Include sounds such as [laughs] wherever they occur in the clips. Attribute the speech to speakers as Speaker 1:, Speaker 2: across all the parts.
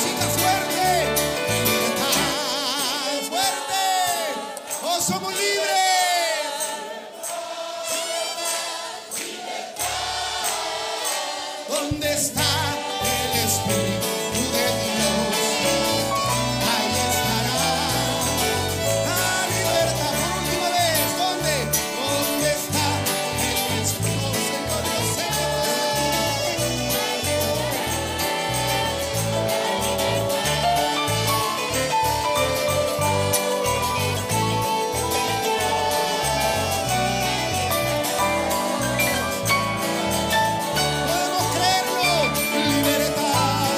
Speaker 1: Oh, donde está el Espíritu de Dios, ahí estará la libertad. Por última vez, ¿dónde? ¿Dónde está el Espíritu? Señor, lo sé. Podemos creerlo, libertad,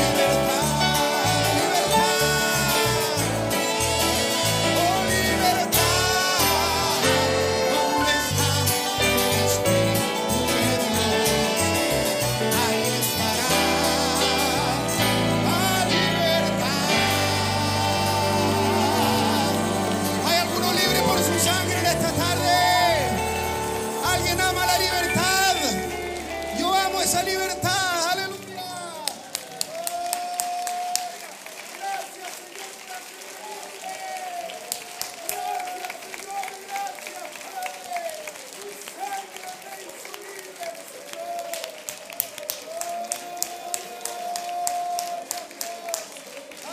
Speaker 1: libertad, libertad, oh libertad, ¿dónde está el Espíritu de Dios? Ahí estará la libertad. ¿Hay alguno libre por su sangre en esta tarde? Alguien ama la libertad. Yo amo esa libertad. Aleluya. Gracias, Señor, gracias, Señor, gracias, Padre. Tu sangre me hizo libre, Señor.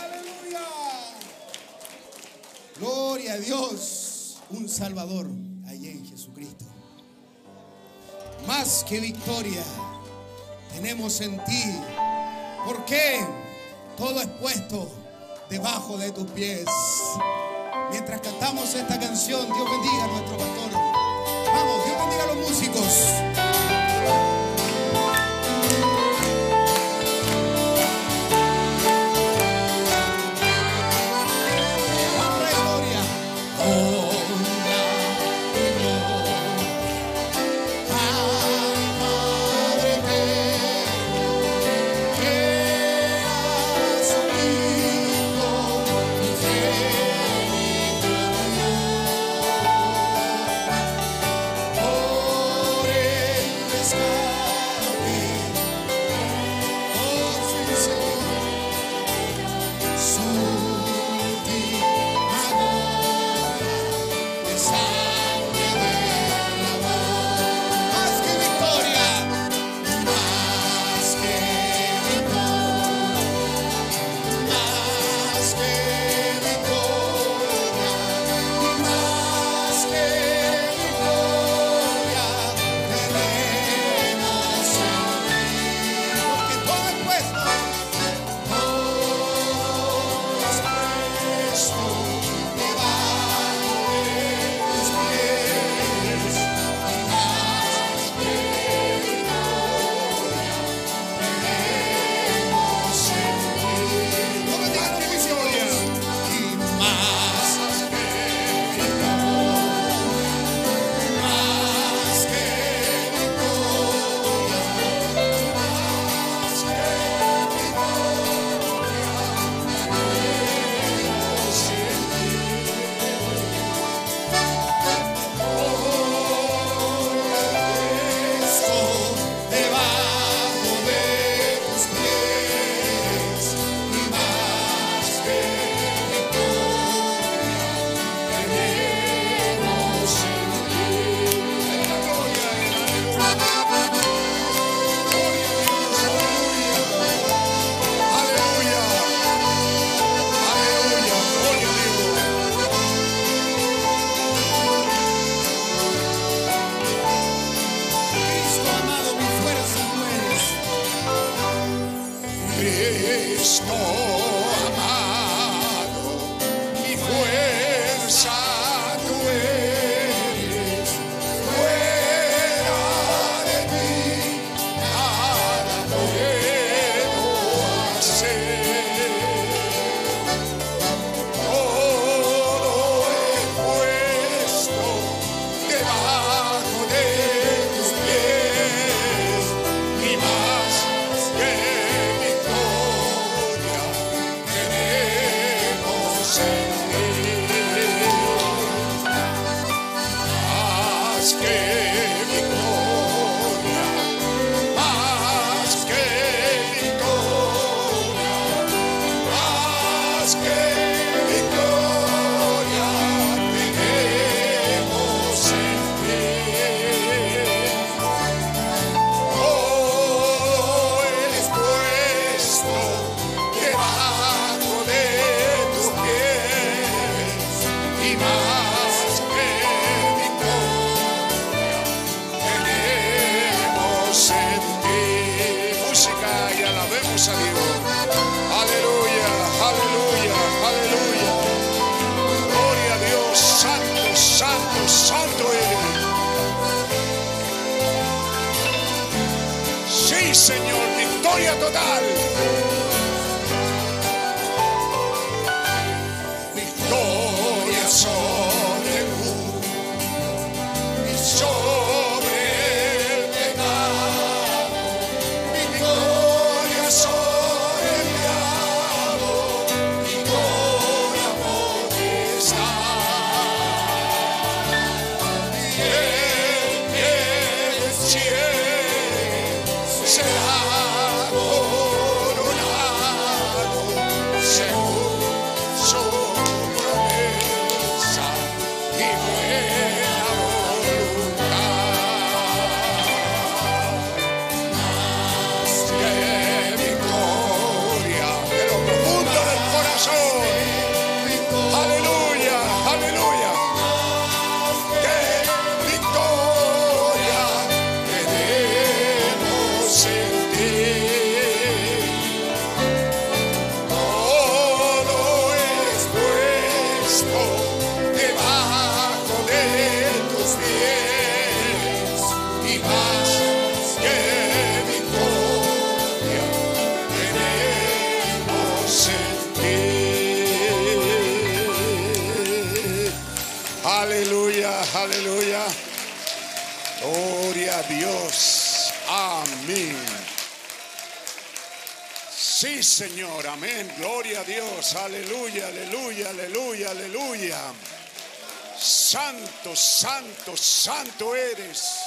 Speaker 1: Aleluya. Gloria a Dios, un Salvador, allá en Jesucristo más que victoria tenemos en ti. Porque todo es puesto debajo de tus pies. Mientras cantamos esta canción, Dios bendiga a nuestro pastor. Vamos, Dios bendiga a los músicos. Honra y gloria. Honra y gloria. Al Padre eterno, que a su Hijo unigénito dio, por el rescate, por su Señor, su última gota de sangre derramó. Más que victoria, más que victoria, más que victoria, más que victoria, tenemos en ti. Porque todo es pues, puesto, todo es puesto debajo de tus pies. No me digan que victoria y más que victoria, más que victoria, más que victoria, tenemos en debajo de tus pies y más que victoria tenemos en ti. La gloria y la aleluya. Gloria a Dios, aleluya. Aleluya. Aleluya. Gloria a Dios. Cristo amado, mi fuerza no eres. Cristo amado, mi fuerza tú eres. Fuera de ti nada puedo hacer. Todo he puesto debajo de tus pies, ni más que victoria
Speaker 2: Oh, Sí, Señor, victoria total. Victoria sobre el mundo y sobre el pecado. Victoria sobre el diablo, victoria por y el que venciere será coronado según su promesa y buena voluntad. Más que victoria de lo profundo del corazón. Aleluya, aleluya. ¡Qué victoria tenemos en ti! Todo es puesto debajo de tus pies y más que victoria tenemos en ti. Aleluya, aleluya. Gloria a Dios. Amén. Sí, Señor, amén. Gloria a Dios. Aleluya, aleluya, aleluya, aleluya. Santo, santo, santo eres.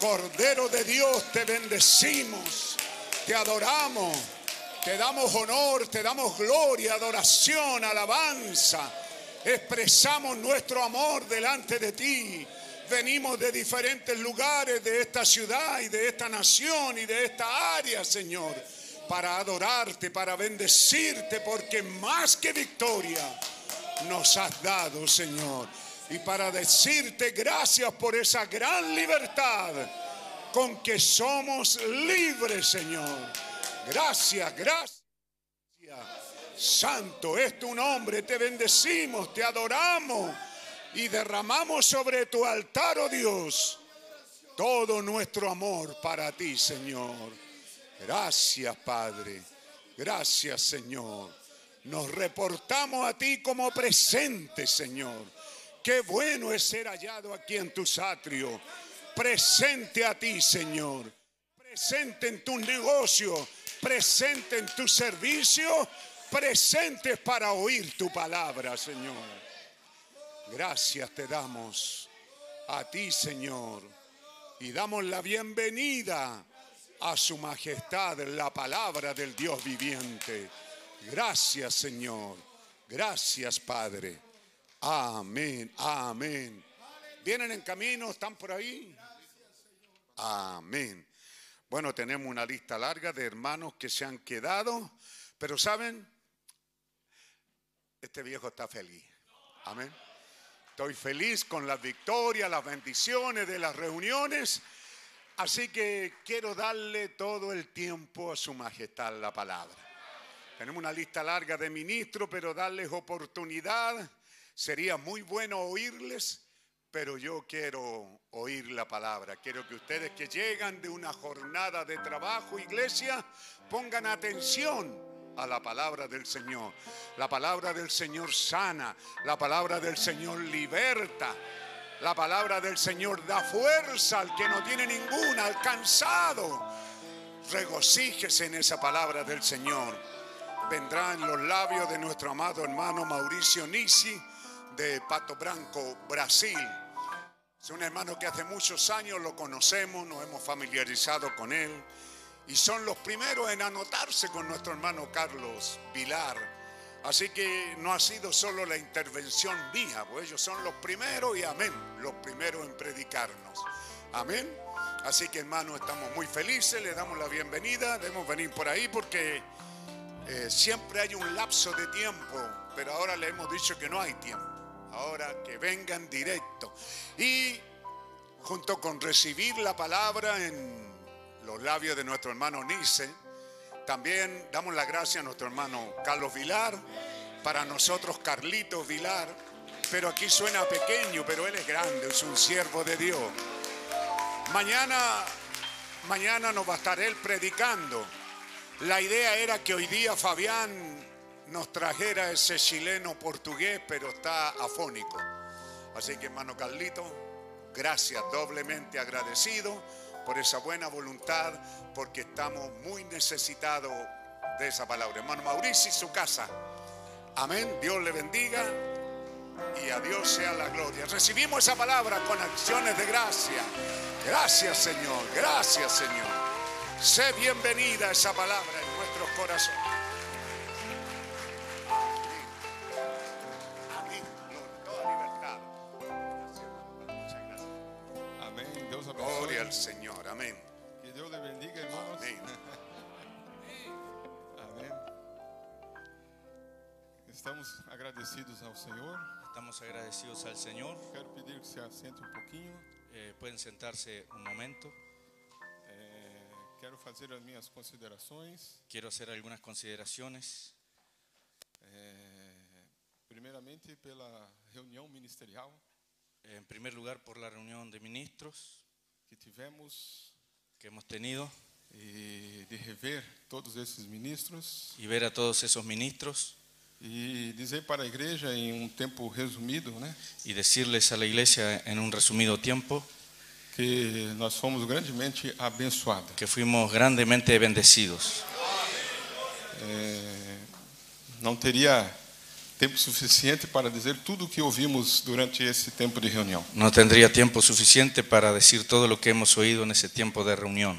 Speaker 2: Cordero de Dios, te bendecimos, te adoramos, te damos honor, te damos gloria, adoración, alabanza. Expresamos nuestro amor delante de ti. Venimos de diferentes lugares de esta ciudad y de esta nación y de esta área, Señor, para adorarte, para bendecirte, porque más que victoria nos has dado, Señor. Y para decirte gracias por esa gran libertad con que somos libres, Señor. Gracias, gracias. Santo es tu nombre, te bendecimos, te adoramos y derramamos sobre tu altar, oh Dios, todo nuestro amor para ti, Señor. Gracias, Padre. Gracias, Señor. Nos reportamos a ti como presente, Señor. Qué bueno es ser hallado aquí en tus atrios. Presente a ti, Señor. Presente en tu negocio. Presente en tu servicio. Presentes para oír tu palabra, Señor. Gracias te damos a ti, Señor, y damos la bienvenida a su majestad, la palabra del Dios viviente. Gracias, Señor. Gracias, Padre. Amén, amén. ¿Vienen en camino? ¿Están por ahí? Amén. Bueno, tenemos una lista larga de hermanos que se han quedado, pero ¿saben? Este viejo está feliz. Amén. Estoy feliz con las victorias, las bendiciones de las reuniones. Así que quiero darle todo el tiempo a su majestad la palabra. Tenemos una lista larga de ministros, pero darles oportunidad. Sería muy bueno oírles, pero yo quiero oír la palabra. Quiero que ustedes que llegan de una jornada de trabajo, iglesia, pongan atención a la palabra del Señor. La palabra del Señor sana, la palabra del Señor liberta. La palabra del Señor da fuerza al que no tiene ninguna, al cansado. Regocíjese en esa palabra del Señor. Vendrá en los labios de nuestro amado hermano Mauricio Nisi de Pato Branco, Brasil. Es un hermano que hace muchos años lo conocemos, nos hemos familiarizado con él y son los primeros en anotarse con nuestro hermano Carlos Vilar. Así que no ha sido solo la intervención mía, pues ellos son los primeros y amén, los primeros en predicarnos. Amén. Así que hermano, estamos muy felices, le damos la bienvenida, debemos venir por ahí porque eh, siempre hay un lapso de tiempo, pero ahora le hemos dicho que no hay tiempo. Ahora que vengan directo. Y junto con recibir la palabra en los labios de nuestro hermano Nice, también damos la gracia a nuestro hermano Carlos Vilar, para nosotros Carlitos Vilar, pero aquí suena pequeño, pero él es grande, es un siervo de Dios. Mañana Mañana nos va a estar él predicando. La idea era que hoy día Fabián nos trajera ese chileno portugués, pero está afónico. Así que hermano Carlito, gracias doblemente agradecido por esa buena voluntad, porque estamos muy necesitados de esa palabra. Hermano Mauricio y su casa. Amén. Dios le bendiga y a Dios sea la gloria. Recibimos esa palabra con acciones de gracia. Gracias Señor, gracias Señor. Sé bienvenida esa palabra en nuestros corazones. Amén. Amén. Con toda libertad. Gracias, hermano. Muchas gracias.
Speaker 3: Amén. Dios la
Speaker 2: Gloria
Speaker 3: bendiga.
Speaker 2: al Señor, amén.
Speaker 3: Que Dios le bendiga, hermanos.
Speaker 2: Amén.
Speaker 3: Amén. Estamos agradecidos ao Senhor.
Speaker 4: Estamos agradecidos al Señor.
Speaker 3: Quero pedir que se assente um pouquinho.
Speaker 4: Eh, pueden sentarse un momento.
Speaker 3: É, quero fazer as minhas considerações.
Speaker 4: Quiero hacer algunas consideraciones.
Speaker 3: É, primeiramente, pela reunião ministerial
Speaker 4: En primer lugar, por la reunión de ministros
Speaker 3: que tivemos
Speaker 4: que hemos tenido
Speaker 3: e eh, de rever todos esses ministros
Speaker 4: y ver a todos esos ministros
Speaker 3: e dizer para a igreja em um tempo resumido, né,
Speaker 4: y decirles a la iglesia en un resumido tiempo
Speaker 3: que nós fomos grandemente abençoados.
Speaker 4: que fuimos grandemente bendecidos.
Speaker 3: É, não teria tempo suficiente para dizer tudo o que ouvimos durante esse tempo de reunião.
Speaker 4: No tendría tiempo suficiente para decir todo lo que hemos oído en ese tiempo de reunión.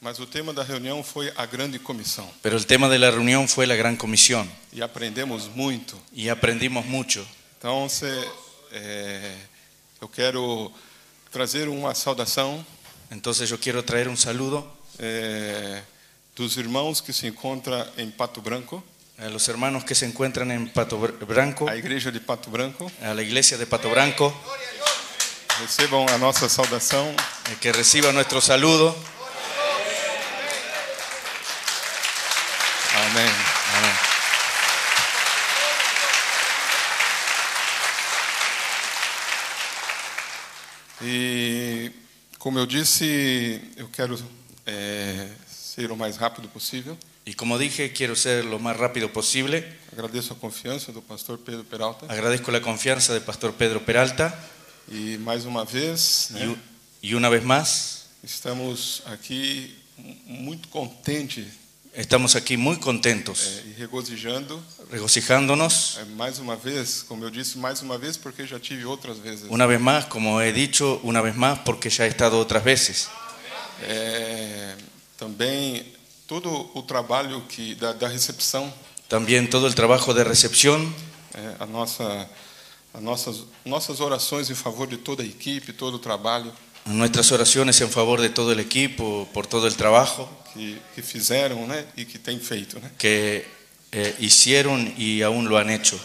Speaker 3: Mas o tema da reunião foi a grande comissão
Speaker 4: Pero el tema de la reunión fue la gran comisión
Speaker 3: e aprendemos muito.
Speaker 4: y aprendimos mucho.
Speaker 3: Então, se, é, eu quero trazer uma saudação
Speaker 4: Entonces yo quiero traer un saludo
Speaker 3: é, dos irmãos que se encontra em Pato Branco,
Speaker 4: a los hermanos que se encuentran en Pato Br- Branco.
Speaker 3: a igreja de Pato Branco.
Speaker 4: a la iglesia de Pato Branco,
Speaker 3: Recebam a nossa saudação.
Speaker 4: eh, que reciba nuestro saludo.
Speaker 3: Amém.
Speaker 4: Amén.
Speaker 3: E, como eu disse, eu quero é, ser o mais rápido possível.
Speaker 4: Y como dije, quiero ser lo más rápido posible.
Speaker 3: Agradeço a confiança do pastor Pedro Peralta.
Speaker 4: Agradezco la confianza de Pastor Pedro Peralta
Speaker 3: E, mais uma vez,
Speaker 4: y,
Speaker 3: né,
Speaker 4: u- y una vez más,
Speaker 3: estamos aqui mu- muito contente
Speaker 4: estamos aquí muy
Speaker 3: é,
Speaker 4: contentos,
Speaker 3: e regozijando.
Speaker 4: regocijándonos.
Speaker 3: É, mais uma vez, como eu disse, mais uma vez, porque já tive outras vezes.
Speaker 4: Una vez más, como he dicho, una vez más, porque ya he estado otras veces.
Speaker 3: É, também todo o trabalho que da, da recepção
Speaker 4: También todo el trabajo de recepción,
Speaker 3: É, a nossa, a nossas, nossas orações em favor de toda a equipe, todo o trabalho
Speaker 4: nuestras oraciones en favor de todo el equipo, por todo el trabajo
Speaker 3: que, que fizeram né, e que têm feito. Né?
Speaker 4: que eh, hicieron y aún lo han hecho.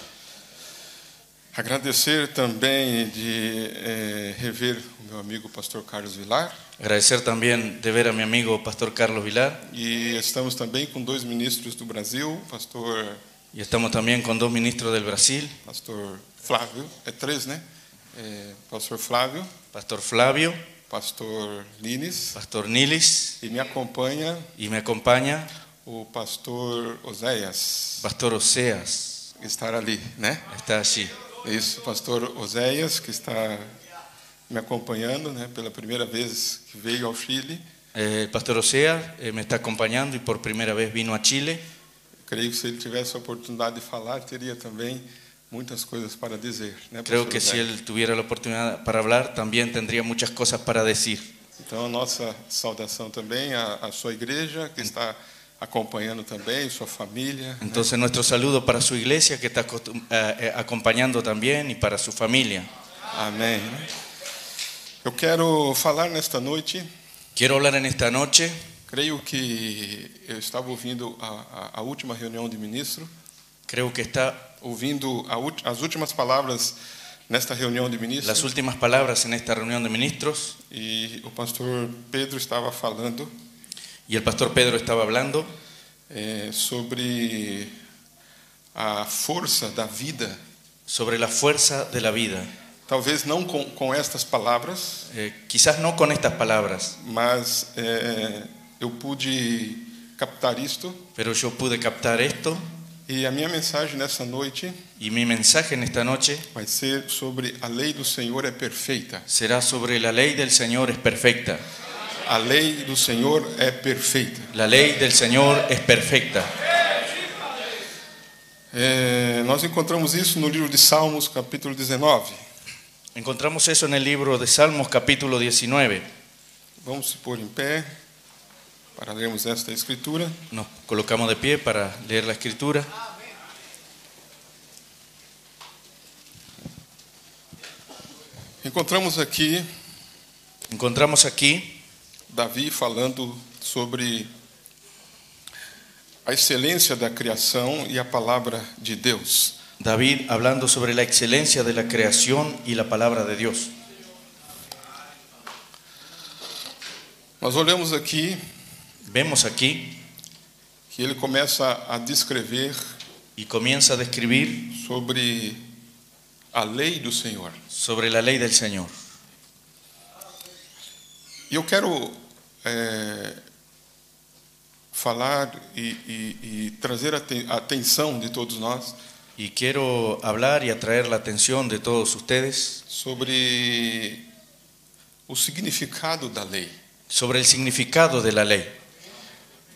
Speaker 3: Agradecer também de é, rever o meu amigo pastor Carlos Vilar.
Speaker 4: Agradecer también de ver a mi amigo Pastor Carlos Vilar
Speaker 3: E estamos também com dois ministros do Brasil, pastor,
Speaker 4: y estamos también con dos ministros del Brasil,
Speaker 3: pastor Flávio, é três, né? É, pastor Flávio,
Speaker 4: Pastor Flavio,
Speaker 3: pastor Lines,
Speaker 4: Pastor Nilis
Speaker 3: e me acompanha
Speaker 4: y me acompaña
Speaker 3: o pastor Oséias,
Speaker 4: Pastor Oseas,
Speaker 3: que estará ali, né?
Speaker 4: está allí.
Speaker 3: Isso, pastor Oséias, que está me acompanhando né, pela primeira vez que veio ao Chile.
Speaker 4: Eh, el Pastor Oseas eh, me está acompañando y por primera vez vino a Chile.
Speaker 3: Creio que se ele tivesse a oportunidade de falar, teria também muitas coisas para dizer. Né,
Speaker 4: Creo
Speaker 3: pastor
Speaker 4: que si
Speaker 3: Oséias?
Speaker 4: él tuviera la oportunidad para hablar, también tendría muchas cosas para decir.
Speaker 3: Então, a nossa saudação também à, à sua igreja, que está acompanhando também, sua família. né?
Speaker 4: Entonces nuestro saludo para su iglesia que está acostum- eh, eh, acompañando también y para su familia.
Speaker 3: Amém. né? Eu quero falar nesta noite.
Speaker 4: Quiero hablar en esta noche.
Speaker 3: Creio que eu estava ouvindo a, a- a última reunião de ministro
Speaker 4: Creo que está
Speaker 3: ouvindo a ulti- as últimas palavras nesta reunião de ministros
Speaker 4: Las últimas palabras en esta reunión de ministros
Speaker 3: e o pastor Pedro estava falando
Speaker 4: y el pastor Pedro estaba hablando
Speaker 3: eh, sobre a força da vida
Speaker 4: sobre la fuerza de la vida
Speaker 3: Talvez não com, com estas palavras,
Speaker 4: Eh, quizás no con estas palabras,
Speaker 3: mas é, eu pude captar isto.
Speaker 4: pero yo pude captar esto
Speaker 3: E a minha mensagem nessa noite
Speaker 4: y mi mensaje en esta noche
Speaker 3: vai ser sobre a lei do Senhor é perfeita.
Speaker 4: será sobre la ley del Señor es perfecta.
Speaker 3: A lei do Senhor é perfeita.
Speaker 4: La ley del Señor es perfecta.
Speaker 3: É, nós encontramos isso no livro de Salmos, capítulo 19.
Speaker 4: Encontramos eso en el libro de Salmos capítulo 19.
Speaker 3: Vamos se pôr em pé para lermos esta escritura.
Speaker 4: Nos colocamos de pie para leer la escritura.
Speaker 3: Encontramos aqui
Speaker 4: Encontramos aquí
Speaker 3: Davi falando sobre a excelência da criação e a palavra de Deus.
Speaker 4: David hablando sobre la excelencia de la creación y la palabra de Dios.
Speaker 3: Nós olhamos aqui
Speaker 4: Vemos aquí
Speaker 3: que ele começa a descrever
Speaker 4: y comienza a describir
Speaker 3: sobre a lei do Senhor.
Speaker 4: sobre la ley del Señor.
Speaker 3: E eu quero eh, falar e, e- e trazer a aten- a atenção de todos nós
Speaker 4: Y quiero hablar y atraer la atención de todos ustedes
Speaker 3: sobre o significado da lei.
Speaker 4: sobre el significado de la ley.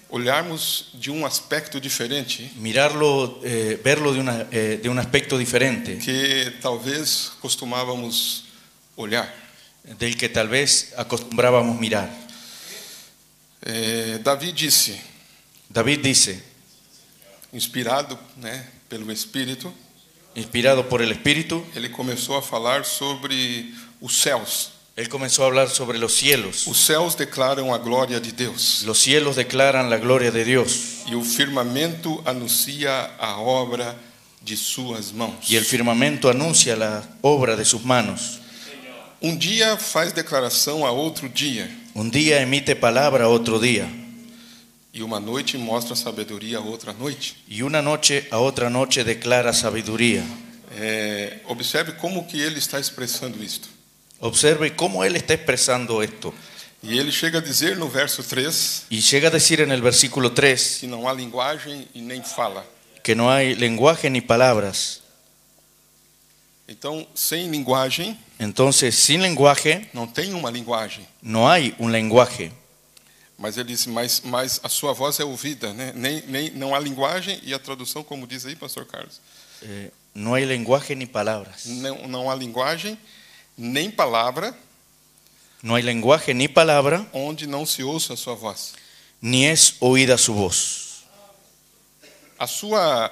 Speaker 3: Olharmos de um aspecto diferente
Speaker 4: Mirarlo, eh, verlo de, una- eh, de un aspecto diferente
Speaker 3: que talvez costumávamos olhar.
Speaker 4: del que tal vez acostumbrábamos mirar.
Speaker 3: Eh, Davi disse,
Speaker 4: David dice,
Speaker 3: inspirado né, pelo Espírito,
Speaker 4: inspirado por el Espíritu,
Speaker 3: ele começou a falar sobre os céus.
Speaker 4: él comenzó a hablar sobre los cielos.
Speaker 3: Os céus declaram a glória de Deus
Speaker 4: Los cielos declaran la gloria de Dios
Speaker 3: e o firmamento anuncia a obra de suas mãos.
Speaker 4: y el firmamento anuncia la obra de sus manos.
Speaker 3: Um dia faz declaração a outro dia
Speaker 4: Un día emite palabra otro día
Speaker 3: e uma noite mostra sabedoria a outra noite.
Speaker 4: y una noche a otra noche declara sabiduría.
Speaker 3: É, observe como que ele está expressando isto.
Speaker 4: Observe cómo él está expresando esto.
Speaker 3: E ele chega a dizer no verso 3
Speaker 4: Y llega a decir en el versículo 3
Speaker 3: que não há linguagem e nem fala.
Speaker 4: que no hay lenguaje ni palabras.
Speaker 3: Então, sem linguagem,
Speaker 4: Entonces, sin lenguaje,
Speaker 3: não tem uma linguagem.
Speaker 4: no hay un lenguaje.
Speaker 3: Mas ele disse, mas, mas a sua voz é ouvida, né? Nem, nem, não há linguagem e a tradução, como diz aí, pastor Carlos,
Speaker 4: Eh, no hay lenguaje ni palabras.
Speaker 3: não, não há linguagem nem palavra
Speaker 4: No hay lenguaje ni palabra,
Speaker 3: onde não se ouça a sua voz.
Speaker 4: ni es oída su voz.
Speaker 3: A sua,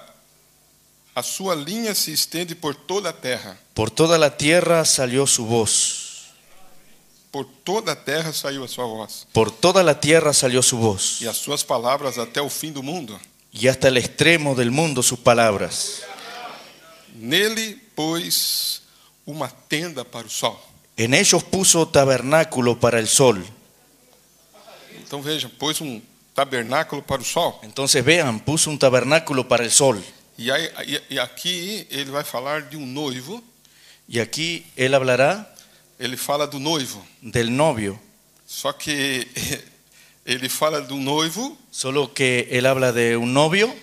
Speaker 3: a sua linha se estende por toda a terra.
Speaker 4: Por toda la tierra salió su voz.
Speaker 3: Por toda a terra saiu a sua voz.
Speaker 4: Por toda la tierra salió su voz.
Speaker 3: E as suas palavras até o fim do mundo.
Speaker 4: Y hasta el extremo del mundo sus palabras.
Speaker 3: Nele, pois, uma tenda para o sol.
Speaker 4: En ellos puso tabernáculo para el sol.
Speaker 3: Então veja, pôs um tabernáculo para o sol.
Speaker 4: Entonces vean, puso un tabernáculo para el sol.
Speaker 3: E, aí, e- e aqui ele vai falar de um noivo.
Speaker 4: Y aquí él hablará
Speaker 3: Ele fala do noivo.
Speaker 4: del novio.
Speaker 3: Só que [laughs] ele fala do noivo
Speaker 4: Solo que él habla de un novio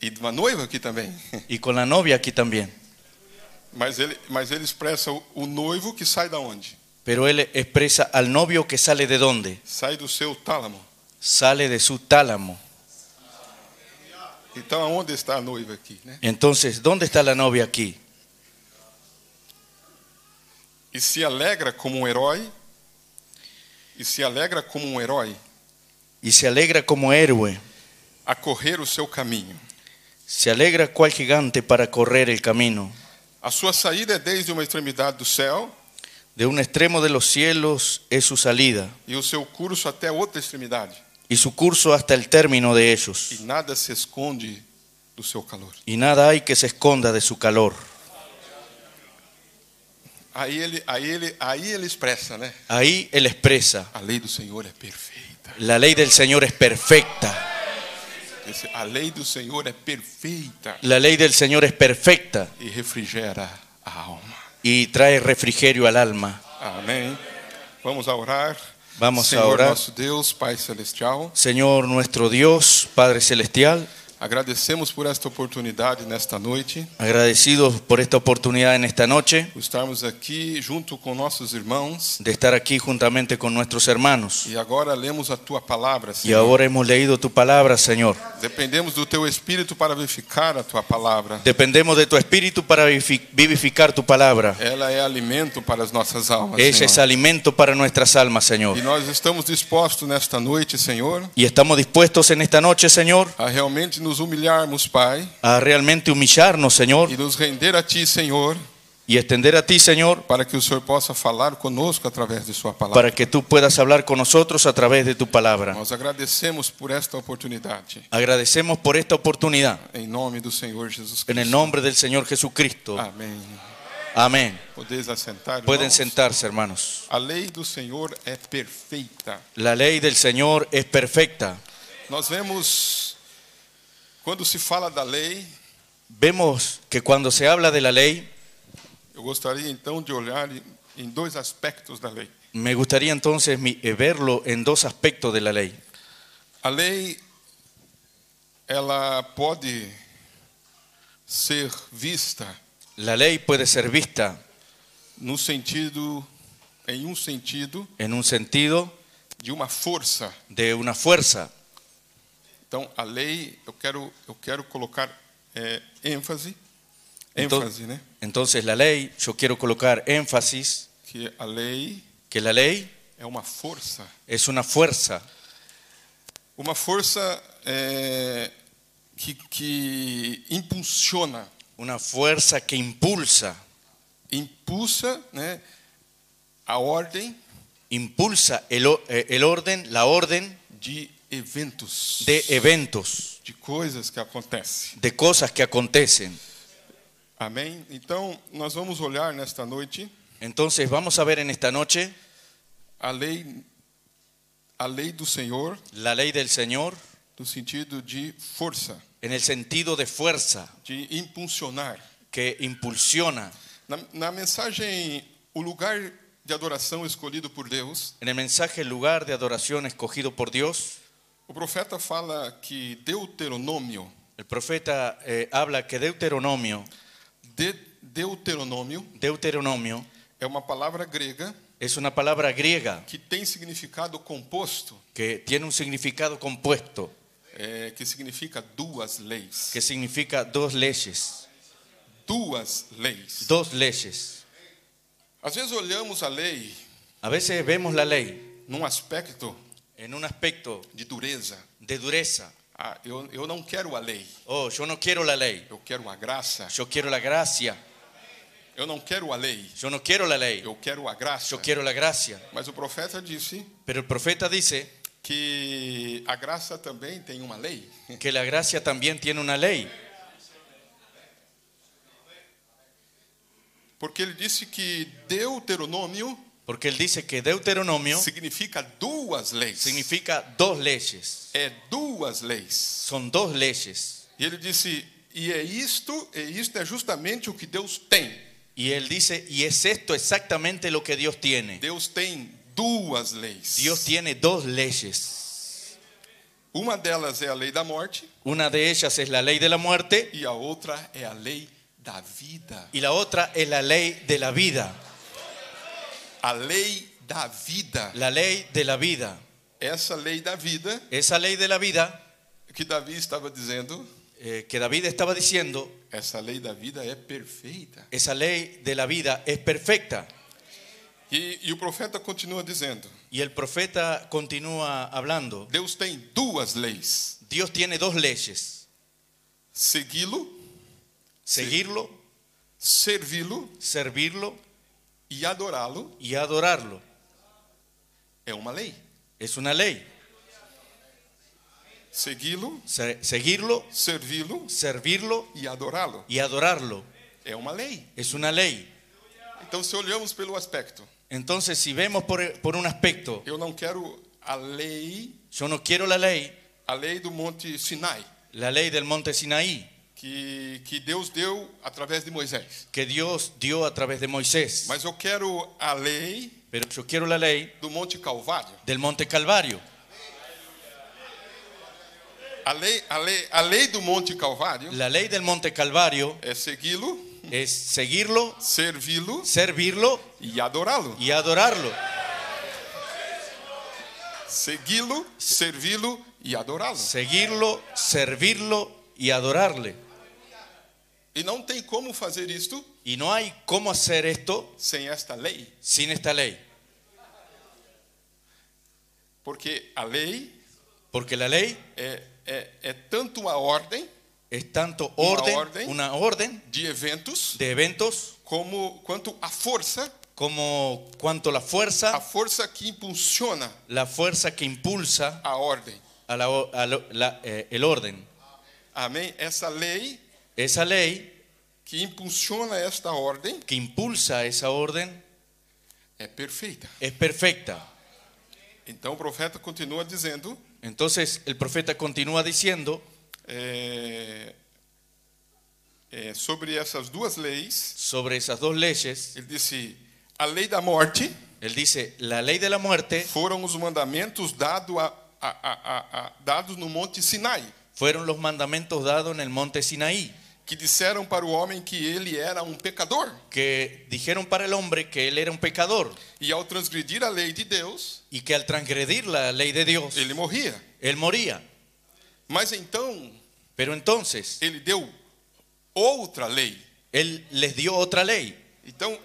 Speaker 3: e de uma noiva aqui também. [laughs]
Speaker 4: y con la novia aquí también.
Speaker 3: Mas ele, mas ele expressa o, o noivo que sai da onde?
Speaker 4: Pero él expresa al novio que sale de dónde?
Speaker 3: Sai do seu tálamo.
Speaker 4: Sale de su tálamo.
Speaker 3: Então aonde está a noiva aqui? Né?
Speaker 4: Entonces, ¿dónde está la novia aquí?
Speaker 3: E se alegra como um herói. E se alegra como um herói
Speaker 4: Y se alegra como héroe,
Speaker 3: a correr o seu caminho.
Speaker 4: se alegra cual gigante para correr el camino.
Speaker 3: A sua saída é desde uma extremidade do céu
Speaker 4: De un extremo de los cielos es su salida,
Speaker 3: e o seu curso até outra extremidade.
Speaker 4: y su curso hasta el término de ellos.
Speaker 3: E nada se esconde do seu calor.
Speaker 4: Y nada hay que se esconda de su calor.
Speaker 3: Aí ele, aí ele, aí ele expressa, né?
Speaker 4: Ahí él expresa,
Speaker 3: A lei do Senhor é perfeita.
Speaker 4: la ley del Señor es perfecta,
Speaker 3: Esse- a lei do Senhor é perfeita
Speaker 4: la lei del Señor es perfecta
Speaker 3: e refrigera a alma.
Speaker 4: y trae refrigerio al alma.
Speaker 3: Amém. Vamos a orar.
Speaker 4: Vamos a
Speaker 3: Senhor
Speaker 4: orar.
Speaker 3: nosso Deus, Pai Celestial,
Speaker 4: Señor nuestro Dios, Padre Celestial,
Speaker 3: agradecemos por esta oportunidade nesta noite,
Speaker 4: agradecidos por esta oportunidad en esta noche
Speaker 3: por estarmos aqui junto com nossos irmãos
Speaker 4: de estar aquí juntamente con nuestros hermanos.
Speaker 3: e agora lemos a tua palavra,
Speaker 4: Y
Speaker 3: Senhor.
Speaker 4: ahora hemos leído tu palabra, Señor.
Speaker 3: Dependemos do teu espírito para verificar a tua palavra.
Speaker 4: Dependemos de tu espíritu para vivifi- vivificar tu palabra.
Speaker 3: Ela é alimento para as nossas almas.
Speaker 4: Ella es
Speaker 3: Senhor.
Speaker 4: alimento para nuestras almas,
Speaker 3: E
Speaker 4: Señor.
Speaker 3: nós estamos dispostos nesta noite, Senhor,
Speaker 4: Y estamos dispuestos en esta noche, Señor,
Speaker 3: a realmente nos humilharmos, Pai,
Speaker 4: a realmente humillarnos, Señor,
Speaker 3: e nos render a ti, Senhor,
Speaker 4: y extender a ti, Señor,
Speaker 3: para que o Senhor possa falar conosco através de sua palavra.
Speaker 4: para que tú puedas hablar con nosotros a través de tu palabra.
Speaker 3: Nós agradecemos por esta oportunidade.
Speaker 4: Agradecemos por esta oportunidad.
Speaker 3: Em nome do Senhor Jesus Cristo.
Speaker 4: En el nombre del Señor Jesucristo.
Speaker 3: Amém.
Speaker 4: Amén.
Speaker 3: Podeis assentar.
Speaker 4: Pueden
Speaker 3: irmãos?
Speaker 4: sentarse, hermanos.
Speaker 3: A lei do Senhor é perfeita.
Speaker 4: La ley del Señor es perfecta.
Speaker 3: Nós vemos quando se fala da lei,
Speaker 4: Vemos que cuando se habla de la lei,
Speaker 3: eu gostaria então de olhar em- em dois aspectos da lei.
Speaker 4: me gustaría entonces mi- eh, verlo en dos aspectos de la ley.
Speaker 3: A lei ela pode ser vista
Speaker 4: La ley puede ser vista
Speaker 3: no sentido em um sentido
Speaker 4: en un sentido
Speaker 3: de uma força
Speaker 4: de una fuerza.
Speaker 3: Então, a lei, eu quero, eu quero colocar é, ênfase,
Speaker 4: Então-
Speaker 3: ênfase, né?
Speaker 4: Entonces la ley, yo quiero colocar énfasis
Speaker 3: Que a lei
Speaker 4: que la ley
Speaker 3: é uma força.
Speaker 4: es una fuerza,
Speaker 3: Uma força é, que, que impulsiona,
Speaker 4: una fuerza que impulsa,
Speaker 3: impulsa né, a ordem
Speaker 4: impulsa el, o- eh, el orden, la orden
Speaker 3: de eventos,
Speaker 4: de eventos,
Speaker 3: de coisas que acontecem.
Speaker 4: de cosas que acontecen.
Speaker 3: Amém? Então, nós vamos olhar nesta noite
Speaker 4: Entonces vamos a ver en esta noche
Speaker 3: a lei, a lei do Senhor
Speaker 4: la ley del Señor
Speaker 3: no sentido de força,
Speaker 4: en el sentido de fuerza
Speaker 3: de impulsionar.
Speaker 4: que impulsiona.
Speaker 3: Na, na mensagem O Lugar de Adoração Escolhido por Deus,
Speaker 4: En el mensaje El lugar de adoración escogido por Dios,
Speaker 3: o profeta fala que Deuteronômio,
Speaker 4: el profeta eh, habla que Deuteronomio,
Speaker 3: de, Deuteronômio
Speaker 4: Deuteronomio
Speaker 3: é uma palavra grega
Speaker 4: es una palabra griega
Speaker 3: que tem significado composto,
Speaker 4: que tiene un significado compuesto,
Speaker 3: é, que significa duas leis.
Speaker 4: que significa dos leyes,
Speaker 3: Duas leis.
Speaker 4: dos leyes.
Speaker 3: Às vezes olhamos a lei
Speaker 4: A veces vemos la ley
Speaker 3: num aspecto
Speaker 4: en un aspecto
Speaker 3: de dureza.
Speaker 4: de dureza.
Speaker 3: Ah, eu, eu não quero a lei,
Speaker 4: Oh, yo no quiero la ley,
Speaker 3: eu quero a graça.
Speaker 4: yo quiero la gracia,
Speaker 3: Eu não quero a lei,
Speaker 4: yo no quiero la ley,
Speaker 3: eu quero a graça.
Speaker 4: yo quiero la gracia.
Speaker 3: Mas o profeta disse
Speaker 4: Pero el profeta dice
Speaker 3: que a graça também tem uma lei.
Speaker 4: que la gracia también tiene una ley,
Speaker 3: Porque ele disse que Deuteronômio
Speaker 4: porque él dice que Deuteronomio
Speaker 3: significa duas leis.
Speaker 4: significa dos leyes,
Speaker 3: É duas leis.
Speaker 4: son dos leyes.
Speaker 3: E ele disse, e é isto, e isto é justamente o que Deus tem.
Speaker 4: Y él dice, y es esto exactamente lo que Dios tiene.
Speaker 3: Deus tem duas leis.
Speaker 4: Dios tiene dos leyes.
Speaker 3: Uma delas é a lei da morte
Speaker 4: Una de ellas es la ley de la muerte
Speaker 3: e a outra é a lei da vida.
Speaker 4: y la otra es la ley de la vida.
Speaker 3: A lei da vida.
Speaker 4: La ley de la vida.
Speaker 3: Essa lei da vida
Speaker 4: Esa ley de la vida
Speaker 3: que Davi estava dizendo,
Speaker 4: eh, que David estaba diciendo,
Speaker 3: essa lei da vida é perfeita.
Speaker 4: esa ley de la vida es perfecta.
Speaker 3: E, e o profeta continua dizendo:
Speaker 4: Y el profeta continúa hablando.
Speaker 3: Deus tem duas leis:
Speaker 4: Dios tiene dos leyes.
Speaker 3: segui-lo,
Speaker 4: Seguirlo,
Speaker 3: servi-lo
Speaker 4: servirlo
Speaker 3: e adorá-lo.
Speaker 4: y adorarlo.
Speaker 3: É uma lei.
Speaker 4: Es una ley.
Speaker 3: Segui-lo,
Speaker 4: Se- seguirlo,
Speaker 3: servi-lo
Speaker 4: servirlo
Speaker 3: e adorá-lo.
Speaker 4: y adorarlo.
Speaker 3: É uma lei.
Speaker 4: Es una lei.
Speaker 3: Então, se olhamos pelo aspecto,
Speaker 4: Entonces, si vemos por, por un aspecto,
Speaker 3: eu não quero a lei,
Speaker 4: yo no quiero la lei,
Speaker 3: a lei do Monte Sinai.
Speaker 4: la lei del monte Sinaí.
Speaker 3: que, que Deus deu através de Moisés.
Speaker 4: que Dios dio a través de Moisés.
Speaker 3: Mas eu quero a lei
Speaker 4: Pero yo quiero la ley
Speaker 3: do Monte Calvário.
Speaker 4: del Monte Calvario.
Speaker 3: A lei, a lei, a lei do Monte Calvário
Speaker 4: La ley del Monte Calvario
Speaker 3: é segui-lo,
Speaker 4: es seguirlo,
Speaker 3: servi-lo
Speaker 4: servirlo
Speaker 3: e adorá-lo.
Speaker 4: y adorarlo.
Speaker 3: Segui-lo, servi-lo e adorá-lo.
Speaker 4: Seguirlo, servirlo y adorarle.
Speaker 3: E não tem como fazer isto
Speaker 4: Y no hay cómo hacer esto
Speaker 3: sem esta lei,
Speaker 4: sin esta ley.
Speaker 3: porque a lei
Speaker 4: Porque la ley
Speaker 3: é, é, é tanto uma ordem
Speaker 4: es tanto
Speaker 3: Una
Speaker 4: orden,
Speaker 3: orden.
Speaker 4: una orden
Speaker 3: de eventos
Speaker 4: de eventos
Speaker 3: como quanto a força,
Speaker 4: como cuanto la
Speaker 3: a
Speaker 4: fuerza,
Speaker 3: força que impulsiona
Speaker 4: la fuerza que impulsa
Speaker 3: a ordem.
Speaker 4: a la o- a lo- la- eh, el orden.
Speaker 3: Amém? Essa lei
Speaker 4: Esa ley
Speaker 3: que impulsiona esta ordem
Speaker 4: que impulsa esa orden
Speaker 3: é perfeita.
Speaker 4: es perfecta.
Speaker 3: Então o profeta continua dizendo:
Speaker 4: Entonces el profeta continúa diciendo
Speaker 3: é, é, sobre essas duas leis,
Speaker 4: sobre esas dos leyes,
Speaker 3: ele disse: a lei da morte
Speaker 4: él dice, la ley de la muerte
Speaker 3: foram os mandamentos dado a- a- a- a- a- dados no Monte Sinai,
Speaker 4: fueron los mandamientos dados en el monte Sinaí,
Speaker 3: que disseram para o homem que ele era um pecador.
Speaker 4: que dijeron para el hombre que él era un pecador
Speaker 3: E ao transgredir a lei de Deus,
Speaker 4: y que al transgredir la ley de Dios,
Speaker 3: ele morria.
Speaker 4: él moría.
Speaker 3: Mas então
Speaker 4: Pero entonces
Speaker 3: ele deu outra lei.
Speaker 4: Él les dio otra lei.
Speaker 3: Então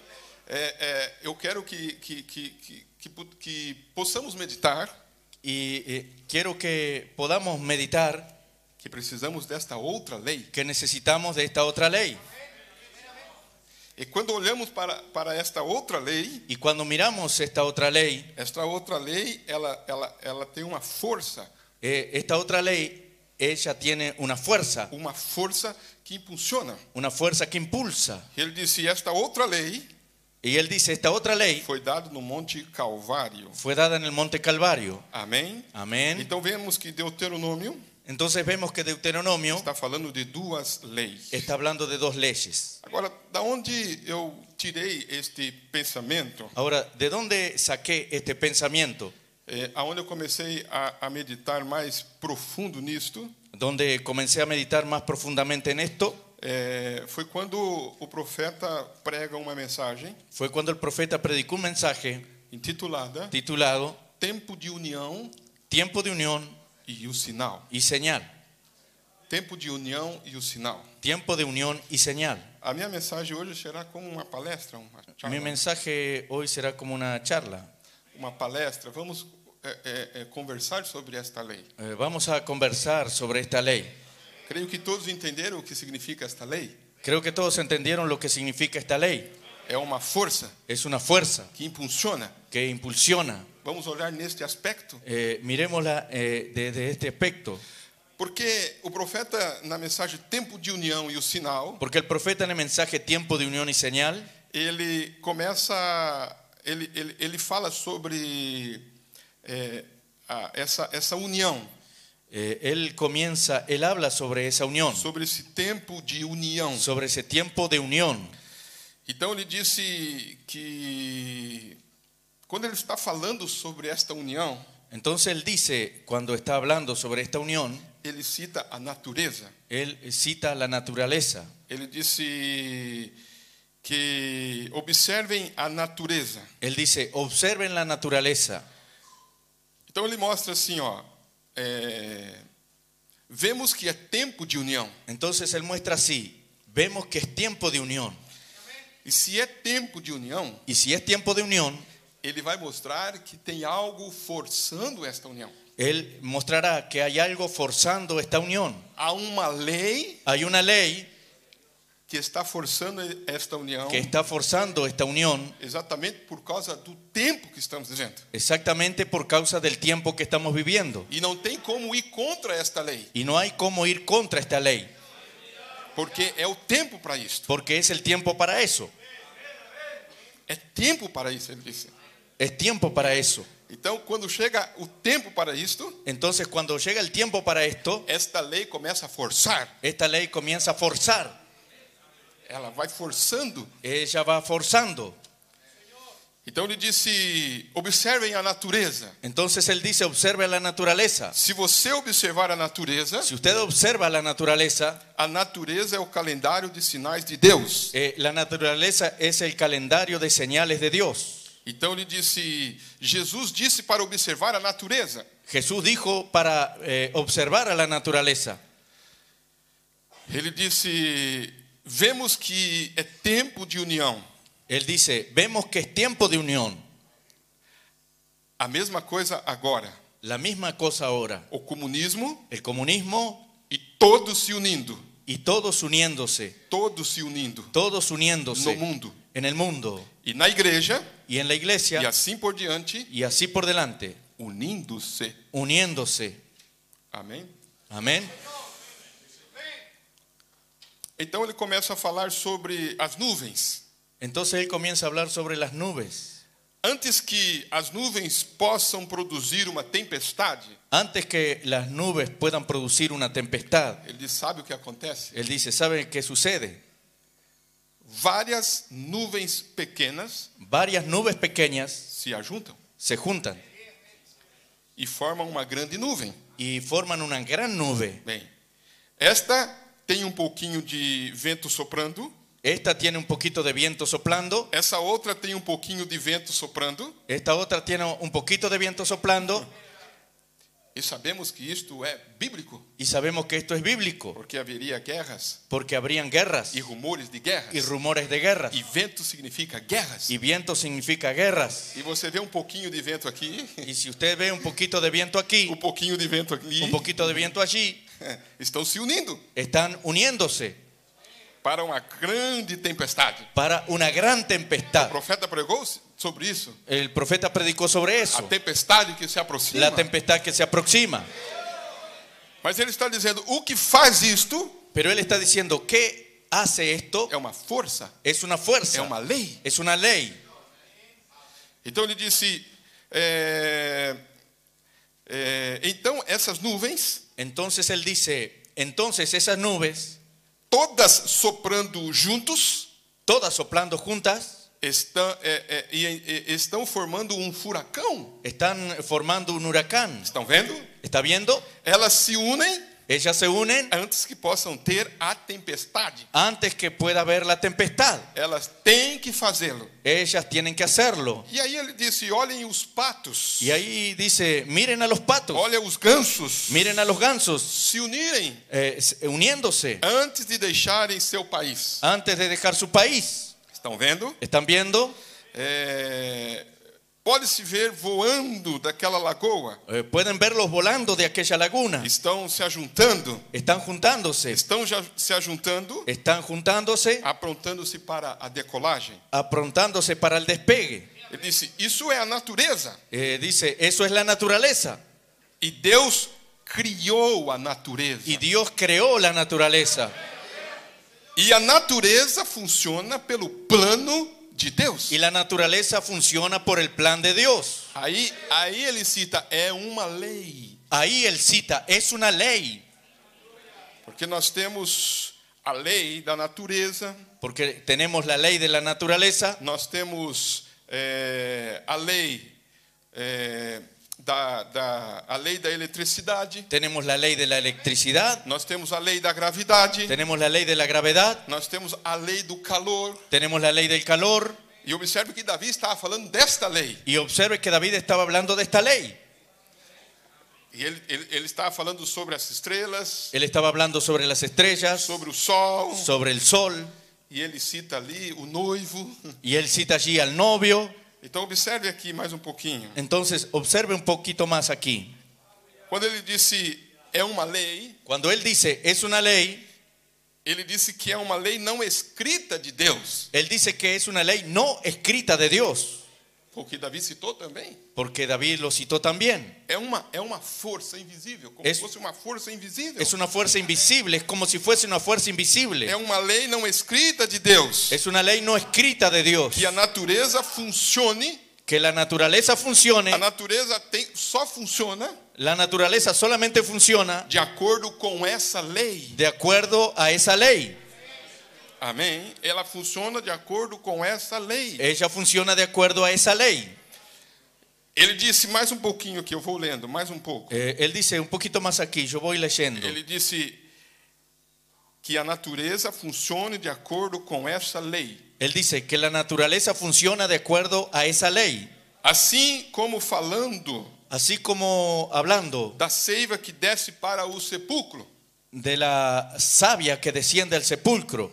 Speaker 3: é, é, eu quero que, que, que, que, que po- que possamos meditar
Speaker 4: Y eh, quiero que podamos meditar
Speaker 3: que precisamos desta outra lei.
Speaker 4: que necesitamos de esta otra ley.
Speaker 3: E quando olhamos para, para esta outra lei,
Speaker 4: Y cuando miramos esta otra ley,
Speaker 3: esta outra lei ela, ela, ela tem uma força,
Speaker 4: eh, esta otra lei, ella tiene una fuerza,
Speaker 3: uma força que impulsiona.
Speaker 4: una fuerza que impulsa.
Speaker 3: Ele disse: esta outra lei
Speaker 4: Y él dice, esta otra lei
Speaker 3: foi dada no Monte Calvário.
Speaker 4: fue dada en el Monte Calvario.
Speaker 3: Amém?
Speaker 4: Amén.
Speaker 3: Então vemos que Deuteronômio
Speaker 4: Entonces vemos que Deuteronomio
Speaker 3: está falando de duas leis.
Speaker 4: está hablando de dos leyes.
Speaker 3: Agora, da onde eu tirei este pensamento,
Speaker 4: Ahora, ¿de dónde saqué este pensamiento?
Speaker 3: é, aonde eu comecei a, a meditar mais profundo nisto,
Speaker 4: Donde comencé a meditar más profundamente en esto
Speaker 3: é, foi quando o profeta prega uma mensagem
Speaker 4: fue cuando el profeta predicó un mensaje
Speaker 3: intitulada
Speaker 4: titulado
Speaker 3: Tempo de União
Speaker 4: Tiempo de unión
Speaker 3: e o Sinal.
Speaker 4: y señal.
Speaker 3: Tempo de União e o Sinal.
Speaker 4: Tiempo de unión y señal.
Speaker 3: A minha mensagem hoje será como uma palestra, uma
Speaker 4: Mi
Speaker 3: charla.
Speaker 4: mensaje hoy será como una charla.
Speaker 3: Uma palestra. Vamos é, é, é, conversar sobre esta lei.
Speaker 4: Eh, vamos a conversar sobre esta ley.
Speaker 3: Creio que todos entenderam o que significa esta lei.
Speaker 4: Creo que todos entendieron lo que significa esta lei.
Speaker 3: É uma força
Speaker 4: Es una fuerza
Speaker 3: que impulsiona.
Speaker 4: que impulsiona.
Speaker 3: Vamos olhar neste aspecto,
Speaker 4: Eh, miremosla eh, desde este aspecto.
Speaker 3: porque o profeta na mensagem Tempo de União e o Sinal,
Speaker 4: Porque el profeta en el mensaje Tiempo de unión y señal,
Speaker 3: ele começa, ele, ele, ele fala sobre é, a- essa, essa união,
Speaker 4: eh, él comienza, él habla sobre esa unión,
Speaker 3: sobre esse tempo de união.
Speaker 4: sobre ese tiempo de unión.
Speaker 3: Então ele disse que quando ele está falando sobre esta união,
Speaker 4: Entonces él dice, cuando está hablando sobre esta unión,
Speaker 3: ele cita a natureza.
Speaker 4: él cita la naturaleza.
Speaker 3: Ele disse que observem a natureza.
Speaker 4: Él dice, observen la naturaleza.
Speaker 3: Então ele mostra assim, ó, é, vemos que é tempo de união.
Speaker 4: Entonces él muestra así, vemos que es tiempo de unión.
Speaker 3: E se é tempo de união,
Speaker 4: Y si es tiempo de unión,
Speaker 3: ele vai mostrar que tem algo forçando esta união.
Speaker 4: él mostrará que hay algo forzando esta unión.
Speaker 3: Há uma lei
Speaker 4: Hay una ley
Speaker 3: que está forçando esta união,
Speaker 4: que está forzando esta unión
Speaker 3: exatamente por causa do tempo que estamos vivendo.
Speaker 4: exactamente por causa del tiempo que estamos viviendo.
Speaker 3: E não tem como ir contra esta lei,
Speaker 4: Y no hay cómo ir contra esta ley,
Speaker 3: porque é o tempo para isto.
Speaker 4: porque es el tiempo para eso.
Speaker 3: É tempo para isso, ele disse.
Speaker 4: Es tiempo para eso.
Speaker 3: Então, quando chega o tempo para isto,
Speaker 4: Entonces cuando llega el tiempo para esto,
Speaker 3: esta lei começa a forçar.
Speaker 4: esta ley comienza a forzar.
Speaker 3: Ela vai forçando.
Speaker 4: Ella va forzando.
Speaker 3: Então ele disse: observem a natureza.
Speaker 4: Entonces él dice, observe la naturaleza.
Speaker 3: Se você observar a natureza,
Speaker 4: Si usted observa la naturaleza,
Speaker 3: a natureza é o calendário de sinais de Deus.
Speaker 4: eh, la naturaleza es el calendario de señales de Dios.
Speaker 3: Então ele disse: Jesus disse para observar a natureza.
Speaker 4: Jesús dijo para eh, observar a la naturaleza.
Speaker 3: Ele disse: vemos que é tempo de união.
Speaker 4: Él dice, vemos que es tiempo de unión.
Speaker 3: A mesma coisa agora.
Speaker 4: La misma cosa ahora.
Speaker 3: O comunismo
Speaker 4: El comunismo
Speaker 3: e todos se unindo,
Speaker 4: y todos uniéndose,
Speaker 3: todos se unindo
Speaker 4: todos
Speaker 3: no
Speaker 4: uniéndose
Speaker 3: mundo
Speaker 4: en el mundo
Speaker 3: e na igreja
Speaker 4: y en la
Speaker 3: e
Speaker 4: iglesia
Speaker 3: assim por diante,
Speaker 4: y así por delante,
Speaker 3: unindo-se.
Speaker 4: uniéndose.
Speaker 3: Amém?
Speaker 4: Amén.
Speaker 3: Então ele começa a falar sobre as nuvens.
Speaker 4: Entonces él comienza a hablar sobre las nubes.
Speaker 3: Antes que as nuvens possam produzir uma tempestade,
Speaker 4: Antes que las nubes puedan producir una tempestad,
Speaker 3: ele diz, sabe o que acontece?
Speaker 4: él dice, ¿sabe qué sucede?
Speaker 3: Várias nuvens pequenas
Speaker 4: Varias nubes pequeñas
Speaker 3: se ajuntam
Speaker 4: se juntan
Speaker 3: e formam uma grande nuvem.
Speaker 4: y forman una gran nube.
Speaker 3: Bem, esta tem um pouquinho de vento soprando,
Speaker 4: Esta tiene un poquito de viento soplando,
Speaker 3: essa outra tem um pouquinho de vento soprando,
Speaker 4: esta otra tiene un poquito de viento soplando
Speaker 3: e sabemos que isto é bíblico,
Speaker 4: y sabemos que esto es bíblico.
Speaker 3: porque haveria guerras
Speaker 4: Porque habrían guerras
Speaker 3: e rumores de
Speaker 4: y
Speaker 3: guerras.
Speaker 4: rumores de guerras.
Speaker 3: E vento significa guerras.
Speaker 4: Y viento significa guerras.
Speaker 3: E você vê um pouquinho de vento aqui,
Speaker 4: Y si usted ve un poquito de viento aquí,
Speaker 3: um pouquinho de vento aqui.
Speaker 4: un poquito de viento allí,
Speaker 3: [laughs] Estão se unindo
Speaker 4: están uniéndose
Speaker 3: para uma grande tempestade.
Speaker 4: para una gran
Speaker 3: O
Speaker 4: tempestad.
Speaker 3: profeta pregou sobre isso.
Speaker 4: El profeta predicó sobre
Speaker 3: A
Speaker 4: eso,
Speaker 3: tempestade que se aproxima.
Speaker 4: la tempestad que se aproxima.
Speaker 3: Mas ele está dizendo: o que faz isto
Speaker 4: Pero él está diciendo, ¿qué hace esto?
Speaker 3: é uma força,
Speaker 4: Es una
Speaker 3: é uma
Speaker 4: fuerza,
Speaker 3: lei.
Speaker 4: es una ley.
Speaker 3: Então ele disse: é, é, então essas nuvens,
Speaker 4: Entonces él dice, entonces esas nubes,
Speaker 3: todas soprando juntos,
Speaker 4: todas soplando juntas,
Speaker 3: estão, é, é, e- e- estão formando um furacão.
Speaker 4: están formando un huracán.
Speaker 3: Estão vendo?
Speaker 4: ¿Está viendo?
Speaker 3: Elas se unem
Speaker 4: Ellas se unen
Speaker 3: antes que possam ter a tempestade.
Speaker 4: antes que pueda haber la tempestad.
Speaker 3: Elas têm que fazê-lo.
Speaker 4: Ellas tienen que hacerlo.
Speaker 3: E aí ele disse: olhem os patos,
Speaker 4: Y ahí dice, miren a los patos,
Speaker 3: olhem os gansos,
Speaker 4: miren a los gansos,
Speaker 3: se unirem
Speaker 4: eh, s- uniéndose
Speaker 3: antes de deixarem seu país.
Speaker 4: antes de dejar su país.
Speaker 3: Estão vendo?
Speaker 4: ¿Están viendo?
Speaker 3: É, Pode-se ver voando daquela lagoa.
Speaker 4: Eh, pueden verlos volando de aquella laguna.
Speaker 3: Estão se ajuntando,
Speaker 4: Están juntándose,
Speaker 3: estão já se ajuntando,
Speaker 4: están juntándose,
Speaker 3: aprontando-se para a decolagem.
Speaker 4: aprontándose para el despegue.
Speaker 3: Ele disse: isso é a natureza.
Speaker 4: Eh, dice, eso es la naturaleza.
Speaker 3: E Deus criou a natureza.
Speaker 4: Y Dios creó la naturaleza.
Speaker 3: E a natureza funciona pelo plano de Deus.
Speaker 4: Y la naturaleza funciona por el plan de Dios.
Speaker 3: Aí, aí ele cita, é uma lei.
Speaker 4: Ahí él cita, es una ley.
Speaker 3: Porque nós temos a lei da natureza,
Speaker 4: Porque tenemos la ley de la naturaleza,
Speaker 3: nós temos eh, a lei eh, da, da, a lei da eletricidade,
Speaker 4: tenemos la ley de la electricidad,
Speaker 3: nós temos a lei da gravidade,
Speaker 4: tenemos la lei de la gravedad,
Speaker 3: nós temos a lei do calor.
Speaker 4: tenemos la lei del calor.
Speaker 3: E observe que Davi estava falando desta lei.
Speaker 4: Y observe que David estaba hablando de esta ley.
Speaker 3: E ele, ele, ele estava falando sobre as estrelas,
Speaker 4: Él estaba hablando sobre las estrellas,
Speaker 3: sobre o sol,
Speaker 4: sobre el sol,
Speaker 3: e ele cita ali o noivo.
Speaker 4: y él cita allí al novio.
Speaker 3: Então observe aqui mais um pouquinho.
Speaker 4: Entonces, observe un poquito más aquí.
Speaker 3: Quando ele disse é uma lei,
Speaker 4: Cuando él dice, es una ley,
Speaker 3: ele disse que é uma lei não escrita de Deus,
Speaker 4: él dice que es una lei no escrita de Dios,
Speaker 3: porque Davi citou também.
Speaker 4: porque David lo citó también.
Speaker 3: É uma, é uma força invisível, como
Speaker 4: Es-
Speaker 3: se fosse uma força invisível.
Speaker 4: Es una fuerza invisible, es como si fuese una fuerza
Speaker 3: É
Speaker 4: invisible.
Speaker 3: uma lei não escrita de Deus,
Speaker 4: Es una lei no escrita de Dios.
Speaker 3: que a natureza funcione
Speaker 4: Que la naturaleza funcione.
Speaker 3: A natureza tem, só funciona
Speaker 4: La naturaleza solamente funciona
Speaker 3: de acordo com essa lei.
Speaker 4: de acuerdo a esa ley.
Speaker 3: Amém? Ela funciona de acordo com essa lei.
Speaker 4: Ella funciona de acuerdo a esa ley.
Speaker 3: Ele disse mais um pouquinho aqui, eu vou lendo, mais um pouco.
Speaker 4: Eh, él dice un poquito más aquí, yo voy leyendo.
Speaker 3: Ele disse que a natureza funcione de acordo com essa lei.
Speaker 4: Él dice que la naturaleza funciona de acuerdo a esa ley.
Speaker 3: Assim como falando
Speaker 4: Así como hablando
Speaker 3: da seiva que desce para o sepulcro,
Speaker 4: de la savia que desciende al sepulcro,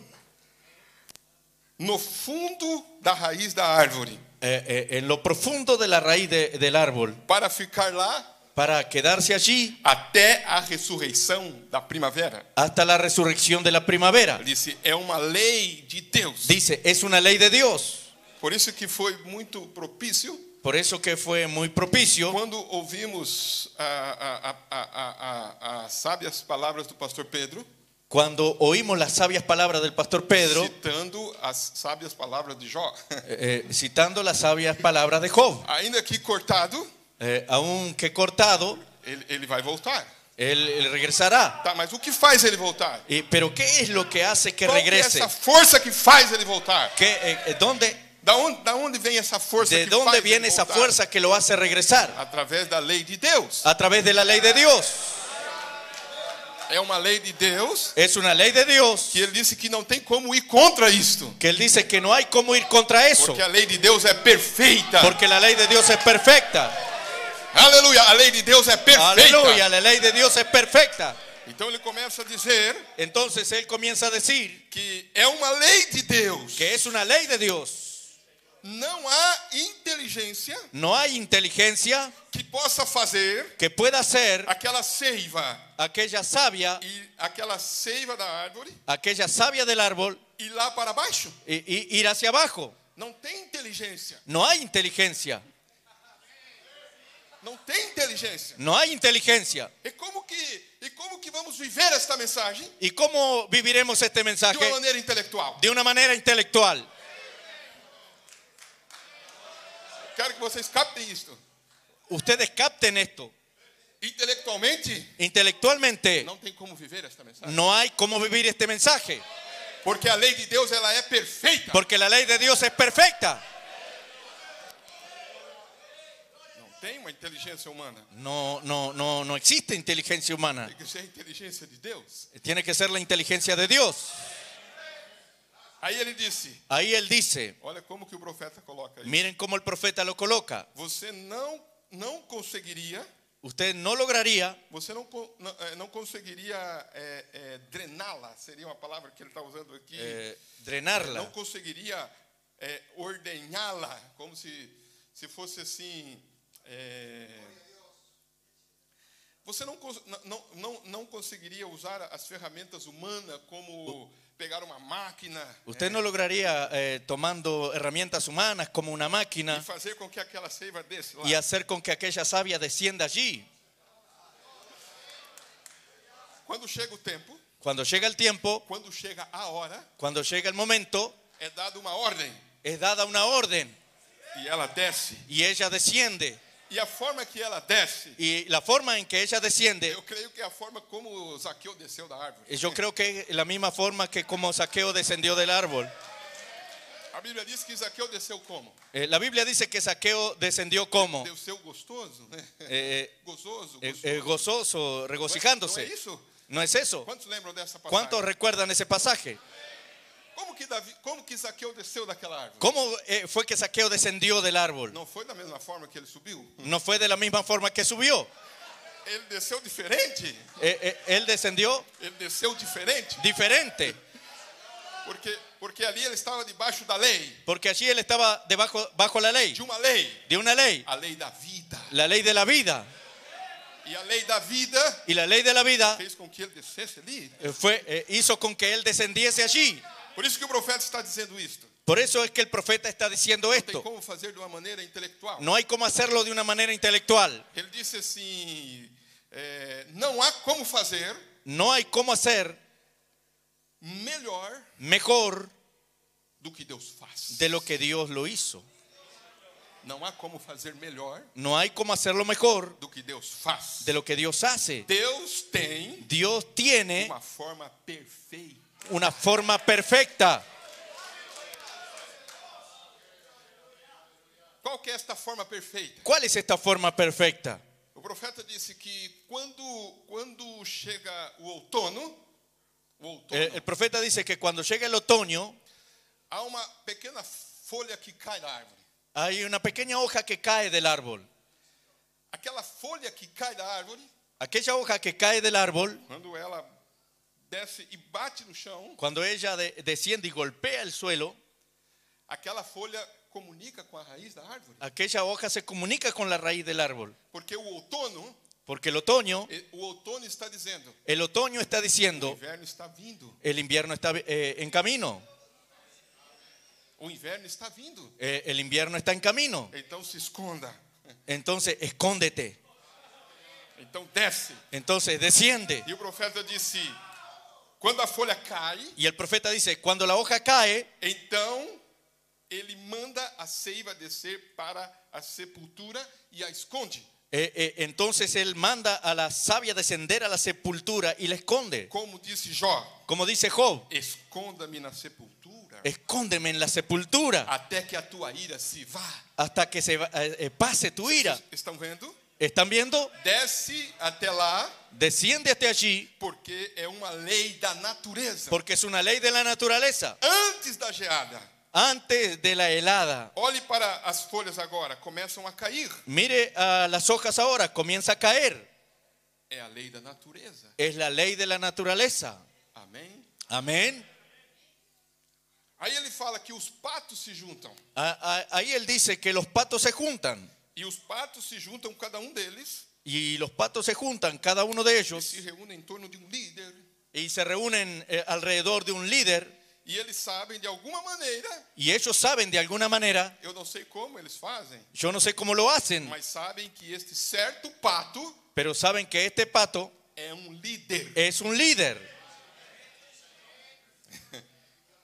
Speaker 3: no fundo da raiz da árvore,
Speaker 4: eh, eh, en lo profundo de la raíz de- del árbol,
Speaker 3: para ficar lá
Speaker 4: para quedarse allí
Speaker 3: até a ressurreição da primavera.
Speaker 4: hasta la resurrección de la primavera.
Speaker 3: Ele disse, é uma lei de Deus.
Speaker 4: Dice, es una ley de Dios.
Speaker 3: Por isso que foi muito propício
Speaker 4: Por eso que fue muy propicio
Speaker 3: Quando ouvimos a, a, a, a, a, a sábias palavras do pastor Pedro,
Speaker 4: Cuando oímos las sabias palabras del pastor Pedro,
Speaker 3: citando as sábias palavras de Jó, [laughs]
Speaker 4: eh, eh, citando las sabias palabras de Job,
Speaker 3: ainda que cortado,
Speaker 4: eh, aunque cortado,
Speaker 3: ele, ele vai voltar.
Speaker 4: él, él regresará.
Speaker 3: Tá, mas o que faz ele voltar?
Speaker 4: Y- Pero ¿qué es lo que hace que
Speaker 3: Qual que é
Speaker 4: regrese?
Speaker 3: essa força que faz ele voltar?
Speaker 4: ¿Qué, eh, eh, dónde,
Speaker 3: Da onde, da onde vem essa força
Speaker 4: ¿De
Speaker 3: que
Speaker 4: dónde
Speaker 3: faz
Speaker 4: viene
Speaker 3: ele
Speaker 4: esa
Speaker 3: voltar?
Speaker 4: fuerza que lo hace regresar?
Speaker 3: Através da lei de Deus.
Speaker 4: A través de la ley de Dios.
Speaker 3: É uma lei de Deus
Speaker 4: Es una lei de Dios
Speaker 3: que ele disse que não tem como ir contra isto.
Speaker 4: que él dice que no hay cómo ir contra eso,
Speaker 3: Porque a lei de Deus é perfeita.
Speaker 4: porque la ley de Dios es perfecta.
Speaker 3: Aleluia, a lei de Deus é perfeita.
Speaker 4: Aleluya, la lei de Dios es perfecta.
Speaker 3: Então ele começa a dizer
Speaker 4: Entonces él comienza a decir
Speaker 3: que é uma lei de Deus.
Speaker 4: que é es una ley de Dios.
Speaker 3: Não há inteligência
Speaker 4: No hay inteligencia
Speaker 3: que possa fazer
Speaker 4: que pueda hacer
Speaker 3: aquela seiva
Speaker 4: aquella savia,
Speaker 3: e aquela seiva da árvore
Speaker 4: aquella savia del árbol
Speaker 3: ir lá para baixo.
Speaker 4: y, y ir hacia abajo.
Speaker 3: Não tem inteligência.
Speaker 4: No hay inteligencia,
Speaker 3: Não tem inteligência.
Speaker 4: no hay inteligencia.
Speaker 3: E como que e como que vamos viver esta mensagem
Speaker 4: ¿Y cómo viviremos este
Speaker 3: de uma
Speaker 4: mensaje?
Speaker 3: maneira intelectual?
Speaker 4: De una manera intelectual.
Speaker 3: Quero que vocês captem isto.
Speaker 4: Ustedes capten esto.
Speaker 3: Intelectualmente
Speaker 4: Intelectualmente
Speaker 3: não tem como viver esta mensagem,
Speaker 4: no hay cómo vivir este mensaje,
Speaker 3: porque a lei de Deus ela é perfeita.
Speaker 4: porque la ley de Dios es perfecta.
Speaker 3: Não tem uma inteligência humana.
Speaker 4: No, no, no, no existe inteligencia humana.
Speaker 3: Tem que ser a inteligência de Deus.
Speaker 4: Tiene que ser la inteligencia de Dios.
Speaker 3: Aí ele disse:
Speaker 4: Ahí él dice,
Speaker 3: Olha como que o profeta coloca isso.
Speaker 4: miren cómo el profeta lo coloca.
Speaker 3: Você não não conseguiría,
Speaker 4: Usted no lograría
Speaker 3: você não co- não, eh, não conseguiria eh, eh, drená-la. Seria uma palavra que ele está usando aqui.
Speaker 4: eh,
Speaker 3: Não
Speaker 4: drenarla.
Speaker 3: conseguiria eh, ordenhá-la, como se se fosse assim. eh, você não, cons- não- não, não, não conseguiria usar as ferramentas humanas como pegar uma máquina
Speaker 4: Usted no lograría eh, tomando herramientas humanas como una
Speaker 3: e
Speaker 4: máquina
Speaker 3: fazer com que aquela seiva desse lá.
Speaker 4: y hacer con que aquella savia descienda allí.
Speaker 3: Quando chega o tempo,
Speaker 4: Cuando llega el tiempo,
Speaker 3: quando chega a hora,
Speaker 4: cuando llega el momento,
Speaker 3: é dada uma ordem
Speaker 4: es dada una orden
Speaker 3: e ela desce.
Speaker 4: y ella desciende.
Speaker 3: E a forma que ela desce,
Speaker 4: Y la forma en que ella desciende, eh,
Speaker 3: eu creio que é a forma como Zaqueu desceu da árvore.
Speaker 4: yo creo que es la misma forma que como Saqueo descendió del árbol.
Speaker 3: A Bíblia diz que Zaqueu desceu como?
Speaker 4: Eh, la Biblia dice que Saqueo descendió como
Speaker 3: Desceu gostoso, né?
Speaker 4: Eh,
Speaker 3: gozoso,
Speaker 4: eh,
Speaker 3: gostoso. Não
Speaker 4: eh, gozoso,
Speaker 3: é- Não é
Speaker 4: regocijándose.
Speaker 3: isso?
Speaker 4: ¿No es eso?
Speaker 3: Quantos lembram dessa passagem?
Speaker 4: ¿Cuántos recuerdan ese pasaje?
Speaker 3: Como que Davi, como que Zaqueu desceu daquela árvore?
Speaker 4: ¿Cómo eh, fue que Saqueo descendió del árbol?
Speaker 3: Não foi da mesma forma que ele subiu?
Speaker 4: No fue de la misma forma que subió.
Speaker 3: Ele desceu diferente.
Speaker 4: Eh, eh, él descendió
Speaker 3: Ele desceu diferente,
Speaker 4: diferente,
Speaker 3: porque porque ali ele estava debaixo da lei,
Speaker 4: porque allí él estaba debajo bajo la lei,
Speaker 3: de uma lei,
Speaker 4: de una ley,
Speaker 3: a lei da vida.
Speaker 4: la ley de la vida.
Speaker 3: E a lei da vida
Speaker 4: Y la ley de la vida
Speaker 3: fez com que ele descesse ali.
Speaker 4: eh, fue, eh, hizo con que él descendiese allí.
Speaker 3: Por isso que o profeta está dizendo isto.
Speaker 4: Por eso es que el profeta está diciendo
Speaker 3: Não tem
Speaker 4: esto.
Speaker 3: como fazer de uma maneira intelectual.
Speaker 4: No hay cómo hacerlo de una manera intelectual.
Speaker 3: Ele disse assim: é, não há como fazer
Speaker 4: No hay cómo hacer
Speaker 3: melhor
Speaker 4: mejor
Speaker 3: do que Deus faz.
Speaker 4: de lo que Dios lo hizo.
Speaker 3: Não há como fazer melhor
Speaker 4: No hay como hacerlo mejor
Speaker 3: do que Deus faz.
Speaker 4: de lo que Dios hace.
Speaker 3: Deus tem
Speaker 4: Dios tiene
Speaker 3: uma forma perfeita.
Speaker 4: una forma perfecta.
Speaker 3: Qual que é esta forma perfeita?
Speaker 4: ¿Cuál es esta forma perfecta?
Speaker 3: O profeta disse que quando, quando chega o outono, o outono
Speaker 4: Eh, El, el profeta dice que cuando llega el otoño
Speaker 3: há uma pequena folha que cai da árvore.
Speaker 4: hay una pequeña hoja que cae del árbol.
Speaker 3: Aquela folha que cai da árvore,
Speaker 4: Aquella hoja que cae del árbol,
Speaker 3: quando ela desce e bate no chão,
Speaker 4: cuando ella de- desciende y golpea el suelo,
Speaker 3: aquela folha comunica com a raiz da árvore.
Speaker 4: aquella hoja se comunica con la raíz del árbol.
Speaker 3: Porque o outono,
Speaker 4: Porque el otoño,
Speaker 3: e- o outono está dizendo,
Speaker 4: el otoño está
Speaker 3: o
Speaker 4: diciendo,
Speaker 3: inverno está vindo,
Speaker 4: el invierno está eh, en camino,
Speaker 3: o inverno está vindo.
Speaker 4: eh, el invierno está en camino.
Speaker 3: Então se esconda.
Speaker 4: Entonces, escóndete.
Speaker 3: Então desce.
Speaker 4: Entonces, desciende.
Speaker 3: E o profeta disse: quando a folha cai,
Speaker 4: Y el profeta dice, cuando la hoja cae,
Speaker 3: então ele manda a seiva descer para a sepultura e a esconde,
Speaker 4: eh, eh, entonces él manda a la savia descender a la sepultura y la esconde.
Speaker 3: como disse Jó:
Speaker 4: Como dice Job,
Speaker 3: esconda-me na sepultura,
Speaker 4: escóndeme en la sepultura
Speaker 3: até que a tua ira se vá.
Speaker 4: hasta que se va- eh, eh, pase tu ira.
Speaker 3: Vocês estão vendo?
Speaker 4: ¿Están viendo?
Speaker 3: Desce até lá,
Speaker 4: Desciende hasta allí
Speaker 3: porque é uma lei da natureza.
Speaker 4: porque es una ley de la naturaleza.
Speaker 3: Antes da geada,
Speaker 4: Antes de la helada.
Speaker 3: olhe para as folhas agora, começam a cair.
Speaker 4: Mire a las hojas ahora, comienza a caer.
Speaker 3: É a lei da natureza.
Speaker 4: Es la ley de la naturaleza.
Speaker 3: Amém?
Speaker 4: Amén.
Speaker 3: Aí ele fala que os patos se juntam.
Speaker 4: A- a- Ahí él dice que los patos se juntan.
Speaker 3: E os patos se juntam, cada um deles,
Speaker 4: Y los patos se juntan, cada uno de
Speaker 3: e
Speaker 4: ellos,
Speaker 3: se reúnem em torno de um líder.
Speaker 4: y se reúnen eh, alrededor de un líder.
Speaker 3: E eles sabem, de alguma maneira,
Speaker 4: Y ellos saben de alguna manera,
Speaker 3: eu não sei como eles fazem,
Speaker 4: yo no sé cómo lo hacen,
Speaker 3: mas sabem que este certo pato
Speaker 4: pero saben que este pato
Speaker 3: é um líder.
Speaker 4: es un líder.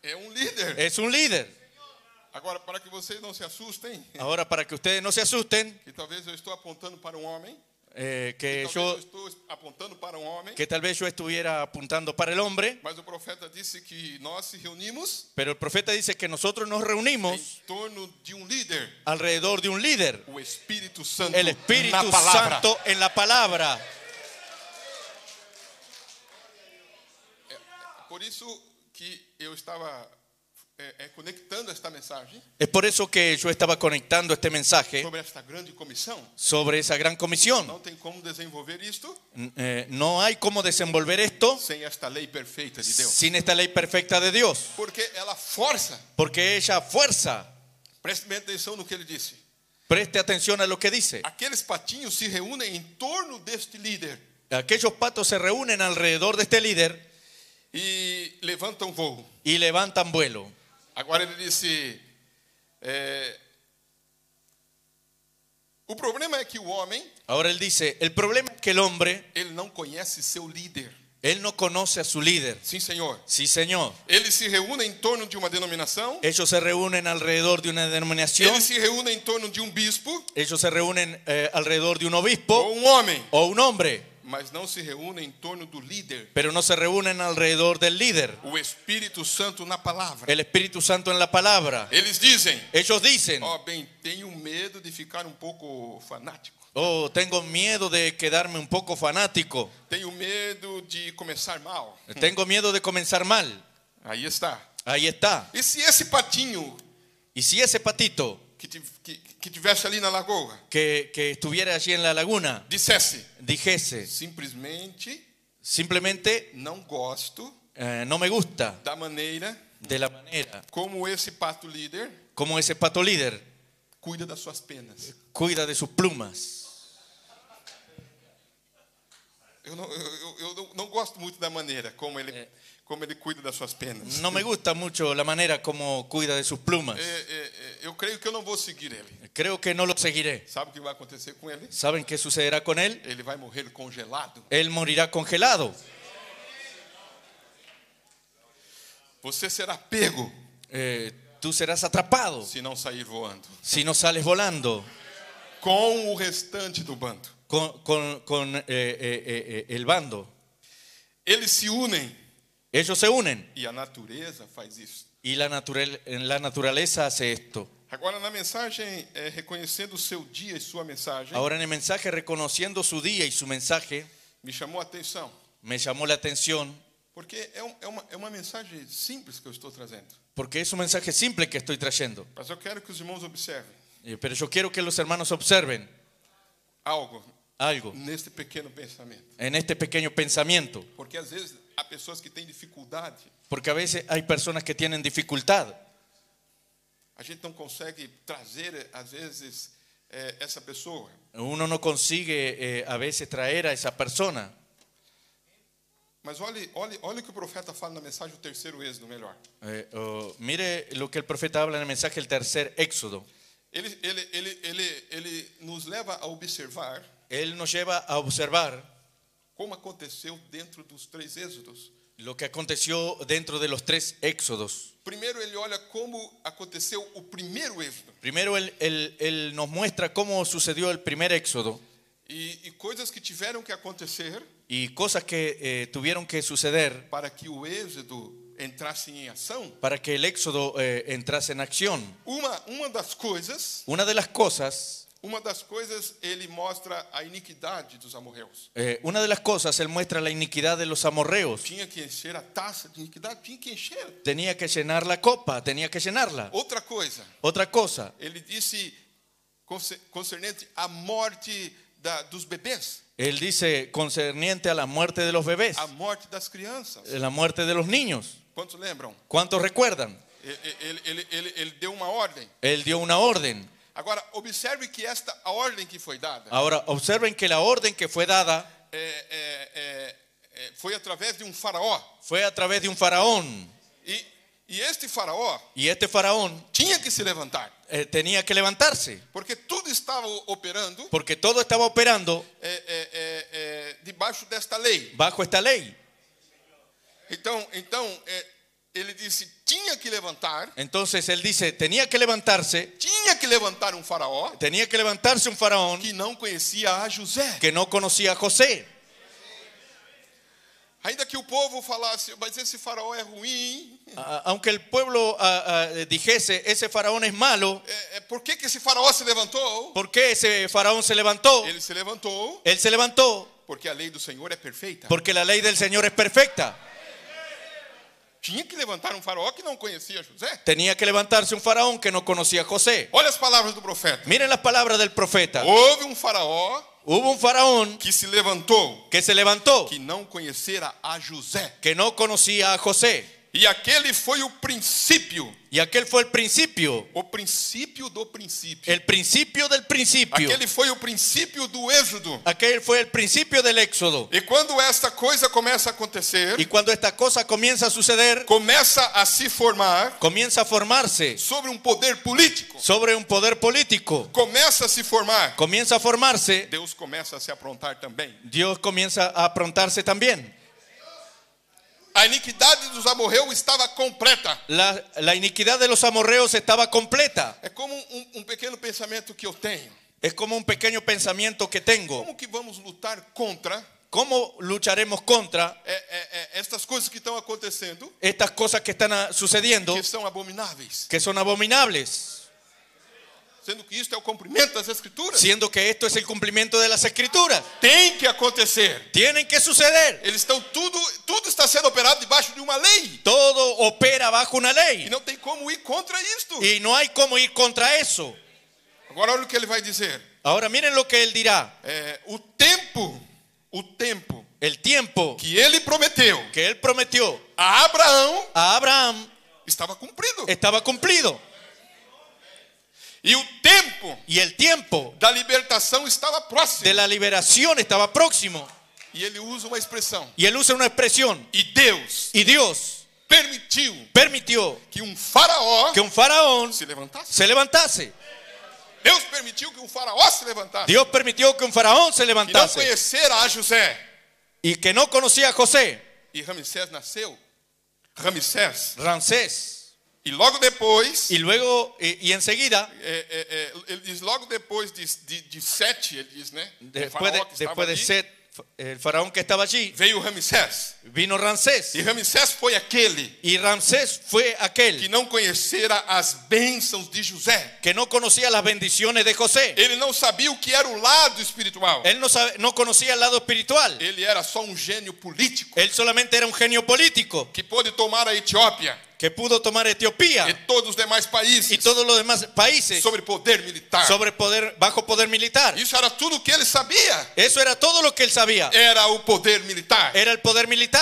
Speaker 3: É um líder.
Speaker 4: Es un líder.
Speaker 3: Agora, para que vocês não se assustem, [laughs]
Speaker 4: Ahora, para que ustedes no se asusten,
Speaker 3: que talvez eu estou apontando para um homem,
Speaker 4: eh, que
Speaker 3: talvez eu
Speaker 4: yo
Speaker 3: Então, estou apontando para um homem,
Speaker 4: que tal vez yo estuviera apuntando para el hombre,
Speaker 3: mas o profeta disse que nós se reunimos
Speaker 4: pero el profeta dice que nosotros nos reunimos
Speaker 3: em torno de um líder,
Speaker 4: alrededor de un líder,
Speaker 3: o Espírito Santo
Speaker 4: el
Speaker 3: na
Speaker 4: Espíritu
Speaker 3: palavra.
Speaker 4: Santo en la palabra.
Speaker 3: Por isso que eu estava é, é, conectando esta mensagem
Speaker 4: Es por eso que yo estaba conectando este mensaje
Speaker 3: sobre esta grande comissão.
Speaker 4: sobre esa gran comisión.
Speaker 3: Não tem como desenvolver isto
Speaker 4: N- eh, no hay cómo desenvolver esto
Speaker 3: sem esta lei perfeita de Deus.
Speaker 4: sin esta ley perfecta de Dios,
Speaker 3: Porque ela força.
Speaker 4: porque ella fuerza.
Speaker 3: Preste bem atenção no que ele disse.
Speaker 4: Preste atención a lo que dice.
Speaker 3: Aqueles patinhos se reúnem em torno deste líder
Speaker 4: Aquellos patos se reúnen alrededor de este líder
Speaker 3: e levantam voo.
Speaker 4: y levantan vuelo.
Speaker 3: Agora ele disse: é, O problema é que o homem,
Speaker 4: Ahora él dice, el problema es que el hombre,
Speaker 3: ele não conhece seu líder.
Speaker 4: él no conoce a su líder.
Speaker 3: Sim, senhor.
Speaker 4: Sí, señor.
Speaker 3: Eles se reúnem em torno de uma denominação.
Speaker 4: Ellos se reúnen alrededor de una denominación,
Speaker 3: Eles se reúnem em torno de um bispo
Speaker 4: ellos se reúnen eh, alrededor de un
Speaker 3: ou
Speaker 4: obispo
Speaker 3: um homem,
Speaker 4: o un hombre,
Speaker 3: mas não se reúnem em torno do líder.
Speaker 4: pero no se reúnen alrededor del líder.
Speaker 3: O Espírito Santo na palavra.
Speaker 4: El Espíritu Santo en la palabra.
Speaker 3: Eles dizem:
Speaker 4: Ellos dicen,
Speaker 3: Ó, bem, tenho medo de ficar um pouco fanático.
Speaker 4: oh, tengo miedo de quedarme un poco fanático,
Speaker 3: Tenho medo de começar mal.
Speaker 4: tengo miedo de comenzar mal.
Speaker 3: Aí está.
Speaker 4: Ahí está.
Speaker 3: E se esse patinho
Speaker 4: Y si ese patito
Speaker 3: que, tiv- que, que tivesse ali na lagoa
Speaker 4: que, que estuviera allí en la laguna
Speaker 3: dissesse:
Speaker 4: dijese,
Speaker 3: simplesmente
Speaker 4: simplemente
Speaker 3: não gosto
Speaker 4: eh, no me gusta
Speaker 3: da maneira
Speaker 4: de la manera
Speaker 3: como esse pato líder
Speaker 4: como ese pato líder
Speaker 3: cuida das suas penas.
Speaker 4: cuida de sus plumas.
Speaker 3: Eu não, eu, eu- eu não- não gosto muito da maneira como ele, como ele cuida das suas penas.
Speaker 4: No me gusta mucho la manera como cuida de sus plumas.
Speaker 3: É, é, é, eu creio que eu não vou seguir ele.
Speaker 4: Creo que no lo seguiré.
Speaker 3: Sabe o que vai acontecer com ele?
Speaker 4: ¿Saben qué sucederá con él?
Speaker 3: Ele vai morrer congelado.
Speaker 4: Él morirá congelado.
Speaker 3: Você será pego
Speaker 4: Eh, tú serás atrapado
Speaker 3: se não sair voando,
Speaker 4: si no sales volando
Speaker 3: com o restante do bando.
Speaker 4: con, con- con, eh, eh, eh, eh, el bando.
Speaker 3: Eles se unem
Speaker 4: Ellos se unen
Speaker 3: e a natureza faz isso.
Speaker 4: y la, naturel- la naturaleza hace esto.
Speaker 3: Agora, na mensagem, é, reconhecendo o seu dia e sua mensagem,
Speaker 4: Ahora en el mensaje, reconociendo su día y su mensaje,
Speaker 3: me chamou a atenção,
Speaker 4: me llamó la atención
Speaker 3: porque é, um- é uma, é uma mensagem simples que eu estou trazendo,
Speaker 4: porque es un mensaje simple que estoy trayendo.
Speaker 3: mas eu quero que os irmãos observem
Speaker 4: Eh, Pero yo quiero que los hermanos observen
Speaker 3: algo
Speaker 4: algo
Speaker 3: nesse pequeno pensamento,
Speaker 4: en este pequeño pensamiento,
Speaker 3: porque às vezes há pessoas que têm dificuldade,
Speaker 4: porque a veces hay personas que tienen dificultad.
Speaker 3: a gente não consegue trazer, às vezes, é, essa pessoa.
Speaker 4: Uno no consigue eh, a veces traer a esa persona.
Speaker 3: Mas olhe, olhe, olhe o que o profeta fala na mensagem, o terceiro êxodo, melhor.
Speaker 4: Eh, oh, mire lo que el profeta habla en el mensaje del tercer Éxodo.
Speaker 3: Ele, ele, ele, ele, ele nos leva a observar
Speaker 4: Él nos lleva a observar
Speaker 3: como aconteceu dentro dos três êxodos.
Speaker 4: lo que aconteció dentro de los tres Éxodos.
Speaker 3: Primeiro, ele olha como aconteceu o primeiro êxodo
Speaker 4: Primero, él, él- él nos muestra cómo sucedió el primer Éxodo
Speaker 3: e, e coisas que tiveram que acontecer
Speaker 4: y cosas que eh, tuvieron que suceder
Speaker 3: para que o êxodo entrasse em ação.
Speaker 4: para que el Éxodo eh, entrase en acción.
Speaker 3: Uma, uma das coisas,
Speaker 4: Una de las cosas,
Speaker 3: uma das coisas, ele mostra a iniquidade dos amorreus.
Speaker 4: eh, una de las cosas, él muestra la iniquidad de los amorreos.
Speaker 3: Tinha que encher a taça de iniquidade, tinha que encher.
Speaker 4: Tenía que llenar la copa, tenía que llenarla.
Speaker 3: Outra coisa,
Speaker 4: Otra cosa,
Speaker 3: ele disse conce- concernente à morte da, dos bebês,
Speaker 4: él dice concerniente a la muerte de los bebés,
Speaker 3: à morte das crianças.
Speaker 4: la muerte de los niños.
Speaker 3: Quantos lembram?
Speaker 4: ¿Cuántos recuerdan?
Speaker 3: Ele- ele- ele- ele- ele deu uma ordem.
Speaker 4: Él dio una orden.
Speaker 3: Agora, observe que esta a ordem que foi dada
Speaker 4: Ahora, observen que la orden que fue dada
Speaker 3: é, é, é, é, foi através de um faraó.
Speaker 4: fue a través de un faraón.
Speaker 3: E, e este faraó
Speaker 4: Y este faraón
Speaker 3: tinha que se levantar,
Speaker 4: eh, tenía que levantarse,
Speaker 3: porque tudo estava operando
Speaker 4: porque todo estaba operando
Speaker 3: é, é, é, é, debaixo desta lei.
Speaker 4: bajo esta ley.
Speaker 3: Então, então é, ele disse: tinha que levantar,
Speaker 4: Entonces él dice, tenía que levantarse,
Speaker 3: tinha que levantar um faraó
Speaker 4: tenía que levantarse un faraón
Speaker 3: que não conhecia a José.
Speaker 4: que no conocía a José.
Speaker 3: Ainda que o povo falasse, mas esse faraó é ruim,
Speaker 4: A- aunque el pueblo a- a, eh, dijese, esse faraón es malo,
Speaker 3: é, é, por que, que esse faraó se levantou?
Speaker 4: ¿por qué ese faraón se levantó?
Speaker 3: Ele se levantou
Speaker 4: Él se levantó
Speaker 3: porque a lei do Senhor é perfeita.
Speaker 4: porque la ley del Señor es perfecta.
Speaker 3: Tinha que levantar um faraó que não conhecia José.
Speaker 4: Tenía que levantarse un faraón que no conocía a José.
Speaker 3: Olha as palavras do profeta.
Speaker 4: Miren las palabras del profeta.
Speaker 3: Houve um faraó
Speaker 4: Hubo un faraón
Speaker 3: que se levantou
Speaker 4: que se levantó
Speaker 3: que não conhecera a José.
Speaker 4: que no conocía a José.
Speaker 3: E aquele foi o princípio,
Speaker 4: Y aquel fue el principio,
Speaker 3: o princípio do princípio.
Speaker 4: el principio del principio.
Speaker 3: Aquele foi o princípio do êxodo.
Speaker 4: Aquel fue el principio del éxodo.
Speaker 3: E quando esta coisa começa a
Speaker 4: Y
Speaker 3: acontecer,
Speaker 4: cuando esta cosa comienza a suceder,
Speaker 3: começa a se formar
Speaker 4: comienza a formarse
Speaker 3: sobre um poder político.
Speaker 4: sobre un poder político.
Speaker 3: Começa a se formar.
Speaker 4: Comienza a formarse,
Speaker 3: Deus começa a se aprontar também.
Speaker 4: Dios comienza a aprontarse también.
Speaker 3: A iniquidade dos amorreus estava completa.
Speaker 4: La, la iniquidad de los amorreos estaba completa.
Speaker 3: É como um, um pequeno pensamento que eu tenho.
Speaker 4: Es como un pequeño pensamiento que tengo.
Speaker 3: Como que vamos lutar contra
Speaker 4: ¿Cómo lucharemos contra
Speaker 3: é, é, é, estas coisas que estão acontecendo,
Speaker 4: estas cosas que están ah, sucediendo,
Speaker 3: que são abomináveis?
Speaker 4: que son abominables?
Speaker 3: Sendo que isto é o cumprimento das Escrituras.
Speaker 4: Siendo que esto es el cumplimiento de las escrituras.
Speaker 3: Tem que acontecer.
Speaker 4: Tienen que suceder.
Speaker 3: Eles estão tudo, tudo está sendo operado debajo de uma lei.
Speaker 4: Todo opera bajo una
Speaker 3: E
Speaker 4: ley.
Speaker 3: não tem como ir contra isto.
Speaker 4: Y no hay cómo ir contra eso.
Speaker 3: Agora olha o que ele vai dizer.
Speaker 4: Ahora miren lo que él dirá.
Speaker 3: É, o tempo, o tempo
Speaker 4: El tiempo
Speaker 3: que ele prometeu
Speaker 4: que él prometió
Speaker 3: a Abraão
Speaker 4: a Abraham
Speaker 3: estava cumprido.
Speaker 4: estaba cumplido.
Speaker 3: E o tempo
Speaker 4: Y el tiempo
Speaker 3: da libertação estava próximo.
Speaker 4: de la liberación estaba próximo.
Speaker 3: E ele usa uma expressão.
Speaker 4: Y él usa una expresión.
Speaker 3: E Deus
Speaker 4: Y Dios
Speaker 3: permitiu
Speaker 4: permitió
Speaker 3: que um faraó
Speaker 4: que um un faraón
Speaker 3: se levantasse.
Speaker 4: se levantase.
Speaker 3: Deus permitiu que um faraó se levantasse.
Speaker 4: Dios permitió que um un faraón se
Speaker 3: E não
Speaker 4: levantase
Speaker 3: conhecera a José.
Speaker 4: y que no conocía a José,
Speaker 3: E Ramsés nasceu. Ramsés
Speaker 4: Ramsés,
Speaker 3: E logo depois,
Speaker 4: Y luego, eh, y, y enseguida,
Speaker 3: é, é, é, ele diz, logo depois de, de, de Sete, ele diz, né? o
Speaker 4: después
Speaker 3: faraó
Speaker 4: de,
Speaker 3: que estava
Speaker 4: después de
Speaker 3: ali,
Speaker 4: Set, el faraón que estaba allí,
Speaker 3: veio Ramsés.
Speaker 4: vino Ramsés.
Speaker 3: E Ramsés foi aquele
Speaker 4: Y Ramsés fue
Speaker 3: que
Speaker 4: aquel
Speaker 3: não conhecera as bênçãos de José.
Speaker 4: que no conocía las bendiciones de José.
Speaker 3: Ele não sabia o que era o lado espiritual.
Speaker 4: Él no, sabe- no conocía el lado espiritual.
Speaker 3: Ele era só um gênio político
Speaker 4: Él solamente era un genio político
Speaker 3: que pôde tomar a Etiópia
Speaker 4: que pudo tomar
Speaker 3: e
Speaker 4: Etiopía
Speaker 3: todos os demais
Speaker 4: y
Speaker 3: países
Speaker 4: todos los demás países
Speaker 3: sobre poder militar.
Speaker 4: Então, sobre poder, bajo poder militar.
Speaker 3: Isso era tudo o que ele sabia.
Speaker 4: Eso era todo lo que él sabía.
Speaker 3: Era o poder militar.
Speaker 4: Era el poder militar.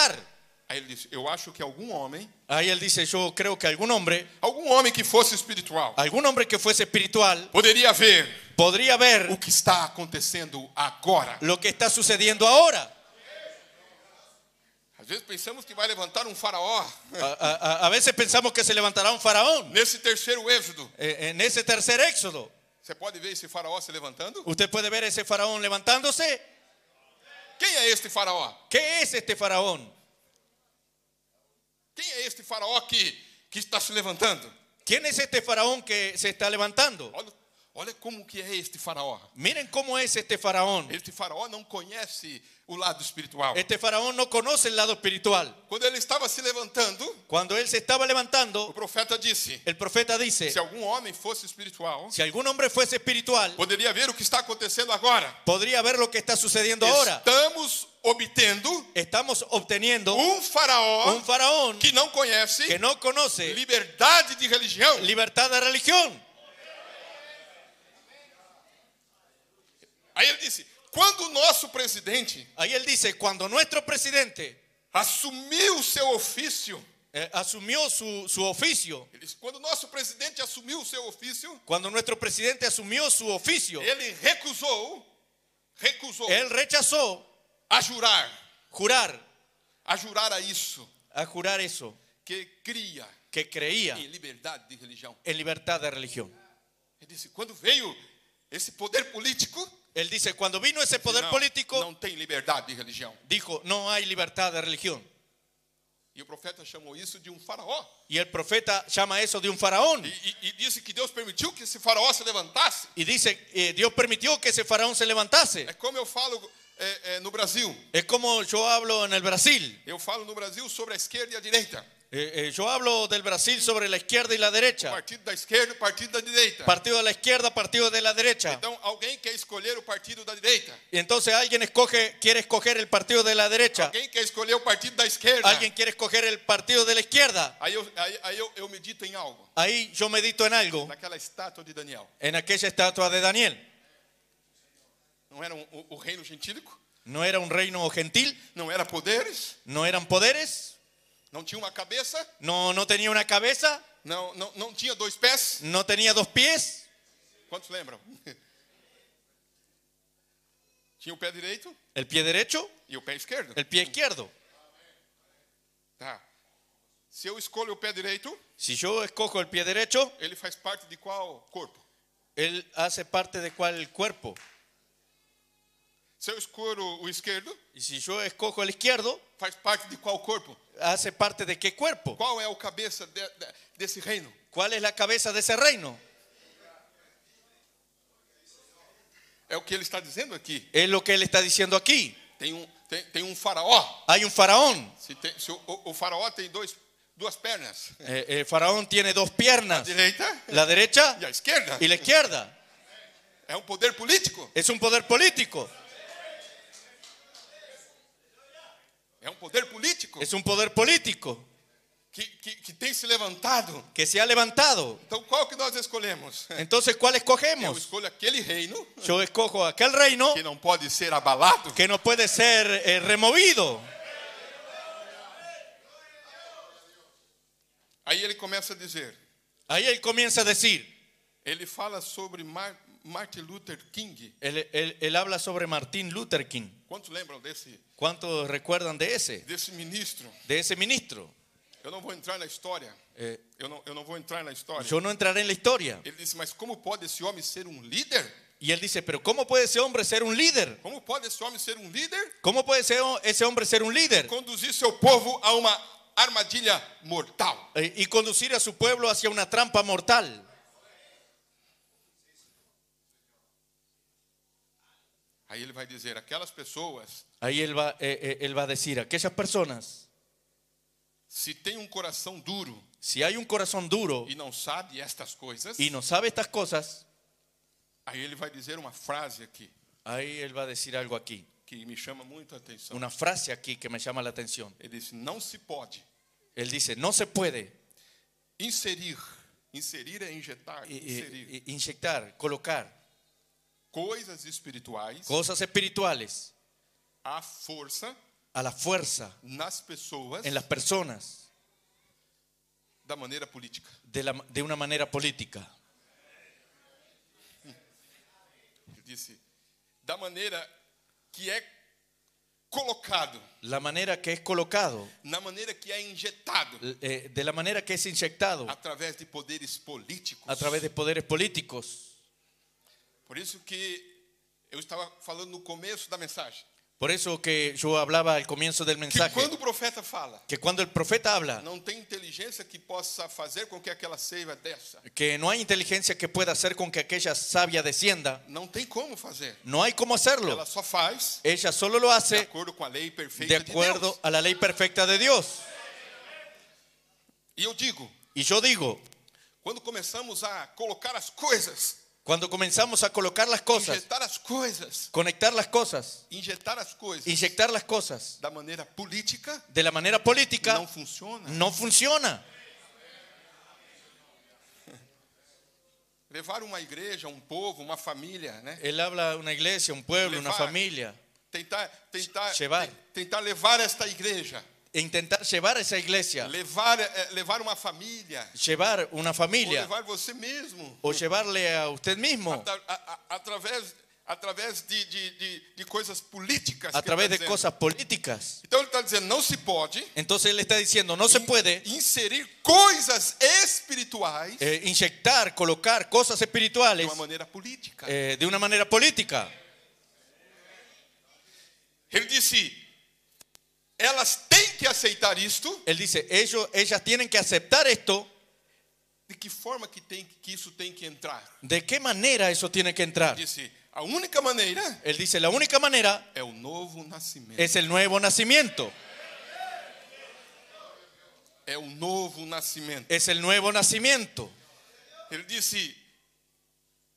Speaker 3: Aí ele disse: Eu acho que algum homem,
Speaker 4: Ahí él dice, yo creo que algún hombre,
Speaker 3: algum homem que fosse espiritual,
Speaker 4: algún hombre que fuese espiritual,
Speaker 3: poderia ver
Speaker 4: podría
Speaker 3: o
Speaker 4: ver
Speaker 3: que está acontecendo agora.
Speaker 4: lo que está sucediendo ahora.
Speaker 3: Às vezes pensamos que vai levantar um faraó.
Speaker 4: A, a- a- a veces pensamos que se levantará un faraón.
Speaker 3: Nesse terceiro êxodo,
Speaker 4: Eh, En ese tercer éxodo,
Speaker 3: você pode ver esse faraó se levantando?
Speaker 4: usted puede ver ese faraón levantándose.
Speaker 3: Quem é este faraó?
Speaker 4: ¿Qué es este faraón?
Speaker 3: Quem é este faraó que, que está se levantando?
Speaker 4: ¿Quién es este faraón que se está levantando?
Speaker 3: Olha, olha como que é este faraó.
Speaker 4: Miren cómo es este faraón.
Speaker 3: Este faraó não conhece o lado espiritual.
Speaker 4: Este faraón no conoce el lado espiritual.
Speaker 3: Quando ele estava se levantando,
Speaker 4: Cuando él se estaba
Speaker 3: o
Speaker 4: levantando,
Speaker 3: profeta disse:
Speaker 4: el profeta dice,
Speaker 3: Se algum homem fosse espiritual,
Speaker 4: si algún hombre fuese espiritual,
Speaker 3: poderia ver o que está acontecendo agora.
Speaker 4: podría ver lo que está sucediendo ahora.
Speaker 3: Estamos obtendo
Speaker 4: Estamos obteniendo
Speaker 3: um faraó
Speaker 4: un faraón
Speaker 3: que não conhece
Speaker 4: que no conoce
Speaker 3: liberdade de religião.
Speaker 4: libertad de religión.
Speaker 3: Aí ele disse: quando o nosso presidente
Speaker 4: Ahí él dice, cuando nuestro presidente
Speaker 3: assumiu o seu ofício,
Speaker 4: eh, asumió su, su oficio,
Speaker 3: ele disse, quando o nosso presidente assumiu o seu ofício,
Speaker 4: cuando nuestro presidente asumió su oficio,
Speaker 3: ele recusou, recusou
Speaker 4: él rechazó
Speaker 3: a jurar,
Speaker 4: jurar,
Speaker 3: a jurar a isso
Speaker 4: a jurar eso,
Speaker 3: que cria
Speaker 4: que creía
Speaker 3: em liberdade de religião.
Speaker 4: en libertad de religión.
Speaker 3: Ele disse: quando veio esse poder político,
Speaker 4: Él dice, cuando vino ese poder
Speaker 3: não,
Speaker 4: político,
Speaker 3: não tem liberdade de religião.
Speaker 4: dijo, no hay libertad de religión.
Speaker 3: E o profeta chamou isso de um faraó.
Speaker 4: Y el profeta llama eso de un faraón.
Speaker 3: E, e- e disse que Deus permitiu que esse faraó se levantasse.
Speaker 4: Y dice, eh, Dios permitió que ese faraón se levantase.
Speaker 3: É como eu falo é, é, no Brasil.
Speaker 4: Es como yo hablo en el Brasil.
Speaker 3: Eu falo no Brasil sobre a esquerda e a direita.
Speaker 4: Eh, eh, yo hablo del Brasil sobre la izquierda y la derecha.
Speaker 3: Partido da esquerda, partido da direita.
Speaker 4: Partido de la izquierda, partido de la derecha.
Speaker 3: Então alguém quer escolher o partido da direita.
Speaker 4: Y entonces alguien escoge, quiere escoger el partido de la derecha.
Speaker 3: Alguém quer escolher o partido da esquerda.
Speaker 4: Alguien quiere escoger el partido de la izquierda.
Speaker 3: Aí, eu, aí, aí eu, eu medito em algo.
Speaker 4: Ahí yo medito en algo,
Speaker 3: Naquela estátua de Daniel.
Speaker 4: en aquella estatua de Daniel.
Speaker 3: Não era um- o, o reino gentílico?
Speaker 4: No era un reino gentil,
Speaker 3: Não era poderes?
Speaker 4: no eran poderes,
Speaker 3: Não tinha uma cabeça?
Speaker 4: no, no tenía una cabeza,
Speaker 3: Não, não, não tinha dois pés?
Speaker 4: no tenía dos pies.
Speaker 3: Quantos lembram? [laughs] Tinha o pé direito
Speaker 4: El pie derecho,
Speaker 3: e o pé esquerdo.
Speaker 4: el pie izquierdo.
Speaker 3: Tá. Se eu escolho o pé direito,
Speaker 4: Si yo escojo el pie derecho,
Speaker 3: ele faz parte de qual corpo?
Speaker 4: él hace parte de cuál cuerpo.
Speaker 3: Se eu escolho o esquerdo,
Speaker 4: Y si yo escojo el izquierdo,
Speaker 3: faz parte de qual corpo?
Speaker 4: hace parte de qué cuerpo.
Speaker 3: Qual é o cabeça de- de- desse reino?
Speaker 4: ¿Cuál es la cabeza de ese reino?
Speaker 3: É o que ele está dizendo aqui.
Speaker 4: Es lo que él está diciendo aquí.
Speaker 3: Tem um, tem, tem um faraó.
Speaker 4: Hay un faraón.
Speaker 3: Se, tem- se o, o- o faraó tem dois, duas pernas,
Speaker 4: Eh, el faraón tiene dos
Speaker 3: a
Speaker 4: piernas,
Speaker 3: direita
Speaker 4: la derecha
Speaker 3: e a esquerda.
Speaker 4: y la izquierda.
Speaker 3: É um poder político.
Speaker 4: Es un poder político.
Speaker 3: É um poder político
Speaker 4: Es un poder político
Speaker 3: que, que, que tem se levantado.
Speaker 4: que se ha levantado.
Speaker 3: Então qual que nós escolhemos?
Speaker 4: Entonces, ¿cuál
Speaker 3: Eu
Speaker 4: escogemos?
Speaker 3: escolho aquele reino
Speaker 4: Yo escojo aquel reino
Speaker 3: que não pode ser abalado.
Speaker 4: que no puede ser eh, removido.
Speaker 3: Aí ele começa a dizer,
Speaker 4: Ahí él comienza a decir,
Speaker 3: ele fala sobre Mar- Martin Luther King.
Speaker 4: él, él- él habla sobre Martín Luther King.
Speaker 3: Quantos lembram desse
Speaker 4: ¿Cuántos recuerdan de ese?
Speaker 3: desse ministro?
Speaker 4: De esse ministro.
Speaker 3: Eu não vou entrar na história.
Speaker 4: Eh,
Speaker 3: Eu não, eu não vou entrar na história.
Speaker 4: yo no entraré en la historia.
Speaker 3: Ele disse, mas como pode esse homem ser um líder?
Speaker 4: Y él dice, pero ¿cómo puede ese hombre ser un líder?
Speaker 3: Como pode esse homem ser um líder?
Speaker 4: ¿Cómo puede ese, ese hombre ser un líder?
Speaker 3: Conduzir seu povo a uma armadilha mortal.
Speaker 4: eh, y conducir a su pueblo hacia una trampa mortal.
Speaker 3: Aí ele vai dizer: aquelas pessoas,
Speaker 4: Ahí él va, eh, eh, él va a decir, aquellas personas,
Speaker 3: se têm um coração duro
Speaker 4: si hay un corazón duro
Speaker 3: e não sabe estas coisas,
Speaker 4: y no sabe estas cosas,
Speaker 3: aí ele vai dizer uma frase aqui
Speaker 4: ahí él va a decir algo aquí,
Speaker 3: que me chama muito a atenção.
Speaker 4: una frase aquí que me llama la atención.
Speaker 3: Ele diz: não se pode
Speaker 4: Él dice, no se puede
Speaker 3: inserir, inserir é injetar,
Speaker 4: eh,
Speaker 3: inserir
Speaker 4: eh, inyectar, colocar
Speaker 3: coisas espirituais
Speaker 4: cosas espirituales
Speaker 3: à força
Speaker 4: a la fuerza
Speaker 3: nas pessoas
Speaker 4: en las personas
Speaker 3: da maneira política.
Speaker 4: de, la- de una manera política.
Speaker 3: Ele disse: da maneira que é colocado,
Speaker 4: La manera que es colocado,
Speaker 3: na maneira que é injetado,
Speaker 4: eh, de la manera que es inyectado
Speaker 3: através de poderes políticos.
Speaker 4: a través de poderes políticos.
Speaker 3: Por isso que eu estava falando no começo da mensagem.
Speaker 4: Por eso que yo hablaba al comienzo del
Speaker 3: Que
Speaker 4: mensaje,
Speaker 3: quando o profeta fala,
Speaker 4: que cuando el profeta habla,
Speaker 3: não tem inteligência que possa fazer com que aquela seiva desça.
Speaker 4: que no hay inteligencia que pueda hacer con que aquella sabia descienda,
Speaker 3: Não tem como fazer.
Speaker 4: no hay cómo hacerlo.
Speaker 3: Ela só faz
Speaker 4: Ella solo lo
Speaker 3: de
Speaker 4: hace
Speaker 3: acordo com a lei perfeita
Speaker 4: de acuerdo
Speaker 3: Deus.
Speaker 4: a la ley perfecta de Dios.
Speaker 3: E eu digo,
Speaker 4: Y yo digo,
Speaker 3: quando começamos a colocar as coisas,
Speaker 4: cuando comenzamos a colocar las cosas,
Speaker 3: injetar as coisas,
Speaker 4: conectar las cosas,
Speaker 3: injetar as coisas
Speaker 4: inyectar las cosas
Speaker 3: da maneira política,
Speaker 4: de la manera política,
Speaker 3: não funciona.
Speaker 4: no funciona.
Speaker 3: Levar uma igreja, um povo, uma família, né?
Speaker 4: Él habla a una iglesia, un pueblo, una
Speaker 3: Levar.
Speaker 4: familia,
Speaker 3: Tentar, tentar,
Speaker 4: Chevar.
Speaker 3: ten- tentar levar esta igreja,
Speaker 4: e intentar llevar a esa iglesia,
Speaker 3: levar, eh, levar uma família,
Speaker 4: llevar una
Speaker 3: ou
Speaker 4: familia
Speaker 3: levar você mesmo,
Speaker 4: o llevarle a usted mismo
Speaker 3: atra- a- a- através, através de, de, de, de coisas políticas. que
Speaker 4: a
Speaker 3: ele
Speaker 4: través
Speaker 3: tá
Speaker 4: de
Speaker 3: dizendo.
Speaker 4: cosas políticas.
Speaker 3: Então ele está dizendo, não se pode
Speaker 4: Entonces él está diciendo, no se
Speaker 3: in-
Speaker 4: puede
Speaker 3: inserir coisas espirituais
Speaker 4: eh, inyectar, colocar cosas
Speaker 3: de
Speaker 4: espirituales
Speaker 3: uma maneira política.
Speaker 4: eh, de una manera política.
Speaker 3: Ele disse, elas têm que aceitar isto.
Speaker 4: Él dice, ellos, ellas tienen que aceptar esto.
Speaker 3: De que forma que, tem, que isso tem que entrar?
Speaker 4: ¿De qué manera eso tiene que entrar?
Speaker 3: Disse, a única maneira
Speaker 4: Él dice, la única manera
Speaker 3: é o novo nascimento.
Speaker 4: es el nuevo nacimiento.
Speaker 3: É o novo nascimento.
Speaker 4: Es el nuevo nacimiento.
Speaker 3: Ele disse: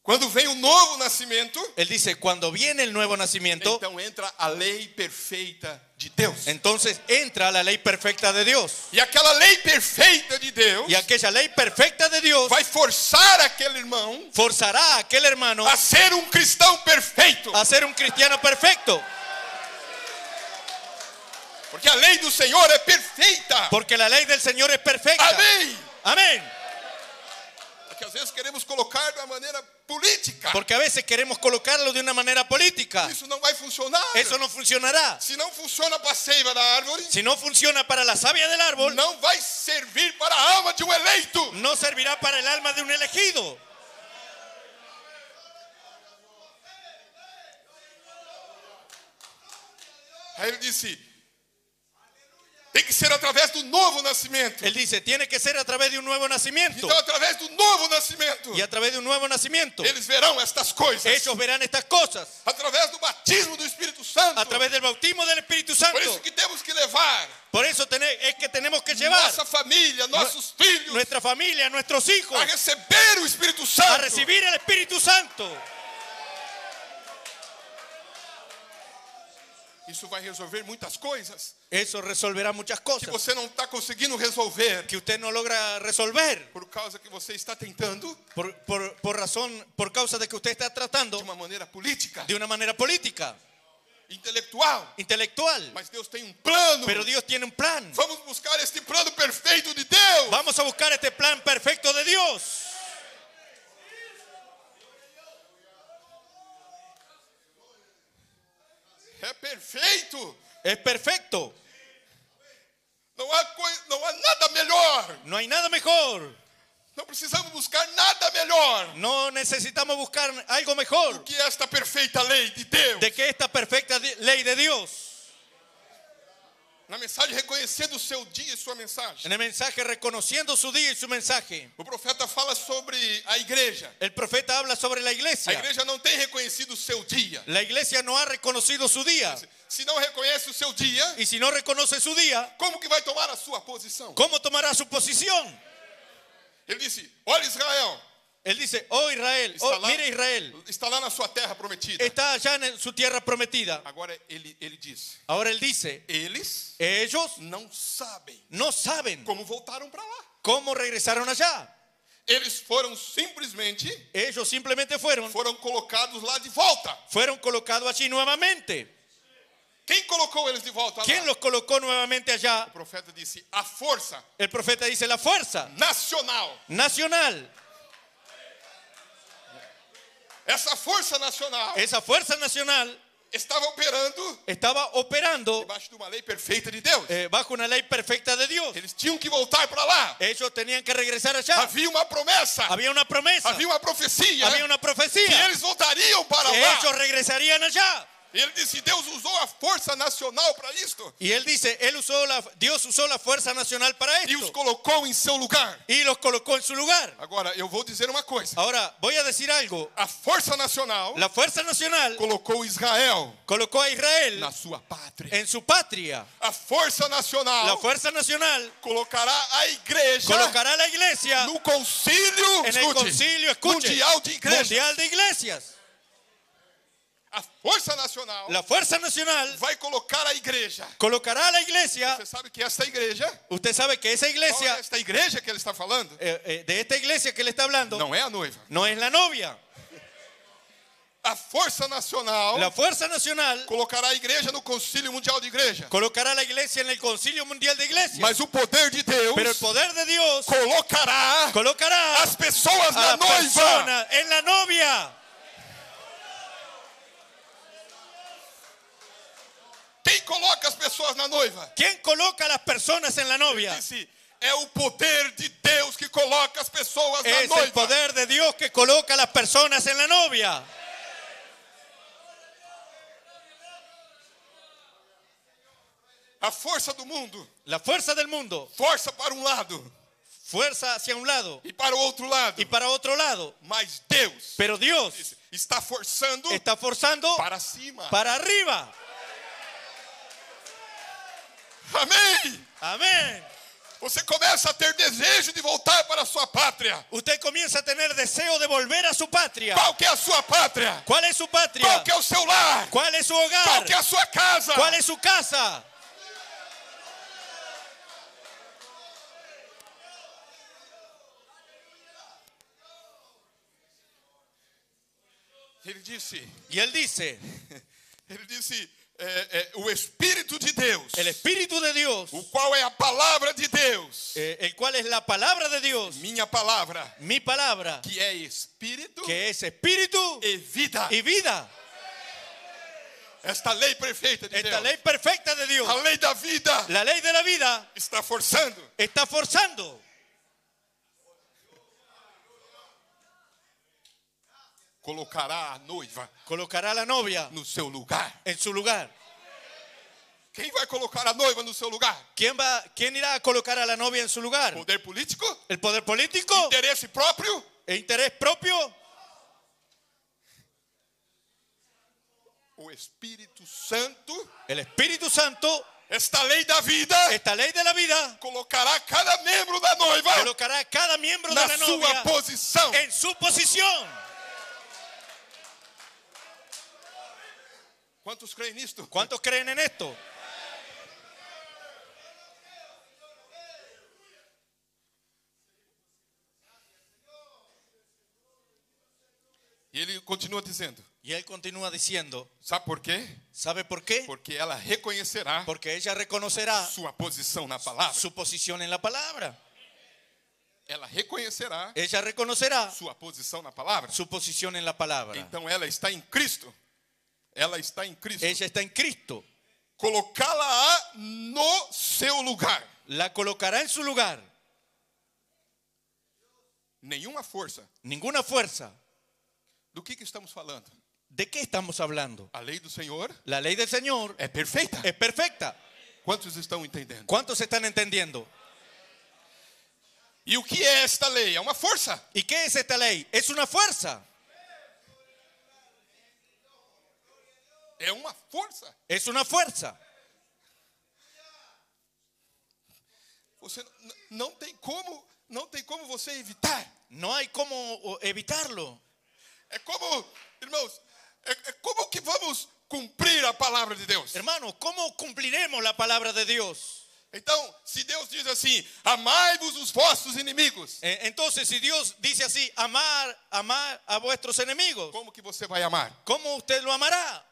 Speaker 3: quando vem o novo nascimento,
Speaker 4: Él dice, cuando viene el nuevo nacimiento,
Speaker 3: então entra a lei perfeita de Deus.
Speaker 4: entonces entra la ley perfecta de Dios.
Speaker 3: E aquela lei perfeita de Deus
Speaker 4: Y aquella lei perfecta de Dios
Speaker 3: vai forçar aquele irmão
Speaker 4: forzará a aquel hermano
Speaker 3: a ser um cristão perfeito.
Speaker 4: a ser un cristiano perfecto.
Speaker 3: Porque a lei do Senhor é perfeita.
Speaker 4: Porque la ley del Señor es perfecta.
Speaker 3: Amém.
Speaker 4: Amén.
Speaker 3: Porque às vezes queremos colocar de uma maneira política.
Speaker 4: Porque a veces queremos colocarlo de una manera política.
Speaker 3: Isso não vai funcionar.
Speaker 4: Eso no funcionará.
Speaker 3: Se não funciona para a seiva da árvore,
Speaker 4: Si no funciona para la savia del árbol,
Speaker 3: não vai servir para a alma de um eleito.
Speaker 4: no servirá para el alma de un elegido.
Speaker 3: Aí ele disse: tem que ser através do novo nascimento.
Speaker 4: Él dice, tiene que ser a través de un nuevo nacimiento.
Speaker 3: Então, através do novo nascimento,
Speaker 4: Y a través de un nuevo nacimiento,
Speaker 3: eles verão estas coisas.
Speaker 4: ellos verán estas cosas.
Speaker 3: Através do batismo do Espírito Santo.
Speaker 4: A través del bautismo del Espíritu
Speaker 3: Por isso
Speaker 4: Santo.
Speaker 3: que temos que levar
Speaker 4: Por eso tener- es que tenemos que llevar
Speaker 3: nossa família,
Speaker 4: é-
Speaker 3: nossos filhos,
Speaker 4: nuestra familia, nuestros hijos,
Speaker 3: a receber o Espírito Santo.
Speaker 4: a recibir el Espíritu Santo.
Speaker 3: Isso vai resolver muitas coisas
Speaker 4: Eso resolverá muchas
Speaker 3: que
Speaker 4: cosas
Speaker 3: você não está conseguindo resolver
Speaker 4: que usted no logra resolver
Speaker 3: por causa que você está tentando
Speaker 4: por, por- por razón, por causa de que usted está
Speaker 3: de
Speaker 4: tratando
Speaker 3: uma maneira política,
Speaker 4: de una manera política,
Speaker 3: intelectual.
Speaker 4: intelectual.
Speaker 3: Mas Deus tem um plano.
Speaker 4: Pero Dios tiene un plan.
Speaker 3: Vamos buscar este plano perfeito de Deus.
Speaker 4: Vamos a buscar este plan perfecto de Dios.
Speaker 3: É perfeito.
Speaker 4: Es perfecto.
Speaker 3: Não há, coi- não há nada melhor.
Speaker 4: No hay nada mejor.
Speaker 3: Não precisamos buscar nada melhor
Speaker 4: No necesitamos buscar algo
Speaker 3: do
Speaker 4: mejor
Speaker 3: que esta perfeita lei de Deus.
Speaker 4: de que esta perfecta di- ley de Dios.
Speaker 3: Na mensagem reconhecendo o seu dia e sua mensagem.
Speaker 4: En el mensaje, reconociendo su día y su mensaje.
Speaker 3: O profeta fala sobre a igreja.
Speaker 4: El profeta habla sobre la
Speaker 3: A
Speaker 4: iglesia.
Speaker 3: igreja não tem reconhecido o seu dia.
Speaker 4: La iglesia no ha reconocido su día.
Speaker 3: Se não reconhece o seu dia,
Speaker 4: Y si no reconoce su día,
Speaker 3: como que vai tomar a sua posição?
Speaker 4: ¿cómo tomará su posición?
Speaker 3: Ele disse: Olha Israel,
Speaker 4: Él dice, oh Israel,
Speaker 3: está
Speaker 4: oh,
Speaker 3: lá,
Speaker 4: mira Israel,
Speaker 3: está lá na sua terra prometida.
Speaker 4: está allá en su tierra prometida.
Speaker 3: Agora ele, ele diz:
Speaker 4: Ahora él dice,
Speaker 3: Eles
Speaker 4: ellos
Speaker 3: não sabem
Speaker 4: no saben
Speaker 3: como voltaram para lá.
Speaker 4: cómo regresaron allá.
Speaker 3: Eles foram simplesmente
Speaker 4: Ellos simplemente fueron,
Speaker 3: foram colocados lá de volta.
Speaker 4: fueron colocados allí nuevamente.
Speaker 3: Quem colocou eles de volta?
Speaker 4: ¿Quién
Speaker 3: lá?
Speaker 4: los colocó nuevamente allá?
Speaker 3: O profeta disse: A força
Speaker 4: El profeta dice, la fuerza
Speaker 3: nacional.
Speaker 4: nacional.
Speaker 3: Essa força nacional
Speaker 4: Esa fuerza nacional
Speaker 3: estava operando
Speaker 4: estaba operando
Speaker 3: debaixo de uma lei perfeita de Deus.
Speaker 4: eh, bajo una lei perfecta de Dios.
Speaker 3: Eles tinham que voltar para lá.
Speaker 4: Ellos tenían que regresar allá.
Speaker 3: Havia uma promessa,
Speaker 4: Había una promesa,
Speaker 3: havia uma profecia
Speaker 4: había una
Speaker 3: que
Speaker 4: profecía.
Speaker 3: eles voltariam para
Speaker 4: que
Speaker 3: lá.
Speaker 4: ellos regresarían allá.
Speaker 3: E ele disse: Deus usou a força nacional para isto
Speaker 4: Y él dice, él usó la, Dios usó la fuerza nacional para
Speaker 3: e os
Speaker 4: esto
Speaker 3: colocou em seu lugar.
Speaker 4: y los colocó en su lugar.
Speaker 3: Agora, eu vou dizer uma coisa:
Speaker 4: Ahora, voy a decir algo.
Speaker 3: a força nacional
Speaker 4: La fuerza nacional
Speaker 3: colocou Israel
Speaker 4: colocó a Israel
Speaker 3: na sua pátria.
Speaker 4: en su patria.
Speaker 3: A força
Speaker 4: É. La
Speaker 3: nacional
Speaker 4: fuerza nacional
Speaker 3: colocará a igreja
Speaker 4: colocará a la iglesia
Speaker 3: no concílio,
Speaker 4: en el
Speaker 3: escute,
Speaker 4: concilio escuche,
Speaker 3: mundial de igreja.
Speaker 4: mundial de iglesias.
Speaker 3: A força nacional
Speaker 4: La fuerza nacional
Speaker 3: vai colocar a igreja.
Speaker 4: colocará a la iglesia.
Speaker 3: Você sabe que essa igreja,
Speaker 4: Usted sabe que essa
Speaker 3: qual é
Speaker 4: iglesia,
Speaker 3: esta igreja que ele está falando,
Speaker 4: eh, eh, de esta iglesia que le está hablando,
Speaker 3: não é a noiva.
Speaker 4: no es la novia.
Speaker 3: A força nacional
Speaker 4: La fuerza nacional
Speaker 3: colocará a igreja no concílio mundial de igreja.
Speaker 4: colocará a la iglesia en el concilio mundial de iglesias.
Speaker 3: Mas o poder de Deus
Speaker 4: Pero el poder de Dios
Speaker 3: colocará
Speaker 4: colocará
Speaker 3: as pessoas
Speaker 4: a
Speaker 3: na
Speaker 4: la
Speaker 3: noiva.
Speaker 4: persona en la novia.
Speaker 3: Quem coloca as pessoas na noiva?
Speaker 4: ¿Quién coloca a las personas en la novia?
Speaker 3: Disse, é o poder de Deus que coloca as pessoas
Speaker 4: Es
Speaker 3: na
Speaker 4: el
Speaker 3: noiva.
Speaker 4: poder de Dios que coloca a las personas en la novia.
Speaker 3: A força do mundo,
Speaker 4: La fuerza del mundo,
Speaker 3: força para um lado
Speaker 4: fuerza hacia un lado
Speaker 3: e para o outro lado.
Speaker 4: y para otro lado.
Speaker 3: Mas Deus
Speaker 4: Pero Dios
Speaker 3: está forçando
Speaker 4: está forzando
Speaker 3: para cima.
Speaker 4: para arriba.
Speaker 3: Amém.
Speaker 4: Amén.
Speaker 3: Você começa a ter desejo de voltar para a sua pátria.
Speaker 4: Usted comienza a tener deseo de volver a su patria.
Speaker 3: Qual que é a sua pátria?
Speaker 4: ¿Cuál es su patria?
Speaker 3: Qual que é o seu lar?
Speaker 4: ¿Cuál es su hogar?
Speaker 3: Qual que é a sua casa?
Speaker 4: ¿Cuál es su casa?
Speaker 3: Ele disse,
Speaker 4: Y él dice,
Speaker 3: ele disse, é, é, o Espírito de Deus,
Speaker 4: el Espíritu de Dios,
Speaker 3: o qual é a palavra de Deus,
Speaker 4: eh, el cual es la palabra de Dios,
Speaker 3: minha palavra,
Speaker 4: mi palabra,
Speaker 3: que é Espírito
Speaker 4: que es Espíritu
Speaker 3: e vida.
Speaker 4: y vida.
Speaker 3: Esta lei perfeita de
Speaker 4: Esta
Speaker 3: Deus,
Speaker 4: lei perfecta de
Speaker 3: a
Speaker 4: Dios,
Speaker 3: lei da vida,
Speaker 4: la lei de la vida,
Speaker 3: está forçando.
Speaker 4: está forzando.
Speaker 3: Colocará a noiva
Speaker 4: Colocará a la novia
Speaker 3: no seu lugar.
Speaker 4: en su lugar.
Speaker 3: Quem vai colocar a noiva no seu lugar?
Speaker 4: ¿Quién, va, quién irá a colocar a la novia en su lugar?
Speaker 3: Poder político?
Speaker 4: ¿El poder político?
Speaker 3: Interesse próprio?
Speaker 4: ¿El interés propio?
Speaker 3: O Espírito Santo,
Speaker 4: El Espíritu Santo,
Speaker 3: esta lei da vida,
Speaker 4: esta lei de la vida,
Speaker 3: colocará cada membro da noiva
Speaker 4: colocará a cada miembro de la
Speaker 3: na sua
Speaker 4: novia É.
Speaker 3: posição.
Speaker 4: en su posición.
Speaker 3: Quantos creem nisto?
Speaker 4: ¿Cuántos creen en esto?
Speaker 3: E ele continua dizendo:
Speaker 4: Y él continúa diciendo,
Speaker 3: Sabe por quê?
Speaker 4: ¿sabe por qué?
Speaker 3: Porque ela reconhecerá
Speaker 4: Porque ella reconocerá
Speaker 3: sua posição na palavra.
Speaker 4: su posición en la palabra.
Speaker 3: Ela reconhecerá
Speaker 4: Ella reconocerá
Speaker 3: sua posição na palavra.
Speaker 4: su posición en la palabra.
Speaker 3: Então ela está em Cristo. Ela está em Cristo.
Speaker 4: Ella está en Cristo.
Speaker 3: Colocá-la no seu lugar.
Speaker 4: La colocará en su lugar.
Speaker 3: Nenhuma força.
Speaker 4: Ninguna fuerza.
Speaker 3: Do que, que estamos falando?
Speaker 4: ¿De qué estamos hablando?
Speaker 3: A lei do Senhor
Speaker 4: La lei del Señor
Speaker 3: é perfeita.
Speaker 4: es perfecta.
Speaker 3: Quantos estão entendendo?
Speaker 4: ¿Cuántos están entendiendo?
Speaker 3: E o que é esta lei? É uma força.
Speaker 4: ¿Y qué es esta ley? Es una fuerza.
Speaker 3: É uma força.
Speaker 4: Es una fuerza.
Speaker 3: Você n- n- não tem como, não tem como você evitar.
Speaker 4: No hay cómo o, evitarlo.
Speaker 3: É como, irmãos, é, é como que vamos cumprir a palavra de Deus?
Speaker 4: Hermano, ¿cómo cumpliremos la palabra de Dios?
Speaker 3: Então, se Deus diz assim: "Amai-vos os vossos inimigos",
Speaker 4: Eh, Entonces, si Dios dice así, amar, amar a vuestros enemigos,
Speaker 3: como que você vai amar?
Speaker 4: ¿cómo usted lo amará?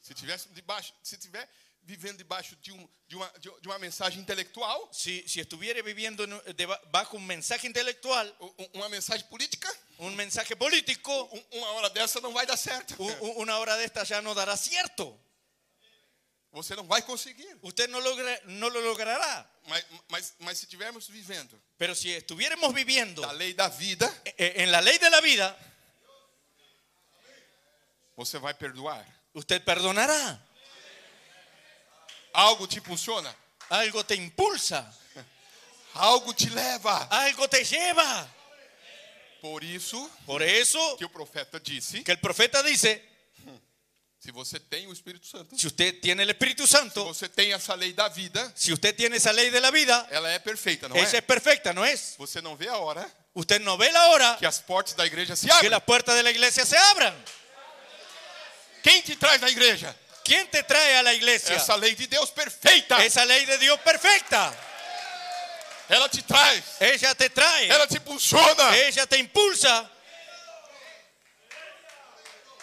Speaker 3: Se tivesse debaixo, se tiver vivendo debaixo de, um, de, uma, de de uma mensagem intelectual,
Speaker 4: Si, si estuviera viviendo en un- deba- bajo un mensaje intelectual,
Speaker 3: u- u- uma mensagem política,
Speaker 4: un mensaje político,
Speaker 3: u- uma hora dessa não vai dar certo. É.
Speaker 4: u- u- una hora de esta ya no dará cierto.
Speaker 3: Você não vai conseguir.
Speaker 4: Usted no, logra- no lo logrará.
Speaker 3: Mas, mas, mas se tivermos vivendo
Speaker 4: Pero si estuviéramos viviendo
Speaker 3: da lei da vida,
Speaker 4: e- e- en la ley de la vida,
Speaker 3: você vai perdoar.
Speaker 4: usted perdonará.
Speaker 3: Algo te impulsiona,
Speaker 4: Algo te impulsa,
Speaker 3: algo te leva.
Speaker 4: algo te lleva.
Speaker 3: Por isso
Speaker 4: Por eso
Speaker 3: que o profeta disse:
Speaker 4: que el profeta dice,
Speaker 3: se você tem o Espírito Santo,
Speaker 4: si usted tiene el Espíritu
Speaker 3: se
Speaker 4: Santo,
Speaker 3: você tem essa lei da vida,
Speaker 4: si usted tiene esa lei de la vida,
Speaker 3: ela é perfeita, não é?
Speaker 4: esa es perfecta, ¿no es?
Speaker 3: Você não vê a hora
Speaker 4: Usted no ve la hora
Speaker 3: que as portas da igreja se
Speaker 4: que
Speaker 3: abrem.
Speaker 4: las puertas de la iglesia se abran.
Speaker 3: Quem te traz na igreja?
Speaker 4: ¿Quién te trae a la iglesia?
Speaker 3: Essa lei de Deus perfeita.
Speaker 4: Esa ley de Dios perfecta.
Speaker 3: Ela te traz.
Speaker 4: Ella te trae.
Speaker 3: Ela te impulsiona.
Speaker 4: Ella te impulsa.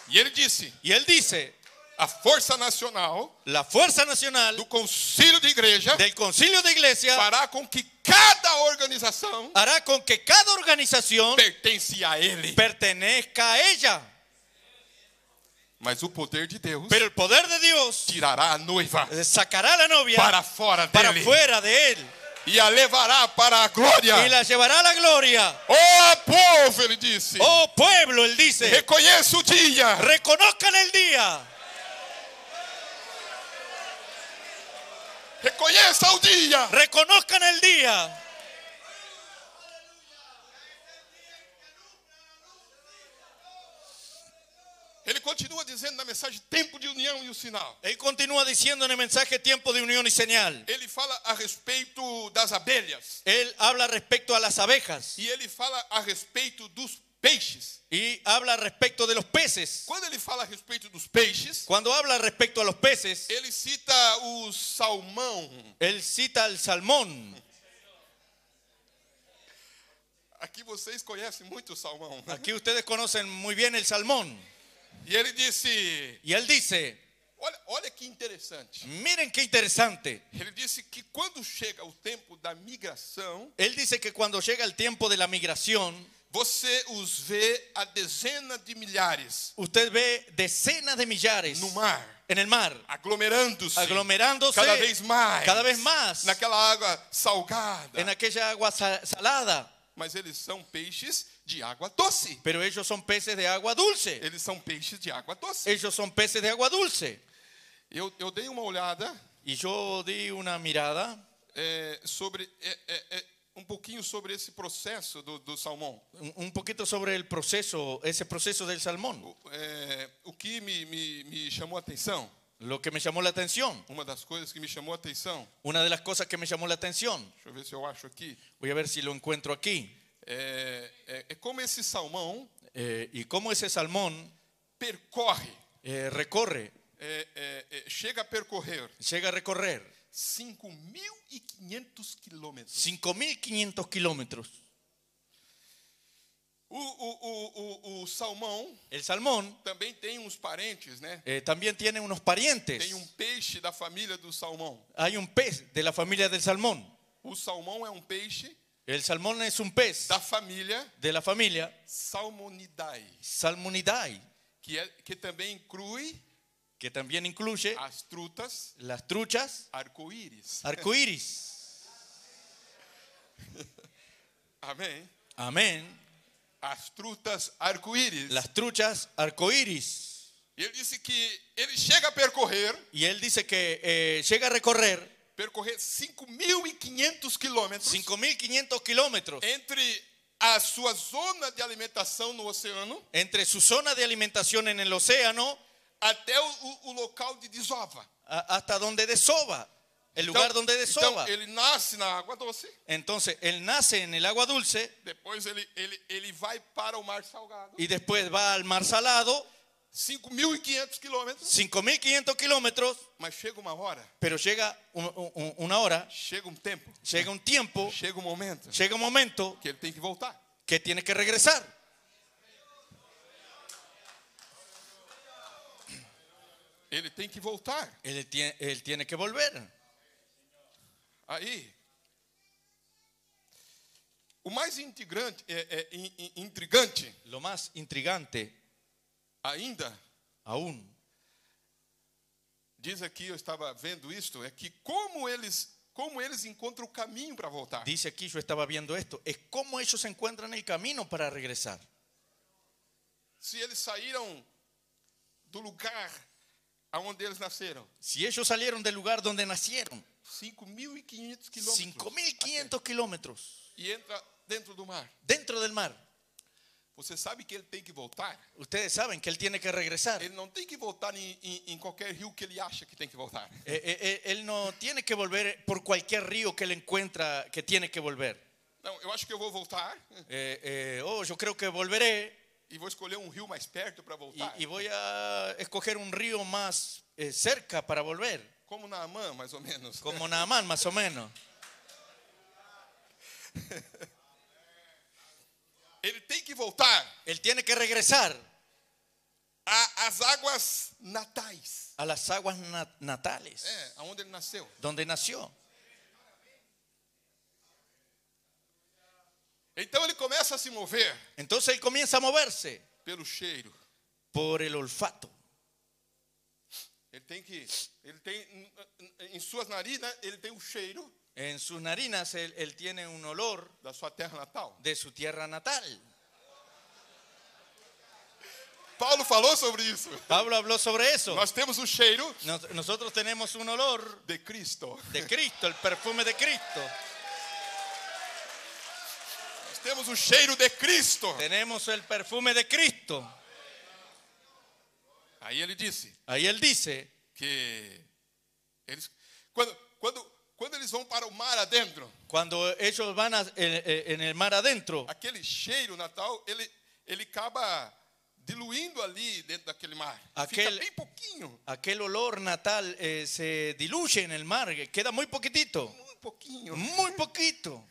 Speaker 3: E ele disse:
Speaker 4: Y él dice,
Speaker 3: a força nacional
Speaker 4: la fuerza nacional
Speaker 3: do concílio de igreja
Speaker 4: del concilio de iglesia
Speaker 3: fará com que cada organização
Speaker 4: hará con que cada organización
Speaker 3: pertence a ele.
Speaker 4: pertenezca a ella.
Speaker 3: Mas o poder de Deus
Speaker 4: Pero el poder de Dios
Speaker 3: tirará a noiva
Speaker 4: eh, sacará a la novia
Speaker 3: para fora
Speaker 4: para
Speaker 3: dele
Speaker 4: fuera de él
Speaker 3: e a levará para a glória.
Speaker 4: y la llevará a la gloria.
Speaker 3: Ó povo, ele disse,
Speaker 4: Oh pueblo, él dice,
Speaker 3: reconheça o dia.
Speaker 4: reconozcan el día,
Speaker 3: Reconheça o dia.
Speaker 4: reconozcan el día.
Speaker 3: Ele continua dizendo na mensagem tempo de união e o sinal.
Speaker 4: Él continúa diciendo en el mensaje tiempo de unión y señal.
Speaker 3: Ele fala a respeito das abelhas
Speaker 4: Él habla respecto a las abejas
Speaker 3: e ele fala a respeito dos peixes.
Speaker 4: y habla respecto de los peces.
Speaker 3: Quando ele fala a respeito dos peixes,
Speaker 4: Cuando habla respecto a los peces,
Speaker 3: ele cita o salmão.
Speaker 4: él cita al salmón.
Speaker 3: Aqui vocês conhecem muito o salmão. né?
Speaker 4: Aquí ustedes conocen muy bien el salmón.
Speaker 3: E ele disse,
Speaker 4: Y él dice,
Speaker 3: olha, olha que interessante.
Speaker 4: miren qué interesante.
Speaker 3: Ele disse que quando chega o tempo da migração,
Speaker 4: Él dice que cuando llega el tiempo de la migración,
Speaker 3: você os vê a dezena de milhares
Speaker 4: usted ve decenas de millares
Speaker 3: no mar,
Speaker 4: en el mar,
Speaker 3: aglomerando-se,
Speaker 4: aglomerándose
Speaker 3: cada vez mais,
Speaker 4: cada vez É más
Speaker 3: naquela água salgada.
Speaker 4: en aquella agua sa- salada.
Speaker 3: Mas eles são peixes de água doce.
Speaker 4: Pero ellos son peces de agua dulce.
Speaker 3: Eles são peixes de água doce.
Speaker 4: Ellos son peces de agua dulce.
Speaker 3: Eu, eu dei uma olhada
Speaker 4: Y yo di una mirada,
Speaker 3: é, sobre é, é, é, um pouquinho sobre esse processo do, do salmão.
Speaker 4: un un poquito sobre el proceso, ese proceso del salmón.
Speaker 3: O, é, o que me, me, me chamou a atenção,
Speaker 4: Lo que me llamó la atención,
Speaker 3: uma das coisas que me chamou a atenção,
Speaker 4: una de las cosas que me llamó la atención,
Speaker 3: deixa eu ver se eu acho aqui,
Speaker 4: voy a ver si lo encuentro aquí,
Speaker 3: é, é, é como esse salmão
Speaker 4: eh, y cómo ese salmón
Speaker 3: percorre,
Speaker 4: eh, recorre,
Speaker 3: é, é, é, chega a percorrer
Speaker 4: llega a recorrer
Speaker 3: 5.500 quilômetros.
Speaker 4: 5.500 kilómetros.
Speaker 3: O, o, o, o, o salmão
Speaker 4: El salmón
Speaker 3: também tem uns parentes, né?
Speaker 4: eh, también tiene unos parientes.
Speaker 3: Tem um peixe da família do salmão.
Speaker 4: Hay un pez de la familia del salmón.
Speaker 3: O salmão é um peixe
Speaker 4: El salmón es un pez
Speaker 3: da família
Speaker 4: de la familia
Speaker 3: Salmonidae,
Speaker 4: Salmonidae,
Speaker 3: que, é, que também inclui
Speaker 4: que también incluye
Speaker 3: as trutas
Speaker 4: las truchas
Speaker 3: arco-íris.
Speaker 4: arcoíris.
Speaker 3: Amém?
Speaker 4: Amén.
Speaker 3: as trutas arco-íris.
Speaker 4: las truchas arcoíris.
Speaker 3: E Ele disse que ele chega a percorrer,
Speaker 4: Y él dice que eh, llega a recorrer
Speaker 3: percorrer 5.500 quilômetros
Speaker 4: 5.500 kilómetros
Speaker 3: entre a sua zona de alimentação no oceano
Speaker 4: entre su zona de alimentación en el océano
Speaker 3: até o, o- o local de desova.
Speaker 4: a- hasta donde desova, el lugar donde desova.
Speaker 3: então ele nasce na água doce,
Speaker 4: Entonces, él nace en el agua dulce
Speaker 3: depois ele, ele, ele vai para o mar salgado.
Speaker 4: y después va al mar salado,
Speaker 3: 5.500 quilômetros,
Speaker 4: 5.500 kilómetros,
Speaker 3: mas chega uma hora,
Speaker 4: pero llega un- un- una hora,
Speaker 3: chega um tempo,
Speaker 4: llega un tiempo,
Speaker 3: chega um momento
Speaker 4: llega un momento
Speaker 3: que ele tem que voltar.
Speaker 4: que tiene que regresar.
Speaker 3: Ele tem que voltar.
Speaker 4: Él tie- él tiene que volver.
Speaker 3: Aí, o mais intrigante, é, é, in- in- intrigante
Speaker 4: Lo más intrigante
Speaker 3: ainda,
Speaker 4: aún
Speaker 3: diz aqui, eu estava vendo isto, é que como eles, como eles encontram o caminho para voltar.
Speaker 4: Dice aquí, yo estaba viendo esto, es cómo ellos encuentran el camino para regresar.
Speaker 3: Se eles saíram do lugar aonde eles nasceram,
Speaker 4: Si ellos salieron del lugar donde nacieron,
Speaker 3: 5.500 quilômetros,
Speaker 4: 5.500 kilómetros
Speaker 3: e entra dentro do mar,
Speaker 4: dentro del mar,
Speaker 3: você sabe que ele tem que voltar.
Speaker 4: ustedes saben que él tiene que regresar. Eh,
Speaker 3: Ele não tem que voltar em, em- em qualquer rio que ele acha que tem que voltar.
Speaker 4: eh, eh, él no tiene que volver por cualquier río que él encuentra que tiene que volver.
Speaker 3: Não, eu acho que eu vou voltar
Speaker 4: Eh, eh, oh, yo creo que volveré
Speaker 3: e vou escolher um rio mais perto para voltar.
Speaker 4: y, y voy a escoger un río más eh, cerca para volver,
Speaker 3: Como Naamã, mais ou menos.
Speaker 4: como Naamán más o menos.
Speaker 3: Ele tem que voltar
Speaker 4: Él tiene que regresar
Speaker 3: a- às águas natais,
Speaker 4: a las aguas na- natales.
Speaker 3: é, aonde ele nasceu.
Speaker 4: donde nació.
Speaker 3: Então ele começa a se mover
Speaker 4: Entonces él comienza a moverse
Speaker 3: pelo cheiro.
Speaker 4: por el olfato.
Speaker 3: Ele tem que, ele tem em suas narinas, ele tem o cheiro
Speaker 4: En sus narinas él, él tiene un olor
Speaker 3: da sua terra natal.
Speaker 4: de su tierra natal.
Speaker 3: Paulo falou sobre isso.
Speaker 4: Pablo habló sobre eso.
Speaker 3: Nós temos o cheiro
Speaker 4: Nos- nosotros tenemos un olor
Speaker 3: de Cristo.
Speaker 4: de Cristo, el perfume de Cristo.
Speaker 3: Nós temos o cheiro de Cristo.
Speaker 4: Tenemos el perfume de Cristo.
Speaker 3: Aí ele disse
Speaker 4: Ahí él dice
Speaker 3: que eles quando quando quando eles vão para o mar adentro,
Speaker 4: cuando ellos van a- eh, en, en el mar adentro,
Speaker 3: aquele cheiro natal, ele, ele acaba diluindo ali dentro daquele mar.
Speaker 4: Aquele-
Speaker 3: Fica bem pouquinho,
Speaker 4: aquel olor natal eh, se diluye en el mar, eh, queda muy poquitito,
Speaker 3: muito um pouquinho.
Speaker 4: muy poquito.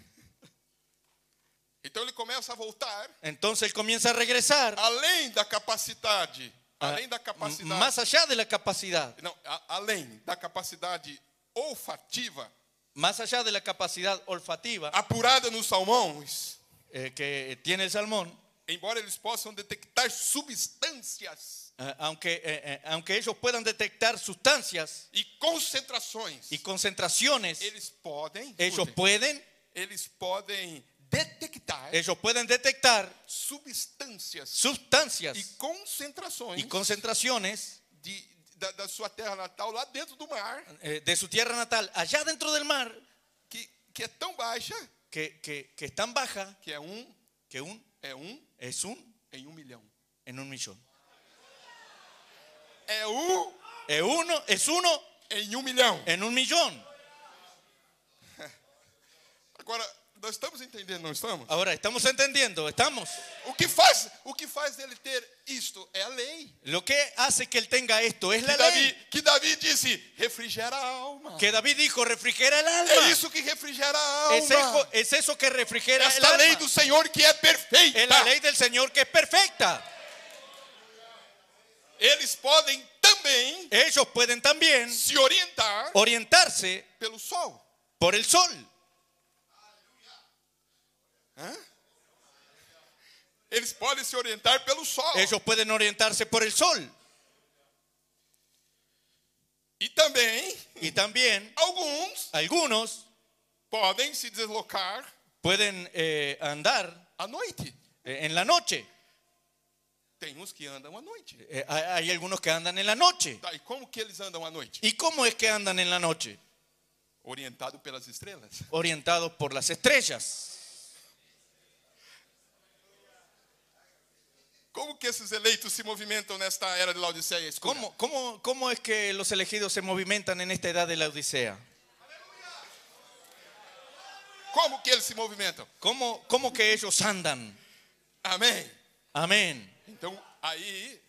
Speaker 3: Então ele começa a voltar,
Speaker 4: Entonces él comienza a regresar
Speaker 3: além da capacidade,
Speaker 4: Ah,
Speaker 3: além da
Speaker 4: m-
Speaker 3: capacidade,
Speaker 4: Más allá de la capacidad,
Speaker 3: não, a- além da capacidade olfativa,
Speaker 4: más allá de la capacidad olfativa
Speaker 3: Ah. apurada nos salmões,
Speaker 4: eh, que tiene el salmón,
Speaker 3: embora eles possam detectar substâncias
Speaker 4: eh, aunque, eh, eh, aunque ellos puedan detectar sustancias
Speaker 3: e concentrações,
Speaker 4: y concentraciones,
Speaker 3: eles podem,
Speaker 4: ellos
Speaker 3: escutem,
Speaker 4: pueden,
Speaker 3: eles podem detectar
Speaker 4: ellos pueden detectar
Speaker 3: substâncias e
Speaker 4: sustancias
Speaker 3: concentrações
Speaker 4: y concentraciones
Speaker 3: de- da, da sua terra natal lá dentro do mar,
Speaker 4: eh, de su tierra natal allá dentro del mar
Speaker 3: que, que é tão baixa
Speaker 4: que, que, que es tan baja
Speaker 3: que é um,
Speaker 4: que un
Speaker 3: é um
Speaker 4: es un
Speaker 3: em um milhão.
Speaker 4: en un millón.
Speaker 3: É um
Speaker 4: Es E uno, es uno
Speaker 3: em um milhão.
Speaker 4: en un millón.
Speaker 3: Agora, nós estamos entendendo, não estamos?
Speaker 4: Ahora, estamos entendiendo, estamos.
Speaker 3: O que faz, o que faz ele ter isto é a lei.
Speaker 4: Lo que hace que él tenga esto es
Speaker 3: Que
Speaker 4: la ley.
Speaker 3: Davi, que Davi disse, refrigera a alma.
Speaker 4: Que David dijo, refrigera el alma. é
Speaker 3: É isso que refrigera a
Speaker 4: Es eso,
Speaker 3: alma.
Speaker 4: es eso que refrigera el
Speaker 3: Esta
Speaker 4: alma.
Speaker 3: lei do Senhor que é perfeita.
Speaker 4: Es la ley del Señor que es perfecta.
Speaker 3: Eles podem também
Speaker 4: Ellos pueden también
Speaker 3: se orientar
Speaker 4: orientarse
Speaker 3: pelo sol.
Speaker 4: por el sol.
Speaker 3: Eles podem se orientar pelo sol.
Speaker 4: Ellos pueden orientarse por el sol.
Speaker 3: E também
Speaker 4: Y también
Speaker 3: alguns
Speaker 4: algunos
Speaker 3: podem se deslocar
Speaker 4: pueden eh, andar
Speaker 3: à noite.
Speaker 4: Eh, En la noche.
Speaker 3: Tem uns que andam à noite.
Speaker 4: Eh, Hay hay algunos que andan en la noche.
Speaker 3: Tá, e como que eles andam à noite?
Speaker 4: ¿Y cómo es que andan en la noche?
Speaker 3: Orientado pelas estrelas.
Speaker 4: Orientados por las estrellas.
Speaker 3: Como que esses eleitos se movimentam nesta era de Laodiceia? escura?
Speaker 4: ¿Cómo, cómo, cómo es que los elegidos se movimentan en esta edad de la Odisea?
Speaker 3: Como que eles se movimentam?
Speaker 4: ¿Cómo, cómo que ellos andan?
Speaker 3: Amém.
Speaker 4: Amén.
Speaker 3: Então, aí,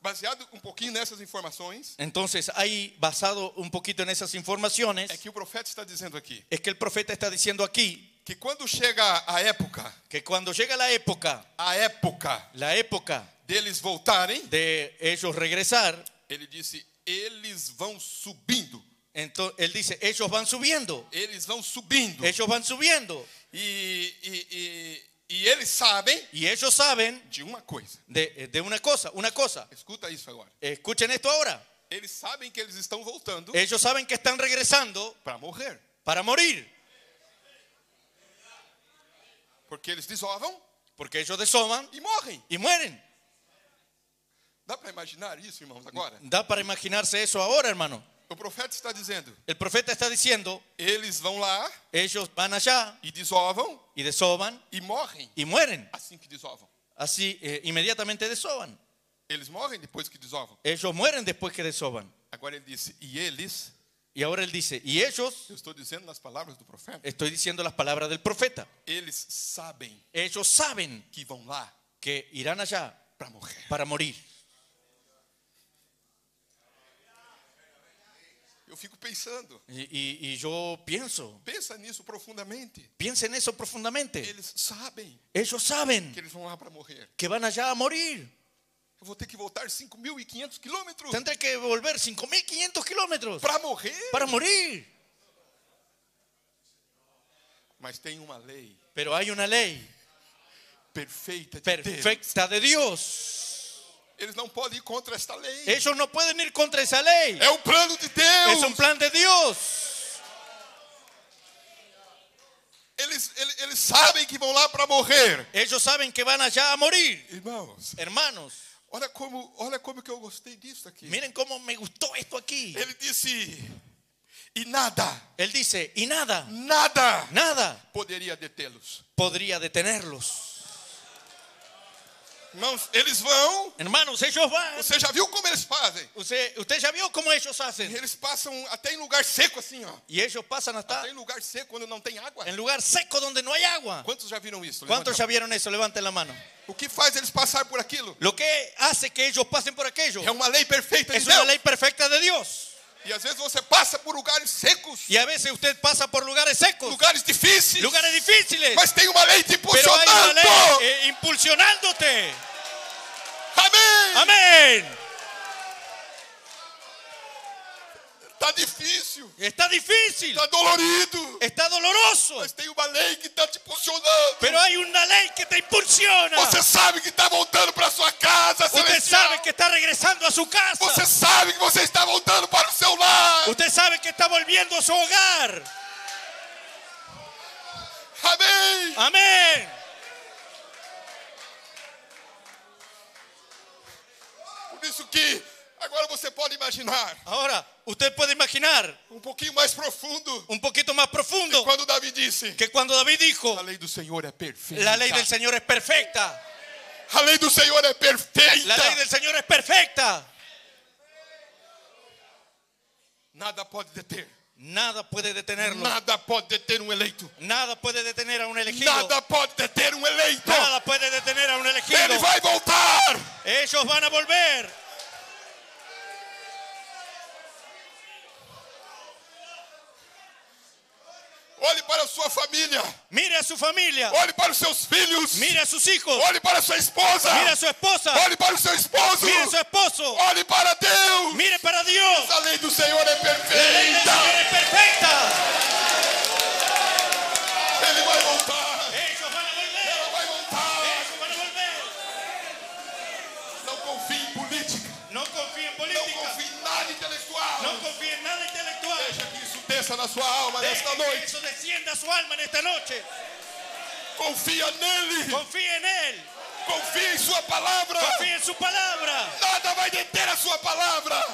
Speaker 3: baseado um pouquinho nessas informações,
Speaker 4: Entonces, ahí, basado un poquito en esas informaciones,
Speaker 3: é que o profeta está dizendo aqui
Speaker 4: es que el profeta está diciendo aquí
Speaker 3: que quando chega a época,
Speaker 4: que cuando llega la época,
Speaker 3: a época
Speaker 4: la época
Speaker 3: deles voltarem,
Speaker 4: de ellos regresar,
Speaker 3: ele disse: eles vão subindo,
Speaker 4: entonces, él dice, ellos van subiendo,
Speaker 3: eles vão subindo.
Speaker 4: ellos van subiendo.
Speaker 3: E, e, e, e eles sabem
Speaker 4: Y ellos saben
Speaker 3: de uma coisa.
Speaker 4: de, de una cosa, una cosa.
Speaker 3: Escuta isso agora.
Speaker 4: Escuchen esto ahora.
Speaker 3: Eles sabem que eles estão voltando
Speaker 4: Ellos saben que están regresando
Speaker 3: para morrer,
Speaker 4: para morir,
Speaker 3: porque eles desovam
Speaker 4: porque ellos desoman
Speaker 3: e morrem.
Speaker 4: y mueren.
Speaker 3: Dá para imaginar isso, irmãos, agora?
Speaker 4: Da para imaginarse eso ahora, hermano.
Speaker 3: O profeta está dizendo:
Speaker 4: El profeta está diciendo,
Speaker 3: eles vão lá
Speaker 4: ellos van allá
Speaker 3: e desovam
Speaker 4: y desoman
Speaker 3: e morrem
Speaker 4: y mueren.
Speaker 3: assim que desovam.
Speaker 4: Así eh, inmediatamente desoban.
Speaker 3: Eles morrem depois que desovam.
Speaker 4: Ellos mueren después que desoban.
Speaker 3: Agora ele disse: e eles,
Speaker 4: Y ahora él dice, y ellos,
Speaker 3: eu estou dizendo nas palavras do profeta,
Speaker 4: estoy diciendo las palabras del profeta,
Speaker 3: eles sabem
Speaker 4: ellos saben
Speaker 3: que vão lá
Speaker 4: que irán allá
Speaker 3: para morrer.
Speaker 4: para morir.
Speaker 3: Eu fico pensando,
Speaker 4: Y, y- y yo pienso,
Speaker 3: pensa nisso profundamente.
Speaker 4: piensen eso profundamente.
Speaker 3: Eles sabem
Speaker 4: Ellos saben
Speaker 3: que eles vão lá para morrer.
Speaker 4: que van allá a morir.
Speaker 3: Eu vou ter que voltar 5.500 quilômetros
Speaker 4: Tendré que volver 5.500 kilómetros
Speaker 3: para morrer.
Speaker 4: para morir.
Speaker 3: Mas tem uma lei
Speaker 4: Pero hay una ley
Speaker 3: perfeita de Deus.
Speaker 4: perfecta de Dios.
Speaker 3: Eles não podem ir contra esta lei.
Speaker 4: Ellos no pueden ir contra esa lei.
Speaker 3: É o plano de Deus.
Speaker 4: Es un plan de Dios.
Speaker 3: Eles, eles, eles sabem que vão lá para morrer.
Speaker 4: Ellos saben que van allá a morir.
Speaker 3: Irmãos,
Speaker 4: Hermanos,
Speaker 3: olha como, olha como que eu gostei disso aqui.
Speaker 4: miren cómo me gustó esto aquí.
Speaker 3: Ele disse: e nada,
Speaker 4: Él dice, y nada,
Speaker 3: nada
Speaker 4: nada
Speaker 3: poderia detê-los.
Speaker 4: podría detenerlos.
Speaker 3: Irmãos, eles vão.
Speaker 4: Hermanos, ellos van.
Speaker 3: Você já viu como eles fazem?
Speaker 4: Usted, usted ya vio cómo ellos hacen.
Speaker 3: Eles passam até em lugar seco assim, ó.
Speaker 4: Y ellos pasan hasta
Speaker 3: Até em lugar seco quando não tem água.
Speaker 4: en lugar seco donde no hay agua.
Speaker 3: Quantos já viram isso? Levanta
Speaker 4: ¿Cuántos ya
Speaker 3: a mão.
Speaker 4: vieron eso? Levanten la mano.
Speaker 3: O que faz eles passar por aquilo?
Speaker 4: Lo que hace que ellos pasen por aquello
Speaker 3: É uma lei perfeita de
Speaker 4: es una
Speaker 3: Deus.
Speaker 4: ley perfecta de Dios.
Speaker 3: E às vezes você passa por lugares secos,
Speaker 4: Y a veces usted pasa por lugares Pues, secos,
Speaker 3: lugares difíceis,
Speaker 4: lugares difíciles,
Speaker 3: mas tem uma lei te
Speaker 4: pero hay una
Speaker 3: impulsionando.
Speaker 4: ley eh, impulsionándote.
Speaker 3: Amém!
Speaker 4: Amén.
Speaker 3: Tá difícil,
Speaker 4: Está difícil,
Speaker 3: tá
Speaker 4: Pues,
Speaker 3: dolorido,
Speaker 4: está doloroso,
Speaker 3: mas tem uma lei que tá te impulsionando.
Speaker 4: pero hay una ley que te impulsiona.
Speaker 3: Você sabe que está voltando para sua casa,
Speaker 4: Usted
Speaker 3: celestial.
Speaker 4: sabe que está regresando a su casa.
Speaker 3: Você sabe que você está voltando para o seu lar.
Speaker 4: Usted sabe que está volviendo a su hogar.
Speaker 3: Amém.
Speaker 4: Amén.
Speaker 3: Por isso que agora você pode imaginar
Speaker 4: Ahora, usted puede imaginar
Speaker 3: um pouquinho mais profundo
Speaker 4: un poquito más profundo
Speaker 3: quando Davi disse:
Speaker 4: que cuando David dijo,
Speaker 3: "A lei do Senhor é perfeita".
Speaker 4: la ley del Señor es perfecta,
Speaker 3: A lei do Senhor é perfeita.
Speaker 4: la ley del Señor es perfecta,
Speaker 3: Nada pode deter.
Speaker 4: nada puede detenerlo,
Speaker 3: Nada pode deter um eleito.
Speaker 4: nada puede detener a un elegido,
Speaker 3: Nada pode deter um eleito.
Speaker 4: nada puede detener a un elegido,
Speaker 3: Ele vai voltar.
Speaker 4: ellos van a volver.
Speaker 3: Olhe para a sua família.
Speaker 4: Mire a su familia,
Speaker 3: Olhe para os seus filhos.
Speaker 4: mire a sus hijos,
Speaker 3: Olhe para a sua esposa.
Speaker 4: mire a su esposa,
Speaker 3: Olhe para o seu esposo.
Speaker 4: mire a su esposo,
Speaker 3: Olhe para Deus.
Speaker 4: mire para Dios,
Speaker 3: A lei do Senhor é
Speaker 4: la ley del Señor
Speaker 3: perfeita.
Speaker 4: es perfecta,
Speaker 3: Ele vai voltar.
Speaker 4: ellos van a volver,
Speaker 3: Ela vai voltar.
Speaker 4: ellos van a volver,
Speaker 3: Não confie em política.
Speaker 4: no confíen en
Speaker 3: Não
Speaker 4: política,
Speaker 3: confie em nada intelectual.
Speaker 4: no confíen en nada intelectual.
Speaker 3: Deixa que isso desça na sua alma nesta
Speaker 4: Deje que
Speaker 3: noite.
Speaker 4: eso descienda a su alma en esta noche.
Speaker 3: Confia nele.
Speaker 4: Confíe en Él.
Speaker 3: Confia em Sua palavra.
Speaker 4: Confía en su palabra.
Speaker 3: Nada vai deter a Sua palavra.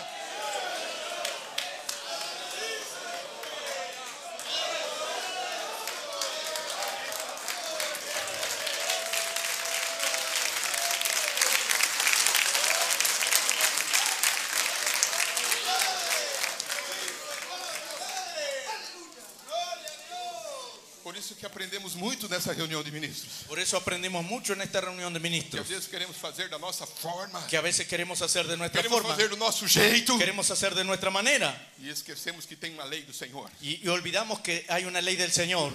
Speaker 3: Por isso que aprendemos muito nessa reunião de ministros.
Speaker 4: Por eso aprendimos mucho en esta reunión de
Speaker 3: Que às
Speaker 4: ministros,
Speaker 3: vezes queremos fazer da nossa forma.
Speaker 4: que a veces queremos hacer de nuestra
Speaker 3: Queremos
Speaker 4: forma,
Speaker 3: fazer do nosso jeito.
Speaker 4: queremos hacer de nuestra manera
Speaker 3: E esquecemos que tem uma lei do Senhor.
Speaker 4: y, y olvidamos que hay una ley del Señor.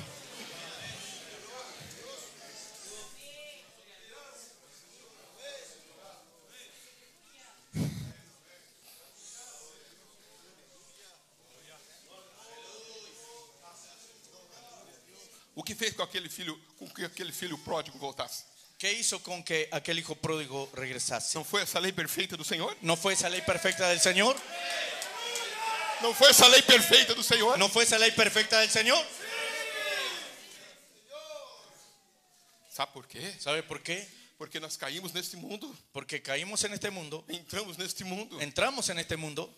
Speaker 3: O que fez com aquele filho, com que aquele filho pródigo voltasse?
Speaker 4: ¿Qué hizo con que aquel hijo pródigo regresase?
Speaker 3: Não foi essa lei perfeita do Senhor?
Speaker 4: ¿No fue esa ley perfecta del Señor?
Speaker 3: Não foi essa lei perfeita do Senhor?
Speaker 4: ¿No fue esa ley perfecta del Señor?
Speaker 3: Sabe por quê?
Speaker 4: ¿Sabe por qué?
Speaker 3: Porque nós caímos neste mundo,
Speaker 4: Porque caímos en este mundo,
Speaker 3: entramos neste mundo.
Speaker 4: entramos en este mundo,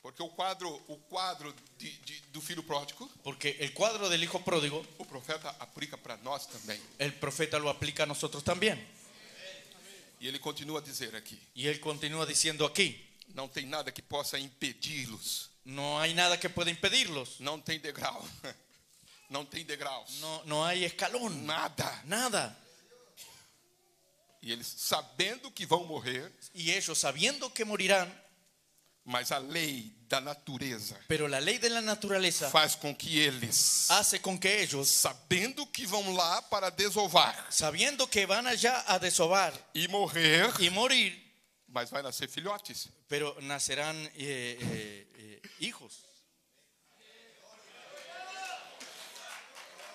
Speaker 3: Porque o quadro, o quadro de- de- do filho pródigo,
Speaker 4: porque el cuadro del hijo pródigo,
Speaker 3: o profeta aplica para nós também.
Speaker 4: el profeta lo aplica a nosotros también.
Speaker 3: E ele continua a dizer aqui:
Speaker 4: Y él continúa diciendo aquí,
Speaker 3: não tem nada que possa impedi-los.
Speaker 4: no hay nada que pueda impedirlos,
Speaker 3: Não tem degrau. [laughs] Não tem degraus.
Speaker 4: no, no hay escalón,
Speaker 3: Nada.
Speaker 4: nada.
Speaker 3: E eles sabendo que vão morrer,
Speaker 4: Y ellos sabiendo que morirán,
Speaker 3: mas a lei da natureza
Speaker 4: pero la ley de la naturaleza
Speaker 3: faz com que eles,
Speaker 4: hace con que ellos,
Speaker 3: sabendo que vão lá para desovar
Speaker 4: sabiendo que van allá a desovar
Speaker 3: e morrer,
Speaker 4: y morir,
Speaker 3: mas vai nascer filhotes.
Speaker 4: pero nacerán eh, eh, eh, hijos,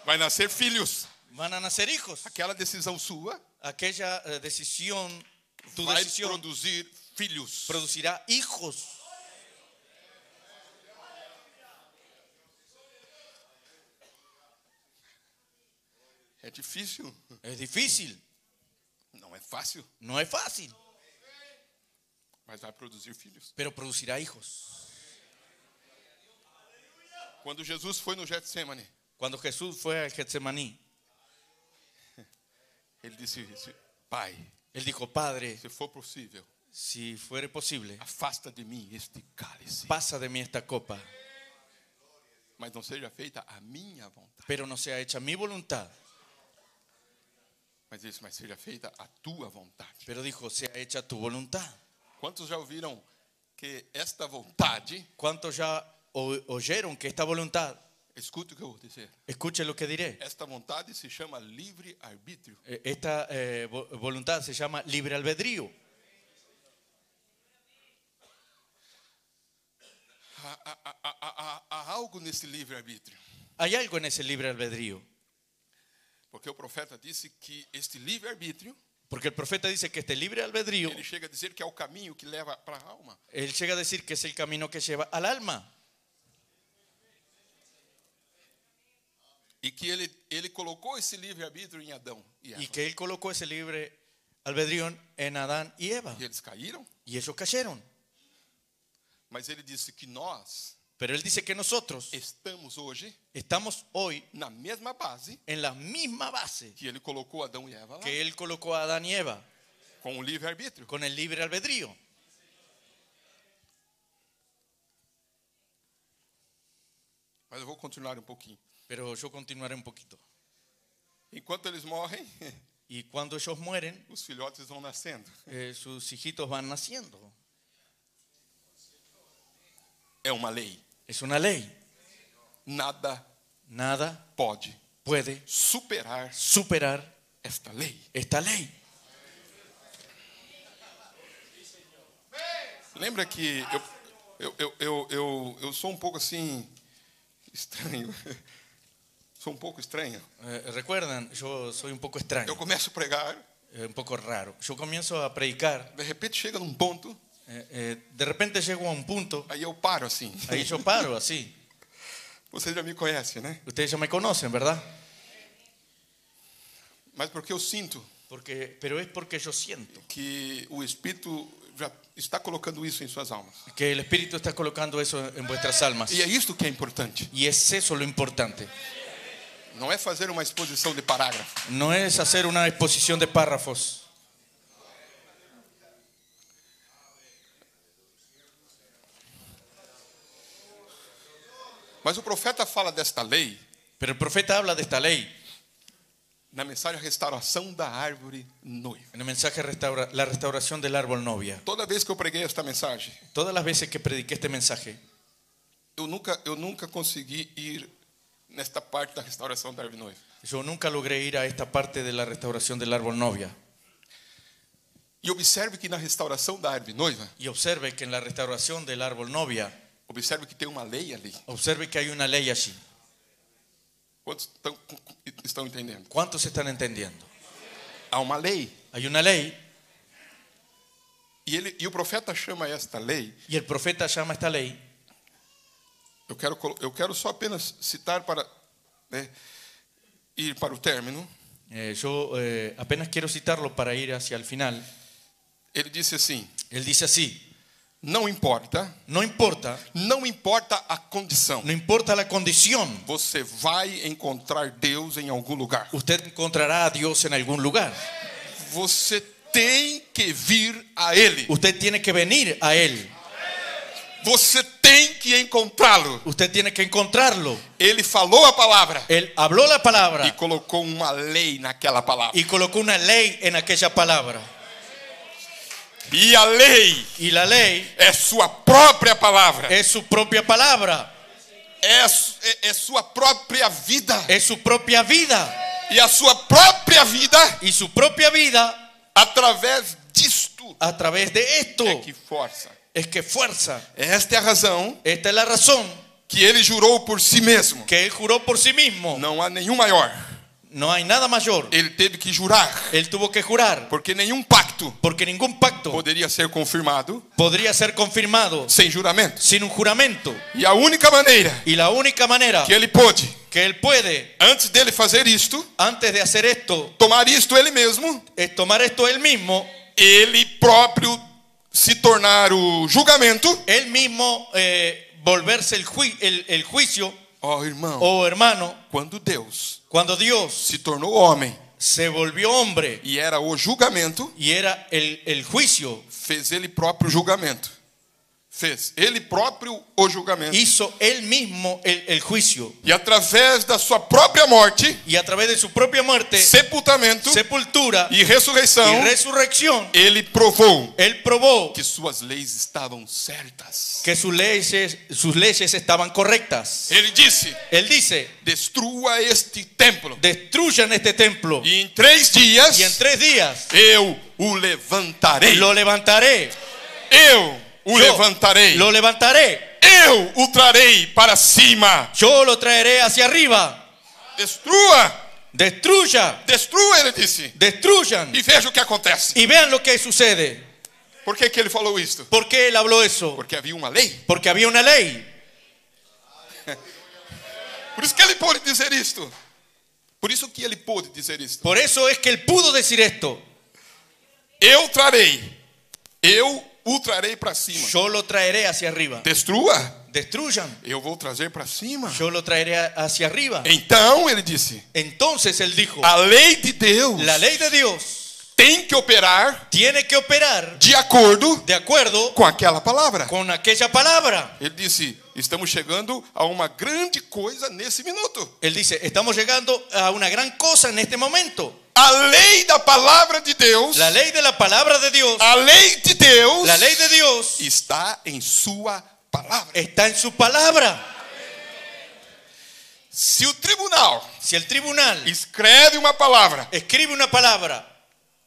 Speaker 3: Vai nascer filhos.
Speaker 4: van a nacer hijos.
Speaker 3: Aquela decisão sua
Speaker 4: Aquella eh, decisión, tu
Speaker 3: vai
Speaker 4: decisión
Speaker 3: produzir filhos.
Speaker 4: producirá hijos.
Speaker 3: É difícil?
Speaker 4: Es difícil,
Speaker 3: Não é fácil,
Speaker 4: no es fácil,
Speaker 3: mas vai produzir filhos.
Speaker 4: pero producirá hijos.
Speaker 3: Quando Jesus foi no Getsemane,
Speaker 4: Cuando Jesús fue al Getsemaní,
Speaker 3: ele disse: Pai,
Speaker 4: él dijo, Padre,
Speaker 3: se for possível,
Speaker 4: si fuere posible,
Speaker 3: afasta de mim este cálice,
Speaker 4: pasa de mí esta copa,
Speaker 3: mas não seja feita a minha vontade,
Speaker 4: pero no sea hecha mi voluntad,
Speaker 3: mas isso, mas seja feita a tua vontade.
Speaker 4: pero dijo, sea hecha tu voluntad.
Speaker 3: Quantos já ouviram que esta vontade,
Speaker 4: ¿Cuántos ya o- oyeron que esta voluntad,
Speaker 3: escuta o que eu vou dizer,
Speaker 4: escuche lo que diré,
Speaker 3: esta vontade se chama livre-arbítrio.
Speaker 4: eh, esta eh, vo- voluntad se llama libre albedrío?
Speaker 3: Há, há- há- há- há- há algo nesse livre-arbítrio,
Speaker 4: Hay algo en ese libre albedrío,
Speaker 3: porque o profeta disse que este livre-arbítrio,
Speaker 4: porque el profeta dice que este libre albedrío
Speaker 3: ele chega a dizer que é o caminho que leva para a alma.
Speaker 4: Él llega a decir que es el camino que lleva al alma
Speaker 3: E que ele, ele colocou esse livre-arbítrio em Adão e Eva.
Speaker 4: y que él colocó esse libre albedrío en Adán y Eva.
Speaker 3: E eles caíram,
Speaker 4: Y ellos cayeron.
Speaker 3: mas ele disse que nós
Speaker 4: Pero él dice que nosotros
Speaker 3: estamos hoje
Speaker 4: estamos hoy
Speaker 3: na mesma base
Speaker 4: en la misma base
Speaker 3: que ele colocou Adão e Eva lá,
Speaker 4: que él colocó a Adán y Eva
Speaker 3: com o livre-arbítrio.
Speaker 4: con el libre albedrío.
Speaker 3: Mas eu vou continuar um pouquinho.
Speaker 4: Pero yo continuaré un poquito.
Speaker 3: Enquanto eles morrem, [laughs]
Speaker 4: Y cuando ellos mueren,
Speaker 3: os filhotes vão nascendo.
Speaker 4: eh, sus hijitos van naciendo.
Speaker 3: É uma lei.
Speaker 4: Es una ley.
Speaker 3: Nada
Speaker 4: Nada
Speaker 3: pode
Speaker 4: puede
Speaker 3: superar
Speaker 4: superar
Speaker 3: esta lei.
Speaker 4: esta ley.
Speaker 3: Lembra que eu, eu, eu, eu, eu, eu sou um pouco assim estranho. [laughs] Sou um pouco estranho.
Speaker 4: Eh, Recuerdan, yo soy un poco
Speaker 3: Eu
Speaker 4: extraño,
Speaker 3: começo a pregar,
Speaker 4: eh, un poco raro. Yo comienzo a predicar
Speaker 3: de repente chega num ponto,
Speaker 4: Eh, eh, de repente llego a un punto,
Speaker 3: aí eu paro assim. [laughs]
Speaker 4: ahí yo paro así.
Speaker 3: Você já me conhece, né?
Speaker 4: Ustedes ya me conocen, ¿verdad?
Speaker 3: mas porque eu sinto
Speaker 4: Porque, pero es porque yo siento
Speaker 3: que o Espírito já está colocando isso em suas almas.
Speaker 4: que el Espíritu está colocando eso en vuestras almas.
Speaker 3: E é isto que é importante.
Speaker 4: Y es eso lo importante.
Speaker 3: Não é fazer uma exposição de parágrafo.
Speaker 4: No es hacer una exposición de párrafos.
Speaker 3: Mas o profeta fala desta lei
Speaker 4: Pero el profeta habla de esta ley
Speaker 3: na mensagem Restauração da Árvore Noiva.
Speaker 4: en el mensaje restaura, La restauración del árbol novia.
Speaker 3: Toda vez que eu preguei esta mensagem,
Speaker 4: Todas las veces que prediqué este mensaje,
Speaker 3: eu nunca, eu nunca consegui ir nesta parte da restauração da árvore noiva.
Speaker 4: yo nunca logré ir a esta parte de la restauración del árbol novia.
Speaker 3: E observe que na restauração da árvore noiva,
Speaker 4: Y observe que en la restauración del árbol novia,
Speaker 3: observe que tem uma lei ali.
Speaker 4: observe que hay una ley allí.
Speaker 3: Quantos estão, estão entendendo?
Speaker 4: ¿Cuántos están entendiendo?
Speaker 3: Há uma lei.
Speaker 4: Hay una ley
Speaker 3: E, ele, e o profeta chama esta lei.
Speaker 4: y el profeta llama esta ley.
Speaker 3: Eu quero, colo- eu quero só apenas citar para né, ir para o término.
Speaker 4: Eh, yo eh, apenas quiero citarlo para ir hacia el final.
Speaker 3: Ele disse assim:
Speaker 4: Él dice así,
Speaker 3: Não importa,
Speaker 4: no importa,
Speaker 3: não importa a condição.
Speaker 4: no importa la condición,
Speaker 3: Você vai encontrar Deus em algum lugar.
Speaker 4: usted encontrará a Dios en algún lugar.
Speaker 3: Você tem que vir a Ele.
Speaker 4: Usted tiene que venir a Él,
Speaker 3: Você tem que encontrá-lo.
Speaker 4: usted tiene que encontrarlo.
Speaker 3: Ele falou a palavra
Speaker 4: Él habló la
Speaker 3: e
Speaker 4: palabra
Speaker 3: colocou uma lei naquela palavra.
Speaker 4: y colocó una ley en aquella palabra.
Speaker 3: E a lei
Speaker 4: Y la ley
Speaker 3: é sua própria palavra.
Speaker 4: es su propia palabra,
Speaker 3: É, su- é- é sua própria vida.
Speaker 4: es su propia vida.
Speaker 3: E a sua própria vida,
Speaker 4: Y su propia vida,
Speaker 3: através disto,
Speaker 4: a través de esto,
Speaker 3: é que força.
Speaker 4: es que fuerza.
Speaker 3: Esta é a razão
Speaker 4: Esta es la razón
Speaker 3: que ele jurou por si mesmo.
Speaker 4: que Él juró por sí mismo.
Speaker 3: Não há nenhum maior.
Speaker 4: No hay nada mayor.
Speaker 3: Ele teve que jurar,
Speaker 4: Él tuvo que jurar,
Speaker 3: porque nenhum pacto
Speaker 4: porque ningún pacto
Speaker 3: poderia ser confirmado
Speaker 4: podría ser confirmado
Speaker 3: sem juramento.
Speaker 4: sin un juramento.
Speaker 3: E a única maneira
Speaker 4: Y la única manera
Speaker 3: que ele pôde,
Speaker 4: que Él puede,
Speaker 3: antes dele fazer isto,
Speaker 4: antes de hacer esto,
Speaker 3: tomar isto ele mesmo,
Speaker 4: es tomar esto Él mismo,
Speaker 3: ele próprio se tornar o julgamento.
Speaker 4: Él mismo eh, volverse el, ju- el- el juicio.
Speaker 3: Ó irmão,
Speaker 4: Oh hermano,
Speaker 3: quando Deus
Speaker 4: cuando Dios
Speaker 3: se tornou homem
Speaker 4: se volvió hombre
Speaker 3: e era o julgamento,
Speaker 4: y era el, el juicio,
Speaker 3: fez ele próprio o julgamento. Fez ele próprio o julgamento.
Speaker 4: hizo Él mismo el, el juicio.
Speaker 3: E através da sua própria morte,
Speaker 4: Y a través de su propia muerte,
Speaker 3: sepultamento
Speaker 4: sepultura
Speaker 3: e
Speaker 4: y
Speaker 3: ressurreição,
Speaker 4: resurrección,
Speaker 3: ele provou
Speaker 4: Él probó
Speaker 3: que suas leis estavam certas.
Speaker 4: que sus leyes, sus leyes estaban correctas.
Speaker 3: Ele disse:
Speaker 4: Él dice,
Speaker 3: Destrua este templo,
Speaker 4: destruyan este templo
Speaker 3: e em três dias
Speaker 4: y en tres días
Speaker 3: eu o levantarei.
Speaker 4: lo levantaré,
Speaker 3: Eu o
Speaker 4: Yo
Speaker 3: levantarei.
Speaker 4: lo levantarei,
Speaker 3: Eu o trarei para cima.
Speaker 4: yo lo traeré hacia arriba,
Speaker 3: Destrua,
Speaker 4: destruya,
Speaker 3: destrua, ele disse.
Speaker 4: destruyan
Speaker 3: E veja o que acontece.
Speaker 4: y vean lo que sucede.
Speaker 3: Por que, que ele falou isto?
Speaker 4: ¿Por qué él habló eso?
Speaker 3: Porque havia uma lei.
Speaker 4: Porque había una ley,
Speaker 3: Por isso que ele pôde dizer isto. Por isso que ele pôde dizer isto.
Speaker 4: por eso es que él pudo decir esto,
Speaker 3: Eu trarei. Eu o trarei para cima.
Speaker 4: yo lo traeré hacia arriba,
Speaker 3: Destrua,
Speaker 4: destruyan,
Speaker 3: eu vou trazer para cima.
Speaker 4: yo lo traeré hacia arriba.
Speaker 3: Então ele disse:
Speaker 4: Entonces él dijo,
Speaker 3: a lei de Deus
Speaker 4: la ley de Dios
Speaker 3: tem que operar
Speaker 4: tiene que operar
Speaker 3: de acordo
Speaker 4: de acuerdo
Speaker 3: com aquela palavra.
Speaker 4: con aquella palabra.
Speaker 3: Ele disse: estamos chegando a uma grande coisa nesse minuto.
Speaker 4: Él dice, estamos llegando a una gran cosa en este momento.
Speaker 3: A lei da palavra de Deus,
Speaker 4: La ley de la palabra de Dios,
Speaker 3: a lei de Deus,
Speaker 4: la ley de Dios
Speaker 3: está em sua palavra.
Speaker 4: está en su palabra.
Speaker 3: Se o tribunal
Speaker 4: Si el tribunal
Speaker 3: escreve uma palavra,
Speaker 4: escribe una palabra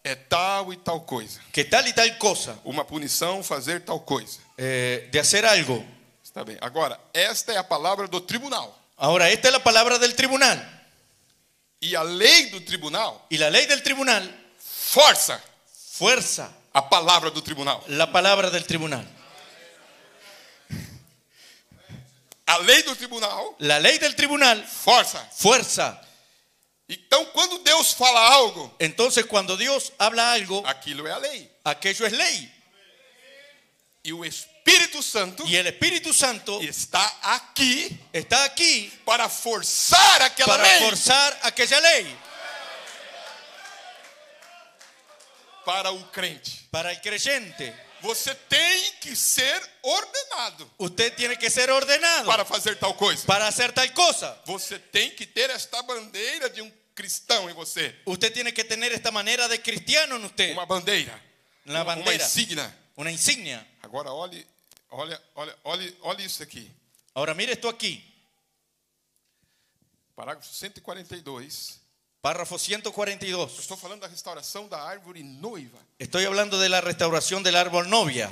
Speaker 3: é tal e tal coisa.
Speaker 4: que tal y tal cosa,
Speaker 3: Uma punição, fazer tal coisa.
Speaker 4: eh, de hacer algo.
Speaker 3: Está bem. Agora, esta é a palavra do tribunal.
Speaker 4: Ahora, esta es la palabra del tribunal.
Speaker 3: E a lei do tribunal
Speaker 4: Y la ley del tribunal
Speaker 3: força
Speaker 4: fuerza
Speaker 3: a palavra do tribunal.
Speaker 4: la palabra del tribunal.
Speaker 3: A lei do tribunal
Speaker 4: La lei del tribunal
Speaker 3: força.
Speaker 4: fuerza.
Speaker 3: Então, quando Deus fala algo,
Speaker 4: Entonces cuando Dios habla algo,
Speaker 3: aquilo é a lei.
Speaker 4: aquello es ley.
Speaker 3: E o Espírito Santo
Speaker 4: Y el Espíritu Santo
Speaker 3: está aqui
Speaker 4: está aquí
Speaker 3: para forçar aquela
Speaker 4: para
Speaker 3: lei,
Speaker 4: forzar aquella ley
Speaker 3: para o crente.
Speaker 4: para el creyente.
Speaker 3: Você tem que ser ordenado
Speaker 4: Usted tiene que ser ordenado
Speaker 3: para fazer tal coisa.
Speaker 4: para hacer tal cosa.
Speaker 3: Você tem que ter esta bandeira de um cristão em você.
Speaker 4: Usted tiene que tener esta manera de cristiano en usted.
Speaker 3: Uma bandeira,
Speaker 4: Una
Speaker 3: é uma
Speaker 4: bandera,
Speaker 3: insígnia.
Speaker 4: una insignia.
Speaker 3: Agora olhe, olha, olha, olhe, olhe isso aqui.
Speaker 4: Ahora mire esto aquí.
Speaker 3: Parágrafo 142.
Speaker 4: Párrafo
Speaker 3: Eu
Speaker 4: 142.
Speaker 3: estou falando da restauração da árvore noiva.
Speaker 4: Estoy hablando de la restauración del árbol novia.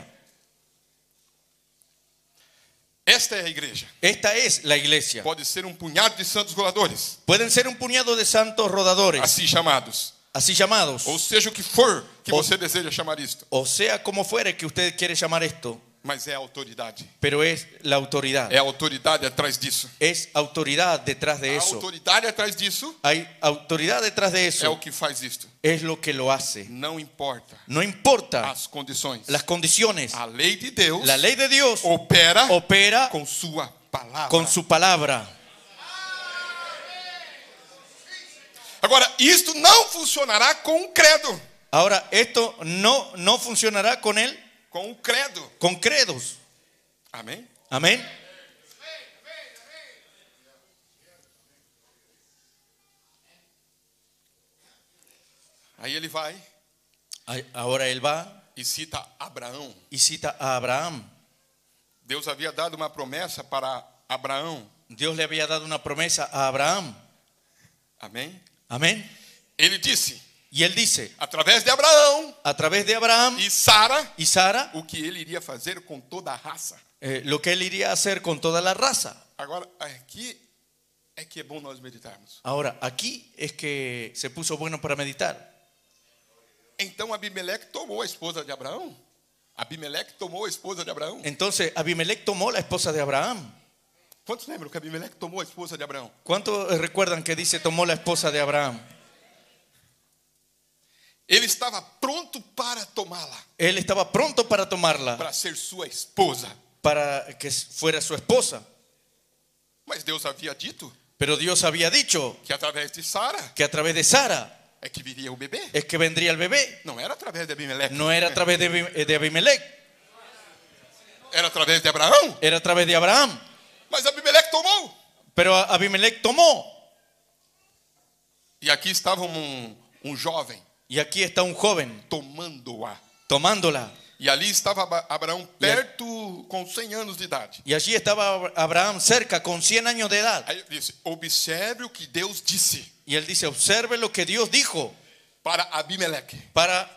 Speaker 3: Esta é a igreja.
Speaker 4: Esta es la iglesia.
Speaker 3: Pode ser um punhado de santos roladores,
Speaker 4: Pueden ser un puñado de santos rodadores,
Speaker 3: assim chamados.
Speaker 4: así llamados.
Speaker 3: Ou seja o que for que
Speaker 4: Ou-
Speaker 3: você deseja chamar isto,
Speaker 4: O sea, como fuere que usted quiere llamar esto,
Speaker 3: mas é a autoridade.
Speaker 4: pero es la autoridad.
Speaker 3: É a autoridade atrás disso.
Speaker 4: Es autoridad detrás de
Speaker 3: A
Speaker 4: eso.
Speaker 3: autoridade atrás disso
Speaker 4: Hay autoridad detrás de
Speaker 3: é o
Speaker 4: eso.
Speaker 3: que faz isto.
Speaker 4: Es lo que lo hace.
Speaker 3: Não importa
Speaker 4: No importa
Speaker 3: as condições.
Speaker 4: las condiciones.
Speaker 3: A Tá. lei de Deus
Speaker 4: La ley de Dios
Speaker 3: opera
Speaker 4: opera
Speaker 3: com sua palavra.
Speaker 4: con su palabra.
Speaker 3: Agora, isto não funcionará com o credo.
Speaker 4: Ahora, esto no, no funcionará con él,
Speaker 3: Com o credo.
Speaker 4: con credos.
Speaker 3: Amém?
Speaker 4: Amén.
Speaker 3: Aí ele vai
Speaker 4: Ay, Ahora él va
Speaker 3: e cita Abraão.
Speaker 4: y cita a Abraham.
Speaker 3: Deus havia dado uma promessa para Abraão.
Speaker 4: Dios le había dado una promesa a Abraham.
Speaker 3: Amém?
Speaker 4: Amén.
Speaker 3: Ele disse,
Speaker 4: Y él dice,
Speaker 3: através de Abraão
Speaker 4: a través de Abraham
Speaker 3: e Sara,
Speaker 4: y Sara,
Speaker 3: o que ele iria fazer com toda a raça.
Speaker 4: eh, lo que él iría a hacer con toda la raza.
Speaker 3: Agora, aqui é que é bom nós meditarmos.
Speaker 4: Ahora, aquí es que se puso bueno para meditar.
Speaker 3: Então Abimeleque tomou a esposa de Abraão. Abimeleque tomou a esposa de Abraão.
Speaker 4: Entonces, Abimelech tomó la esposa de Abraham.
Speaker 3: Quantos lembram que Abimeleque tomou a esposa de Abraão?
Speaker 4: ¿Cuántos eh, recuerdan que dice tomó la esposa de Abraham?
Speaker 3: Ele estava pronto para tomá-la,
Speaker 4: Él estaba pronto para tomarla,
Speaker 3: para ser sua esposa.
Speaker 4: para que fuera su esposa.
Speaker 3: Mas Deus havia dito
Speaker 4: Pero Dios había dicho
Speaker 3: que através de Sara
Speaker 4: que a través de Sara
Speaker 3: é que viria o bebê.
Speaker 4: es que vendría el bebé.
Speaker 3: Não era através de Abimeleque. É.
Speaker 4: No era a través de, Abi- de Abimelech,
Speaker 3: Era através de Abraão.
Speaker 4: era a través de Abraham.
Speaker 3: Mas Abimeleque tomou.
Speaker 4: Pero a- Abimelech tomó.
Speaker 3: E aqui estava um, um jovem
Speaker 4: Y aquí está un joven
Speaker 3: tomando-a.
Speaker 4: tomándola.
Speaker 3: E ali estava Aba- Abraão perto com 100 anos de idade.
Speaker 4: Y allí estaba Ab- Abraham cerca, con 100 años de edad.
Speaker 3: Aí ele disse: Observe o que Deus disse
Speaker 4: Y él dice, observe lo que Dios dijo
Speaker 3: para Abimeleque.
Speaker 4: para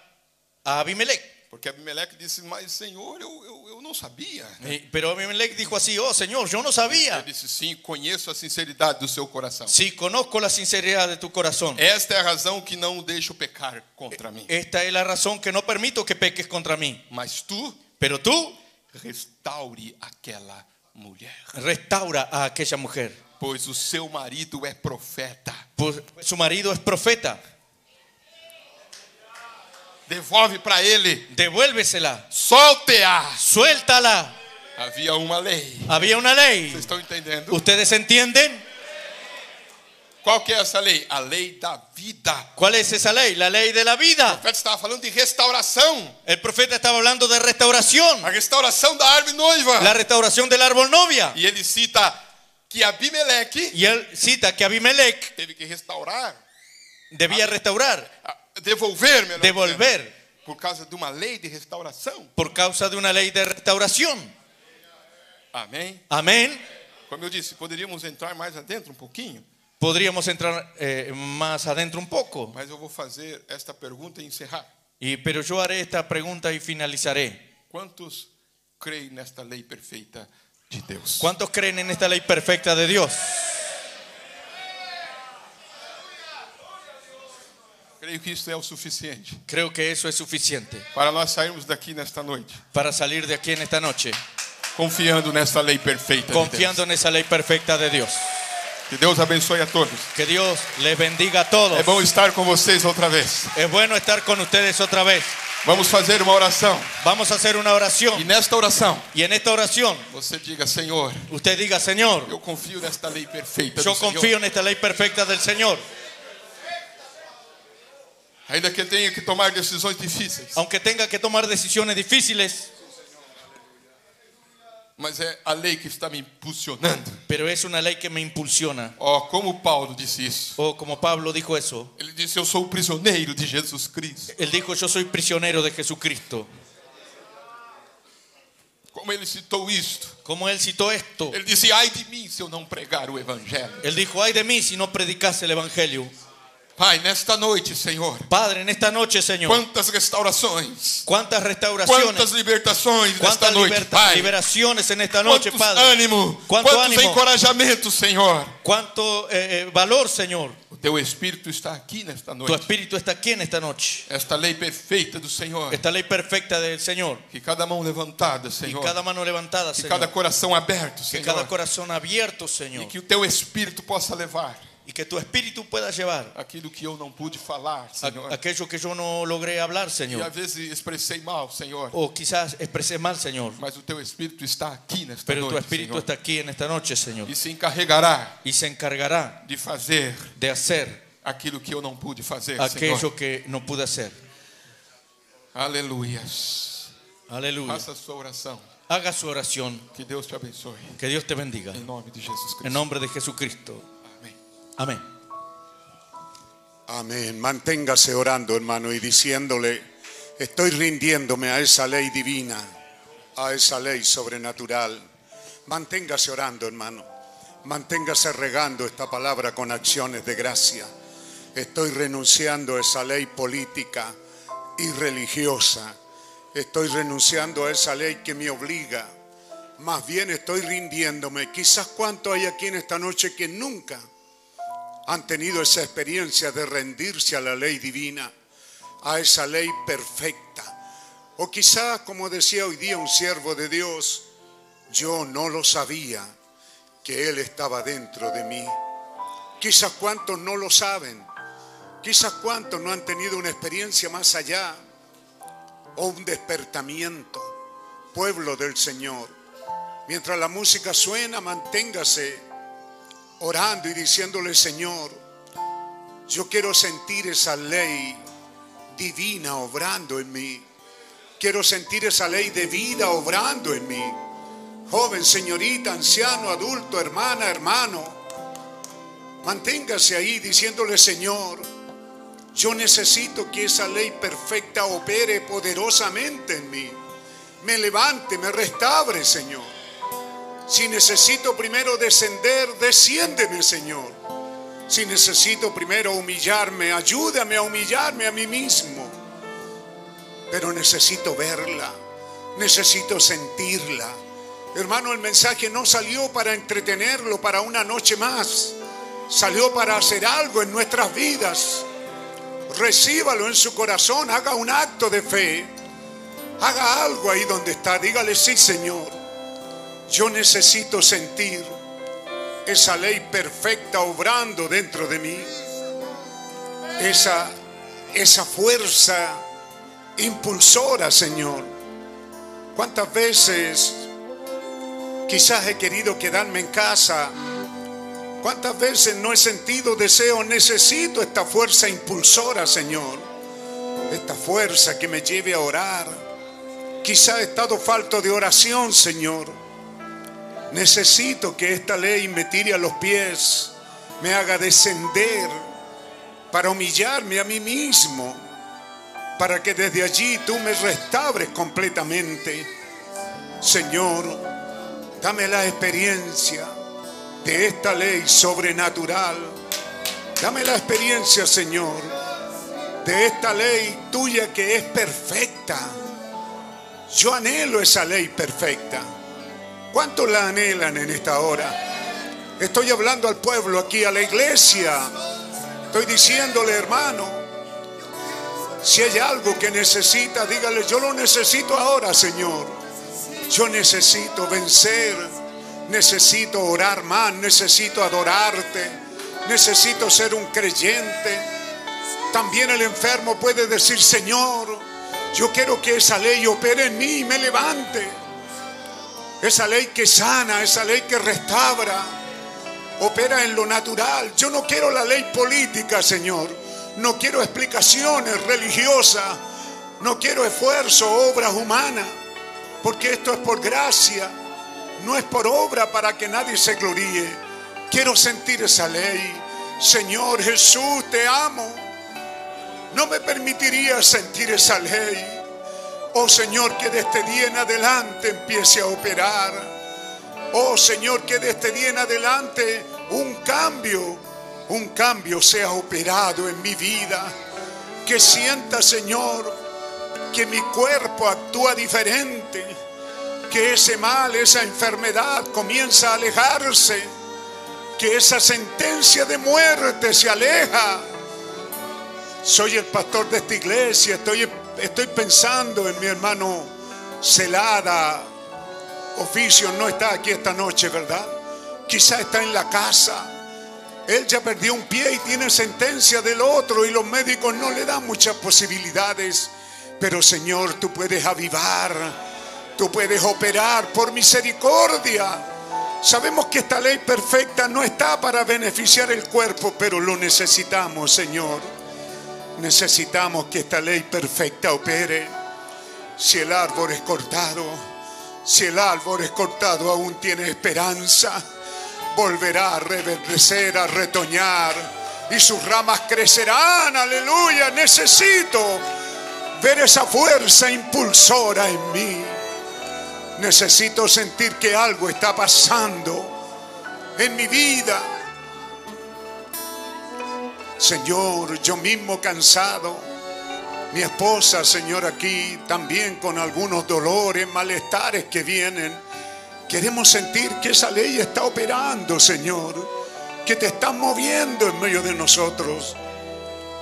Speaker 4: a Abimelech.
Speaker 3: Porque Abimeleque disse: Mas Senhor, eu, eu, eu não sabia.
Speaker 4: Y- Pero Abimelech dijo así, oh Señor, yo no
Speaker 3: Ele
Speaker 4: sabía.
Speaker 3: disse: Sim, conheço a sinceridade do seu coração.
Speaker 4: Sí, conozco la sinceridad de tu corazón.
Speaker 3: Esta é a razão que não o deixo pecar contra mim.
Speaker 4: Esta es la razón que no permito que peques contra mí.
Speaker 3: Mas tu
Speaker 4: Pero tú
Speaker 3: restaure aquela mulher,
Speaker 4: restaura a aquella mujer.
Speaker 3: pois o seu marido é profeta.
Speaker 4: Pues su marido es profeta.
Speaker 3: Devolve para ele,
Speaker 4: Devuélvesela.
Speaker 3: solte-a.
Speaker 4: Suéltala.
Speaker 3: Havia uma lei.
Speaker 4: Había una ley.
Speaker 3: Vocês estão entendendo?
Speaker 4: ¿Ustedes entienden?
Speaker 3: Qual que é essa lei? A lei da vida.
Speaker 4: ¿Cuál es esa lei? La ley de la
Speaker 3: O
Speaker 4: vida.
Speaker 3: profeta estava falando de restauração.
Speaker 4: El profeta estaba hablando de
Speaker 3: A
Speaker 4: restauración.
Speaker 3: restauração da árvore noiva.
Speaker 4: La restauración del árbol novia.
Speaker 3: E ele cita que Abimeleque
Speaker 4: Y él cita que Abimelech
Speaker 3: teve que restaurar,
Speaker 4: debía restaurar,
Speaker 3: ah, devolver, melhor
Speaker 4: devolver,
Speaker 3: dizendo, por causa de uma lei de restauração.
Speaker 4: por causa de una ley de restauración.
Speaker 3: Amém?
Speaker 4: Amén.
Speaker 3: Como eu disse, poderíamos entrar mais adentro um pouquinho,
Speaker 4: Podríamos entrar eh, más adentro un poco,
Speaker 3: mas eu vou fazer esta pergunta e encerrar.
Speaker 4: y, pero yo haré esta pregunta y finalizaré.
Speaker 3: Quantos creem nesta lei perfeita de Deus?
Speaker 4: ¿Cuántos creen en esta ley perfecta de Dios?
Speaker 3: Creio que isso é o suficiente
Speaker 4: Creo que eso es suficiente
Speaker 3: para nós sairmos daqui nesta noite,
Speaker 4: para salir de aquí en esta noche,
Speaker 3: confiando nesta lei perfeita de Deus.
Speaker 4: confiando en esa ley perfecta de Dios.
Speaker 3: Que Deus abençoe a todos.
Speaker 4: Que Dios les bendiga a todos.
Speaker 3: É bom estar com vocês outra vez.
Speaker 4: Es bueno estar con ustedes otra vez.
Speaker 3: Vamos fazer uma oração.
Speaker 4: Vamos a hacer una
Speaker 3: E
Speaker 4: oración.
Speaker 3: nesta oração,
Speaker 4: Y en esta oración,
Speaker 3: você diga: Senhor,
Speaker 4: usted diga, Señor,
Speaker 3: eu confio nesta lei perfeita. do
Speaker 4: yo
Speaker 3: Senhor.
Speaker 4: confío en esta ley perfecta del Señor.
Speaker 3: Ainda que eu tenha que tomar decisões difíceis,
Speaker 4: Aunque tenga que tomar decisiones difíciles,
Speaker 3: mas é a lei que está me impulsionando.
Speaker 4: pero es una ley que me impulsiona.
Speaker 3: Ó, como Paulo disse isso.
Speaker 4: O como Pablo dijo eso,
Speaker 3: Ele disse: Eu sou o prisioneiro de Jesus Cristo.
Speaker 4: él dijo, yo soy prisionero de Jesucristo.
Speaker 3: Como ele citou isto?
Speaker 4: Como él citó esto,
Speaker 3: Ele disse: Ai de mim se eu não pregar o evangelho.
Speaker 4: él dijo, ay de mí si no predicase el Evangelio.
Speaker 3: Pai, nesta noite, Senhor,
Speaker 4: Padre, en esta noche, Señor,
Speaker 3: quantas restaurações,
Speaker 4: cuántas restauraciones,
Speaker 3: quantas libertações nesta
Speaker 4: cuántas
Speaker 3: noite,
Speaker 4: liberta-
Speaker 3: Pai.
Speaker 4: liberaciones en esta noche,
Speaker 3: Quantos
Speaker 4: Padre.
Speaker 3: ânimo,
Speaker 4: Quanto
Speaker 3: quantos
Speaker 4: ânimo.
Speaker 3: encorajamentos, Senhor.
Speaker 4: Cuánto eh, eh, valor, Señor.
Speaker 3: O teu espírito está aqui nesta
Speaker 4: Tu
Speaker 3: noite.
Speaker 4: espíritu está aquí en esta noche.
Speaker 3: Esta lei perfeita do Senhor.
Speaker 4: Esta ley perfecta del Señor.
Speaker 3: Que cada mão levantada,
Speaker 4: Y
Speaker 3: Senhor.
Speaker 4: cada mano levantada,
Speaker 3: Que
Speaker 4: Señor.
Speaker 3: cada coração aberto,
Speaker 4: Que
Speaker 3: Senhor.
Speaker 4: cada corazón abierto,
Speaker 3: E
Speaker 4: Señor.
Speaker 3: que o teu espírito possa levar
Speaker 4: Y que tu espíritu pueda llevar
Speaker 3: aquilo que eu não pude falar,
Speaker 4: a-
Speaker 3: Senhor.
Speaker 4: aquello que yo no logré hablar,
Speaker 3: E às
Speaker 4: Señor.
Speaker 3: vezes expressei mal, Senhor.
Speaker 4: O quizás expresé mal, Señor.
Speaker 3: Mas o teu espírito está aqui nesta
Speaker 4: Pero tu
Speaker 3: noite,
Speaker 4: espíritu
Speaker 3: Senhor.
Speaker 4: está aquí en esta noche, Señor.
Speaker 3: E se encarregará
Speaker 4: Y se encargará
Speaker 3: de fazer
Speaker 4: de hacer
Speaker 3: aquilo que eu não pude fazer, Senhor.
Speaker 4: aquello que no pude hacer.
Speaker 3: Aleluia.
Speaker 4: Aleluya.
Speaker 3: Faça a sua oração.
Speaker 4: Haga su oración.
Speaker 3: Que Deus te abençoe.
Speaker 4: Que Dios te bendiga.
Speaker 3: Em nome de Jesus
Speaker 4: En
Speaker 3: Cristo.
Speaker 4: nombre de Jesucristo.
Speaker 3: Amém.
Speaker 4: Amén.
Speaker 2: Amén. Manténgase orando, hermano, y diciéndole, estoy rindiéndome a esa ley divina, a esa lei sobrenatural. Manténgase orando, hermano. Manténgase regando esta palabra con acciones de gracia. Estoy renunciando a esa ley política y religiosa. Estoy renunciando a esa ley que me obliga. Más bien estoy rindiéndome. Quizás cuánto hay aquí en esta noche que nunca han tenido esa experiencia de rendirse a la ley divina, a esa ley perfecta. O quizá, como decía hoy día un siervo de Dios, yo no lo sabía que Él estaba dentro de mí. Quizás cuántos no lo saben, quizás cuántos no han tenido una experiencia más allá o un despertamiento, pueblo del Señor. Mientras la música suena, manténgase orando y diciéndole, Señor, yo quiero sentir esa ley divina obrando en mí. Quiero sentir esa ley de vida obrando en mí. Joven, señorita, anciano, adulto, hermana, hermano, manténgase ahí diciéndole, Señor, yo necesito que esa ley perfecta opere poderosamente en mí. Me levante, me restaure, Señor. Si necesito primero descender, desciéndeme, Señor. Si necesito primero humillarme, ayúdame a humillarme a mí mismo. Pero necesito verla, necesito sentirla. Hermano, el mensaje no salió para entretenerlo para una noche más. Salió para hacer algo en nuestras vidas. Recíbalo en su corazón, haga un acto de fe. Haga algo ahí donde está. Dígale, sí, Señor. Yo necesito sentir esa ley perfecta obrando dentro de mí. Esa, esa fuerza impulsora, Señor. ¿Cuántas veces quizás he querido quedarme en casa? ¿Cuántas veces no he sentido deseo? Necesito esta fuerza impulsora, Señor. Esta fuerza que me lleve a orar. Quizás he estado falto de oración, Señor. Necesito que esta ley me tire a los pies, me haga descender para humillarme a mí mismo, para que desde allí tú me restaures completamente. Señor, dame la experiencia de esta ley sobrenatural. Dame la experiencia, Señor, de esta ley tuya que es perfecta. Yo anhelo esa ley perfecta. ¿Cuántos la anhelan en esta hora? Estoy hablando al pueblo aquí, a la iglesia. Estoy diciéndole, hermano, si hay algo que necesita, dígale, yo lo necesito ahora, Señor. Yo necesito vencer necesito orar más, necesito adorarte, necesito ser un creyente. También el enfermo puede decir, Señor, yo quiero que esa ley opere en mí y me levante. Esa ley que sana, esa ley que restaura, opera en lo natural. Yo no quiero la ley política, Señor. No quiero explicaciones religiosas. No quiero esfuerzo, obras humanas. Porque esto es por gracia. No es por obra para que nadie se gloríe. Quiero sentir esa ley. Señor Jesús, te amo. No me permitiría sentir esa ley. Oh Señor, que de este día en adelante empiece a operar. Oh Señor, que de este día en adelante un cambio, un cambio sea operado en mi vida. Que sienta, Señor, que mi cuerpo actúa diferente. Que ese mal, esa enfermedad comienza a alejarse. Que esa sentencia de muerte se aleja. Soy el pastor de esta iglesia, estoy estoy pensando en mi hermano Celada. Oficio no está aquí esta noche, ¿verdad? Quizá está en la casa. Él ya perdió un pie y tiene sentencia del otro y los médicos no le dan muchas posibilidades. Pero Señor, tú puedes avivar, tú puedes operar por misericordia. Sabemos que esta ley perfecta no está para beneficiar el cuerpo, pero lo necesitamos, Señor. Necesitamos que esta ley perfecta opere. Si el árbol es cortado, si el árbol es cortado aún tiene esperanza, volverá a reverdecer, a retoñar y sus ramas crecerán. Aleluya, necesito ver esa fuerza impulsora en mí. Necesito sentir que algo está pasando en mi vida. Señor, yo mismo cansado. Mi esposa, Señor, aquí también con algunos dolores, malestares que vienen. Queremos sentir que esa ley está operando, Señor. Que te estás moviendo en medio de nosotros.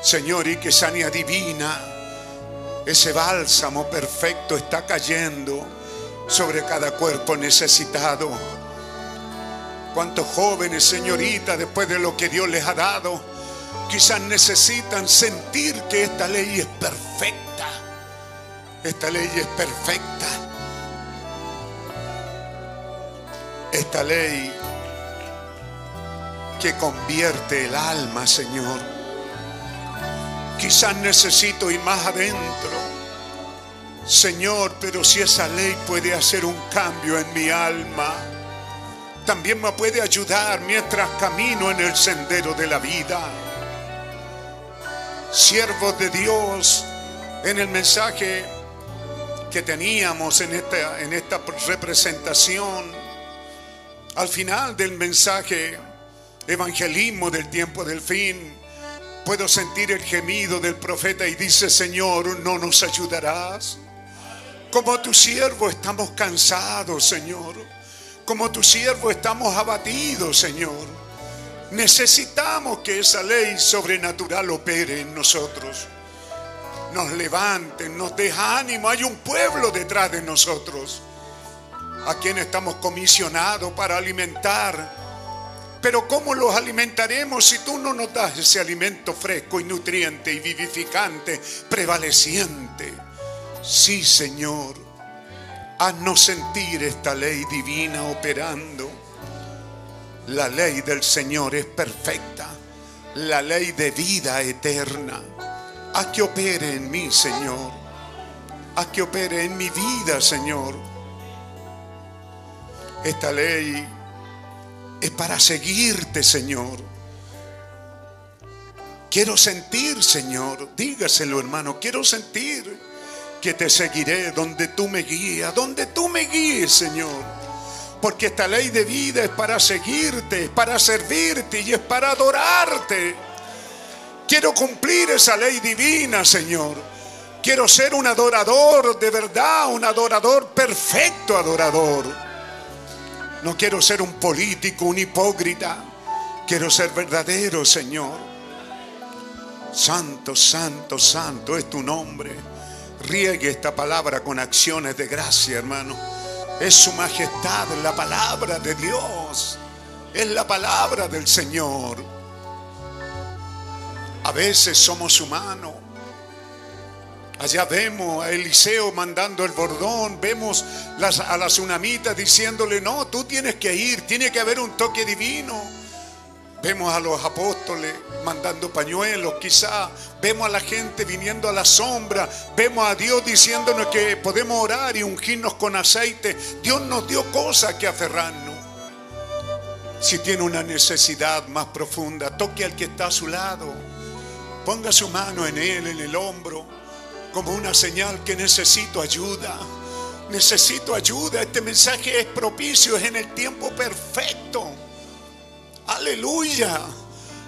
Speaker 2: Señor, y que sanidad divina, ese bálsamo perfecto está cayendo sobre cada cuerpo necesitado. Cuántos jóvenes, señoritas, después de lo que Dios les ha dado, quizás necesitan sentir que esta ley es perfecta. Esta ley es perfecta. Esta ley que convierte el alma, Señor. Quizás necesito ir más adentro. Señor, pero si esa ley puede hacer un cambio en mi alma, también me puede ayudar mientras camino en el sendero de la vida siervos de Dios en el mensaje que teníamos en esta, en esta representación. Al final del mensaje, evangelismo del tiempo del fin, puedo sentir el gemido del profeta y dice, Señor, ¿no nos ayudarás? Como tu siervo estamos cansados, Señor. Como tu siervo estamos abatidos, Señor. Necesitamos que esa ley sobrenatural opere en nosotros. Nos levanten, nos deja ánimo. Hay un pueblo detrás de nosotros a quien estamos comisionados para alimentar. Pero ¿cómo los alimentaremos si tú no nos das ese alimento fresco y nutriente y vivificante, prevaleciente? Sí, Señor, haznos sentir esta ley divina operando. La ley del Señor es perfecta, la ley de vida eterna. Haz que opere en mí, Señor. Haz que opere en mi vida, Señor. Esta ley es para seguirte, Señor. Quiero sentir, Señor, dígaselo hermano, quiero sentir que te seguiré donde tú me guías, donde tú me guíes, Señor porque esta ley de vida es para seguirte, es para servirte y es para adorarte. Quiero cumplir esa ley divina, Señor. Quiero ser un adorador de verdad, un adorador perfecto adorador. No quiero ser un político, un hipócrita. Quiero ser verdadero, Señor. Santo, santo, santo es tu nombre. Riegue esta palabra con acciones de gracia, hermano Es su majestad, la palabra de Dios. Es la palabra del Señor. A veces somos humanos. Allá vemos a Eliseo mandando el bordón, vemos las- a la tsunamita diciéndole, no, tú tienes que ir, tiene que haber un toque divino. Vemos a los apóstoles mandando pañuelos, quizá. Vemos a la gente viniendo a la sombra. Vemos a Dios diciéndonos que podemos orar y ungirnos con aceite. Dios nos dio cosas que aferrarnos. Si tiene una necesidad más profunda, toque al que está a su lado. Ponga su mano en él, en el hombro, como una señal que necesito ayuda. Necesito ayuda. Este mensaje es propicio, es en el tiempo perfecto. Aleluya.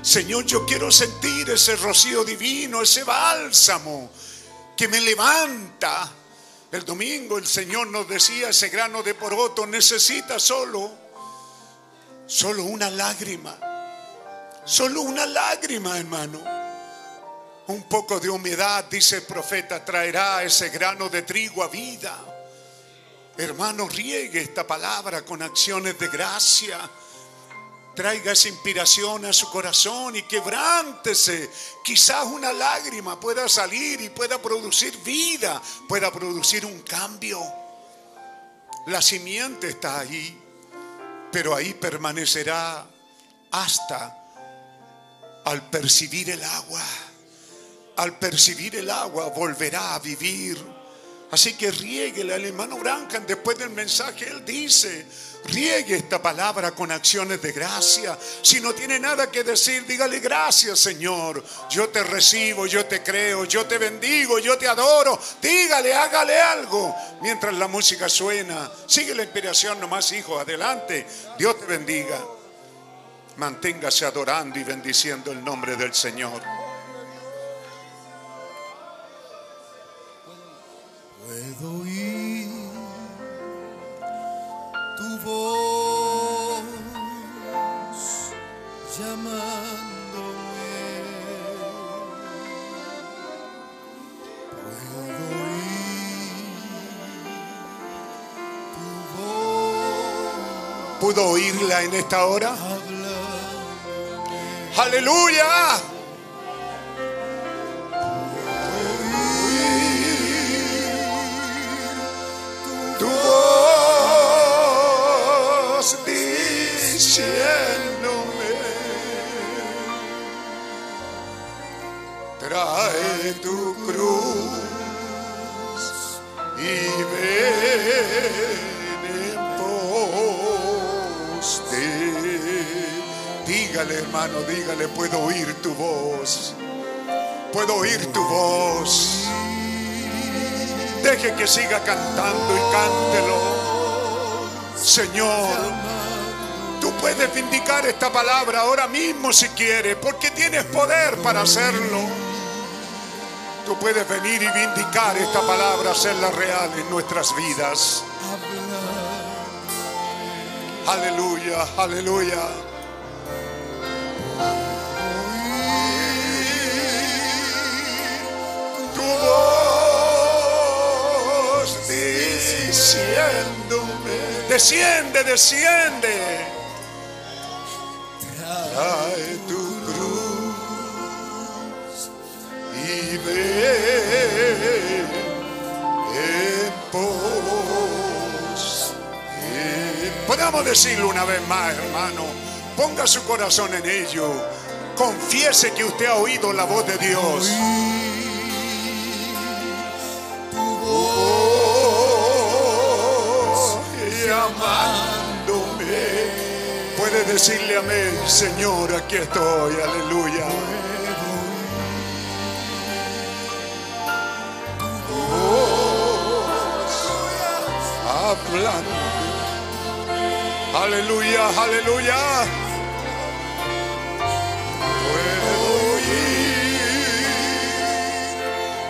Speaker 2: Señor, yo quiero sentir ese rocío divino, ese bálsamo que me levanta. El domingo el Señor nos decía, ese grano de poroto necesita solo, solo una lágrima. Solo una lágrima, hermano. Un poco de humedad, dice el profeta, traerá ese grano de trigo a vida. Hermano, riegue esta palabra con acciones de gracia traiga esa inspiración a su corazón y quebrántese. Quizás una lágrima pueda salir y pueda producir vida, pueda producir un cambio. La simiente está ahí, pero ahí permanecerá hasta al percibir el agua. Al percibir el agua volverá a vivir. Así que rieguele al hermano Branham después del mensaje. Él dice, riegue esta palabra con acciones de gracia. Si no tiene nada que decir, dígale gracias Señor. Yo te recibo, yo te creo, yo te bendigo, yo te adoro. Dígale, hágale algo. Mientras la música suena, sigue la inspiración nomás, hijo. Adelante. Dios te bendiga. Manténgase adorando y bendiciendo el nombre del Señor.
Speaker 1: Puedo oír tu voz llamándome. Puedo oír tu voz
Speaker 2: ¿Pudo oírla en esta hora?
Speaker 1: hablar.
Speaker 2: Aleluya. Tu voz diciéndome, trae tu cruz y ven en pos de- Dígale, hermano, dígale, puedo oír tu voz. Puedo oír tu voz. Deje que siga cantando y cántelo. Señor, tú puedes vindicar esta palabra ahora mismo si quieres, porque tienes poder para hacerlo. Tú puedes venir y vindicar esta palabra, hacerla real en nuestras vidas. Aleluya, aleluya. Tu voz diciéndome, desciende, desciende. Trae tu cruz y ven en pos eh, Podamos decirlo una vez más, hermano. Ponga su corazón en ello. Confiese que usted ha oído la voz de Dios. voz llamándome. Puede decirle amén, Señor, aquí estoy, aleluya. Voz hablando. Aleluya, aleluya. Puedo oír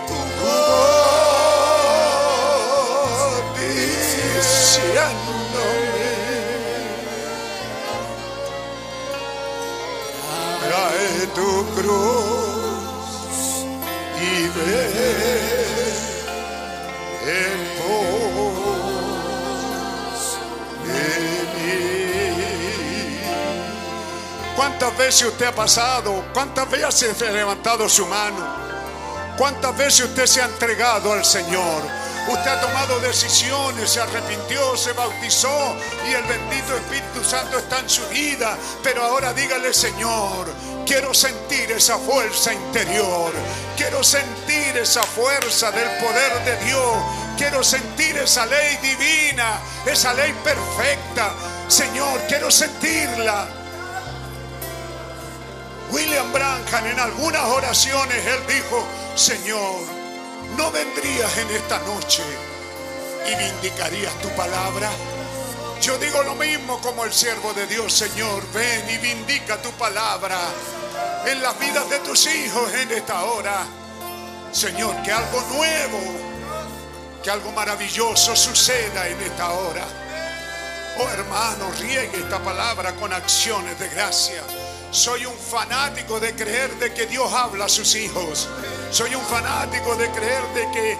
Speaker 2: tu voz diciéndome, trae tu cruz y ve en pos ¿Cuántas veces usted ha pasado? ¿Cuántas veces se ha levantado su mano? ¿Cuántas veces usted se ha entregado al Señor? Usted ha tomado decisiones, se arrepintió, se bautizó y el bendito Espíritu Santo está en su vida. Pero ahora dígale, Señor, quiero sentir esa fuerza interior. Quiero sentir esa fuerza del poder de Dios. Quiero sentir esa ley divina, esa ley perfecta. Señor, quiero sentirla. William Branham en algunas oraciones él dijo, Señor, ¿no vendrías en esta noche y vindicarías tu palabra? Yo digo lo mismo como el siervo de Dios, Señor, ven y vindica tu palabra en las vidas de tus hijos en esta hora. Señor, que algo nuevo, que algo maravilloso suceda en esta hora. Oh hermano, riegue esta palabra con acciones de gracia. Soy un fanático de creer de que Dios habla a sus hijos. Soy un fanático de creer de que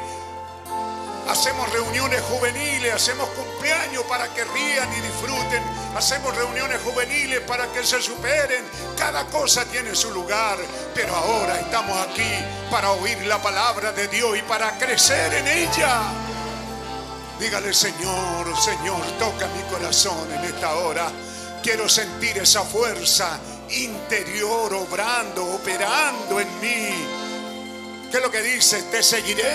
Speaker 2: hacemos reuniones juveniles, hacemos cumpleaños para que rían y disfruten, hacemos reuniones juveniles para que se superen. Cada cosa tiene su lugar, pero ahora estamos aquí para oír la palabra de Dios y para crecer en ella. Dígale, Señor, Señor, toca mi corazón en esta hora. Quiero sentir esa fuerza interior obrando, operando en mí. ¿Qué es lo que dice? Te seguiré.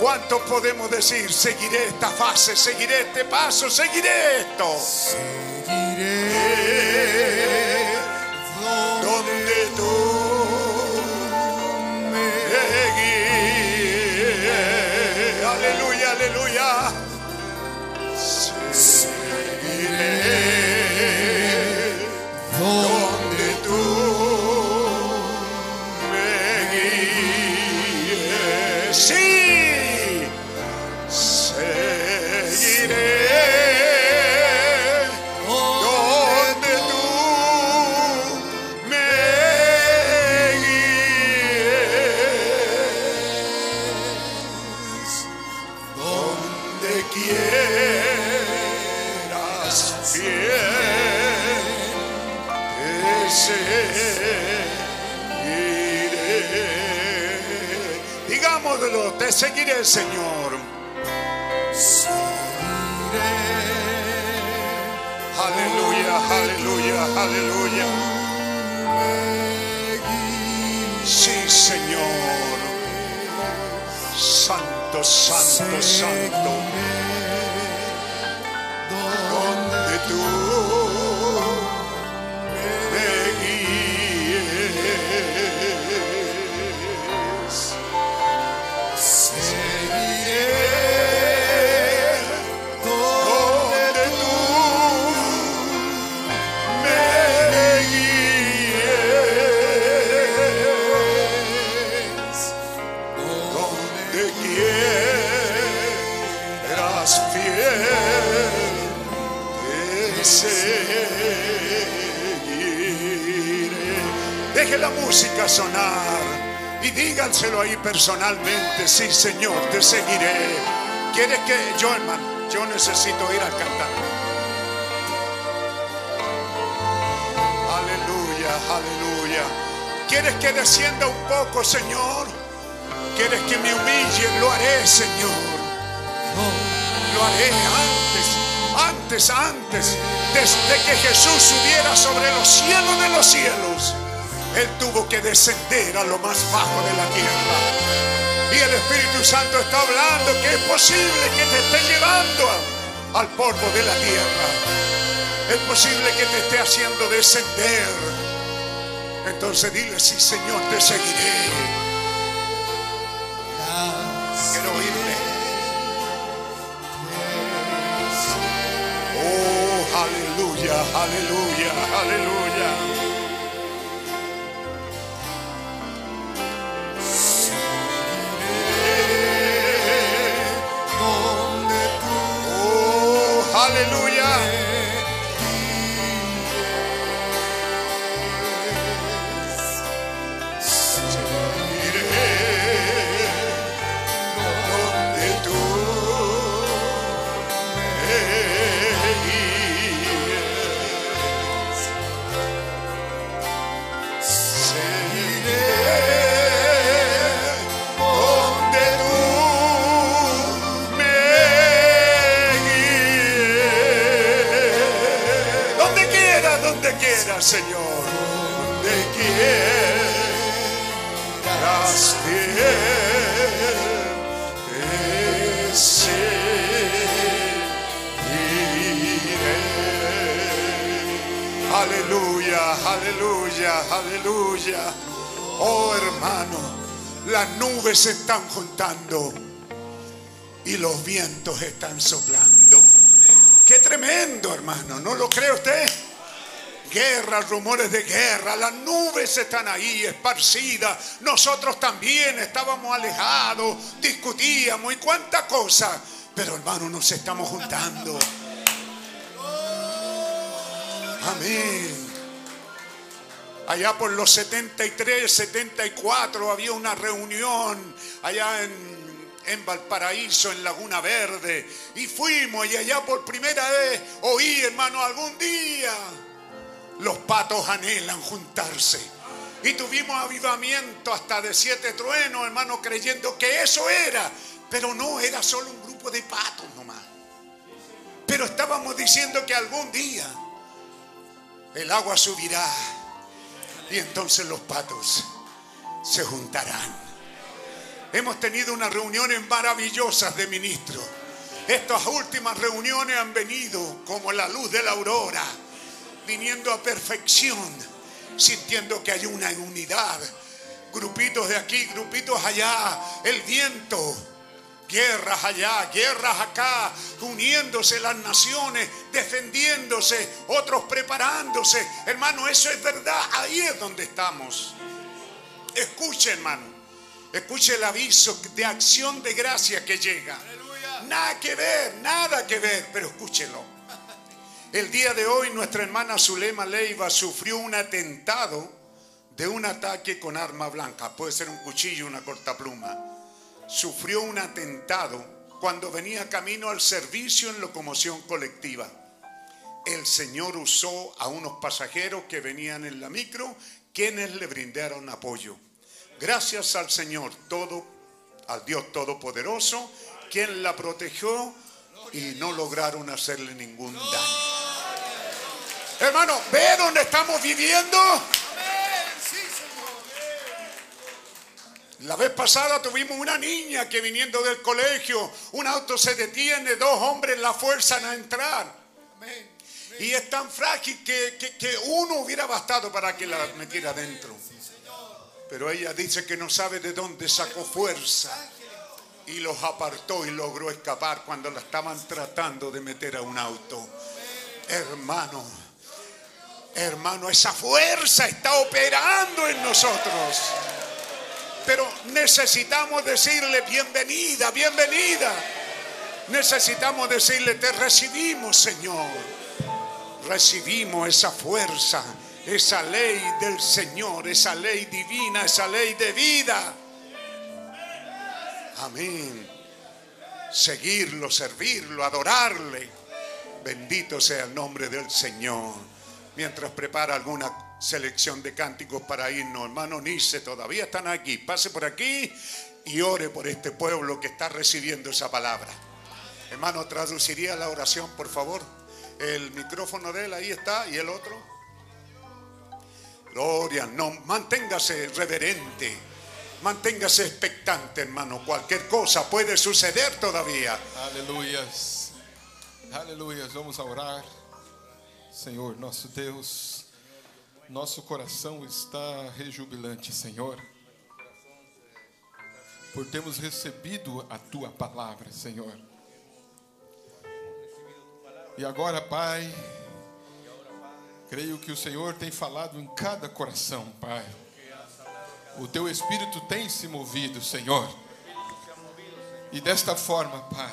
Speaker 2: ¿Cuántos podemos decir? Seguiré esta fase, seguiré este paso, seguiré esto. Seguiré donde tú me guíes. Aleluya, aleluya. Seguiré donde tú me guíes. Sí, seguiré donde tú me guíes. Donde quieras, fiel, te seguiré. Digámoslo, te seguiré, Señor. Aleluya, aleluya, aleluya. Sí, Señor. Santo, santo, santo. Donde tú me guíes. Seguiré donde tú me guíes. Donde quieras fiel te seguiré. Deje la música sonar y díganselo ahí personalmente. Sí, Señor, te seguiré. ¿Quieres que yo, hermano? Yo necesito ir a cantar. Aleluya, aleluya. ¿Quieres que descienda un poco, Señor? ¿Quieres que me humille? Lo haré, Señor. Lo haré antes, antes, antes, desde que Jesús subiera sobre los cielos de los cielos. Él tuvo que descender a lo más bajo de la tierra. Y el Espíritu Santo está hablando que es posible que te esté llevando a- al polvo de la tierra. Es posible que te esté haciendo descender. Entonces dile, sí Señor, te seguiré. Quiero oírle. Oh, aleluya, aleluya, aleluya. Oh, aleluya. Seguiré donde tú me guíes. donde quiera, Señor. Te quieras te seguiré. Aleluya, aleluya, aleluya. Oh hermano, las nubes se están juntando y los vientos están soplando. Qué tremendo, hermano, ¿no lo cree usted? Guerra, rumores de guerra, las nubes están ahí esparcidas. Nosotros también estábamos alejados, discutíamos y cuánta cosa. Pero hermano, nos estamos juntando. Amén. Allá por los 73, 74 había una reunión allá en en Valparaíso, en Laguna Verde. Y fuimos y allá por primera vez oí, hermano, algún día los patos anhelan juntarse. Y tuvimos avivamiento hasta de siete truenos, hermano, creyendo que eso era. Pero no, era solo un grupo de patos nomás. Pero estábamos diciendo que algún día el agua subirá y entonces los patos se juntarán. Hemos tenido unas reuniones maravillosas de ministros. Estas últimas reuniones han venido como la luz de la aurora, viniendo a perfección, sintiendo que hay una unidad. Grupitos de aquí, grupitos allá, el viento, guerras allá, guerras acá, uniéndose las naciones, defendiéndose, otros preparándose. Hermano, eso es verdad, ahí es donde estamos. Escuche, hermano. Escuche el aviso de acción de gracia que llega. ¡Aleluya! Nada que ver, nada que ver, pero escúchelo. El día de hoy nuestra hermana Zulema Leiva sufrió un atentado de un ataque con arma blanca. Puede ser un cuchillo, una cortapluma. Sufrió un atentado cuando venía camino al servicio en locomoción colectiva. El Señor usó a unos pasajeros que venían en la micro, quienes le brindaron apoyo. Gracias al Señor todo, al Dios Todopoderoso, quien la protegió y no lograron hacerle ningún daño. Hermano, ¿ve dónde estamos viviendo? La vez pasada tuvimos una niña que viniendo del colegio, un auto se detiene, dos hombres la fuerzan a entrar. Y es tan frágil que, que, que uno hubiera bastado para que la metiera adentro. Pero ella dice que no sabe de dónde sacó fuerza y los apartó y logró escapar cuando la estaban tratando de meter a un auto. Hermano, hermano, esa fuerza está operando en nosotros. Pero necesitamos decirle bienvenida, bienvenida. Necesitamos decirle, te recibimos, Señor. Recibimos esa fuerza esa ley del Señor, esa ley divina, esa ley de vida. Amén. Seguirlo, servirlo, adorarle. Bendito sea el nombre del Señor. Mientras prepara alguna selección de cánticos para irnos, hermano Nice, todavía están aquí. Pase por aquí y ore por este pueblo que está recibiendo esa palabra. Hermano, traduciría la oración, por favor. El micrófono de él ahí está y el otro. Gloria, no, manténgase reverente, manténgase expectante, hermano. Cualquier cosa puede suceder todavía.
Speaker 5: Aleluia. Aleluia. Vamos a orar. Senhor, nosso Deus, nosso coração está rejubilante, Senhor, por termos recebido a tua palavra, Senhor. E agora, Pai, Creio que o Senhor tem falado em cada coração, Pai. O teu espírito tem se movido, Senhor. E desta forma, Pai,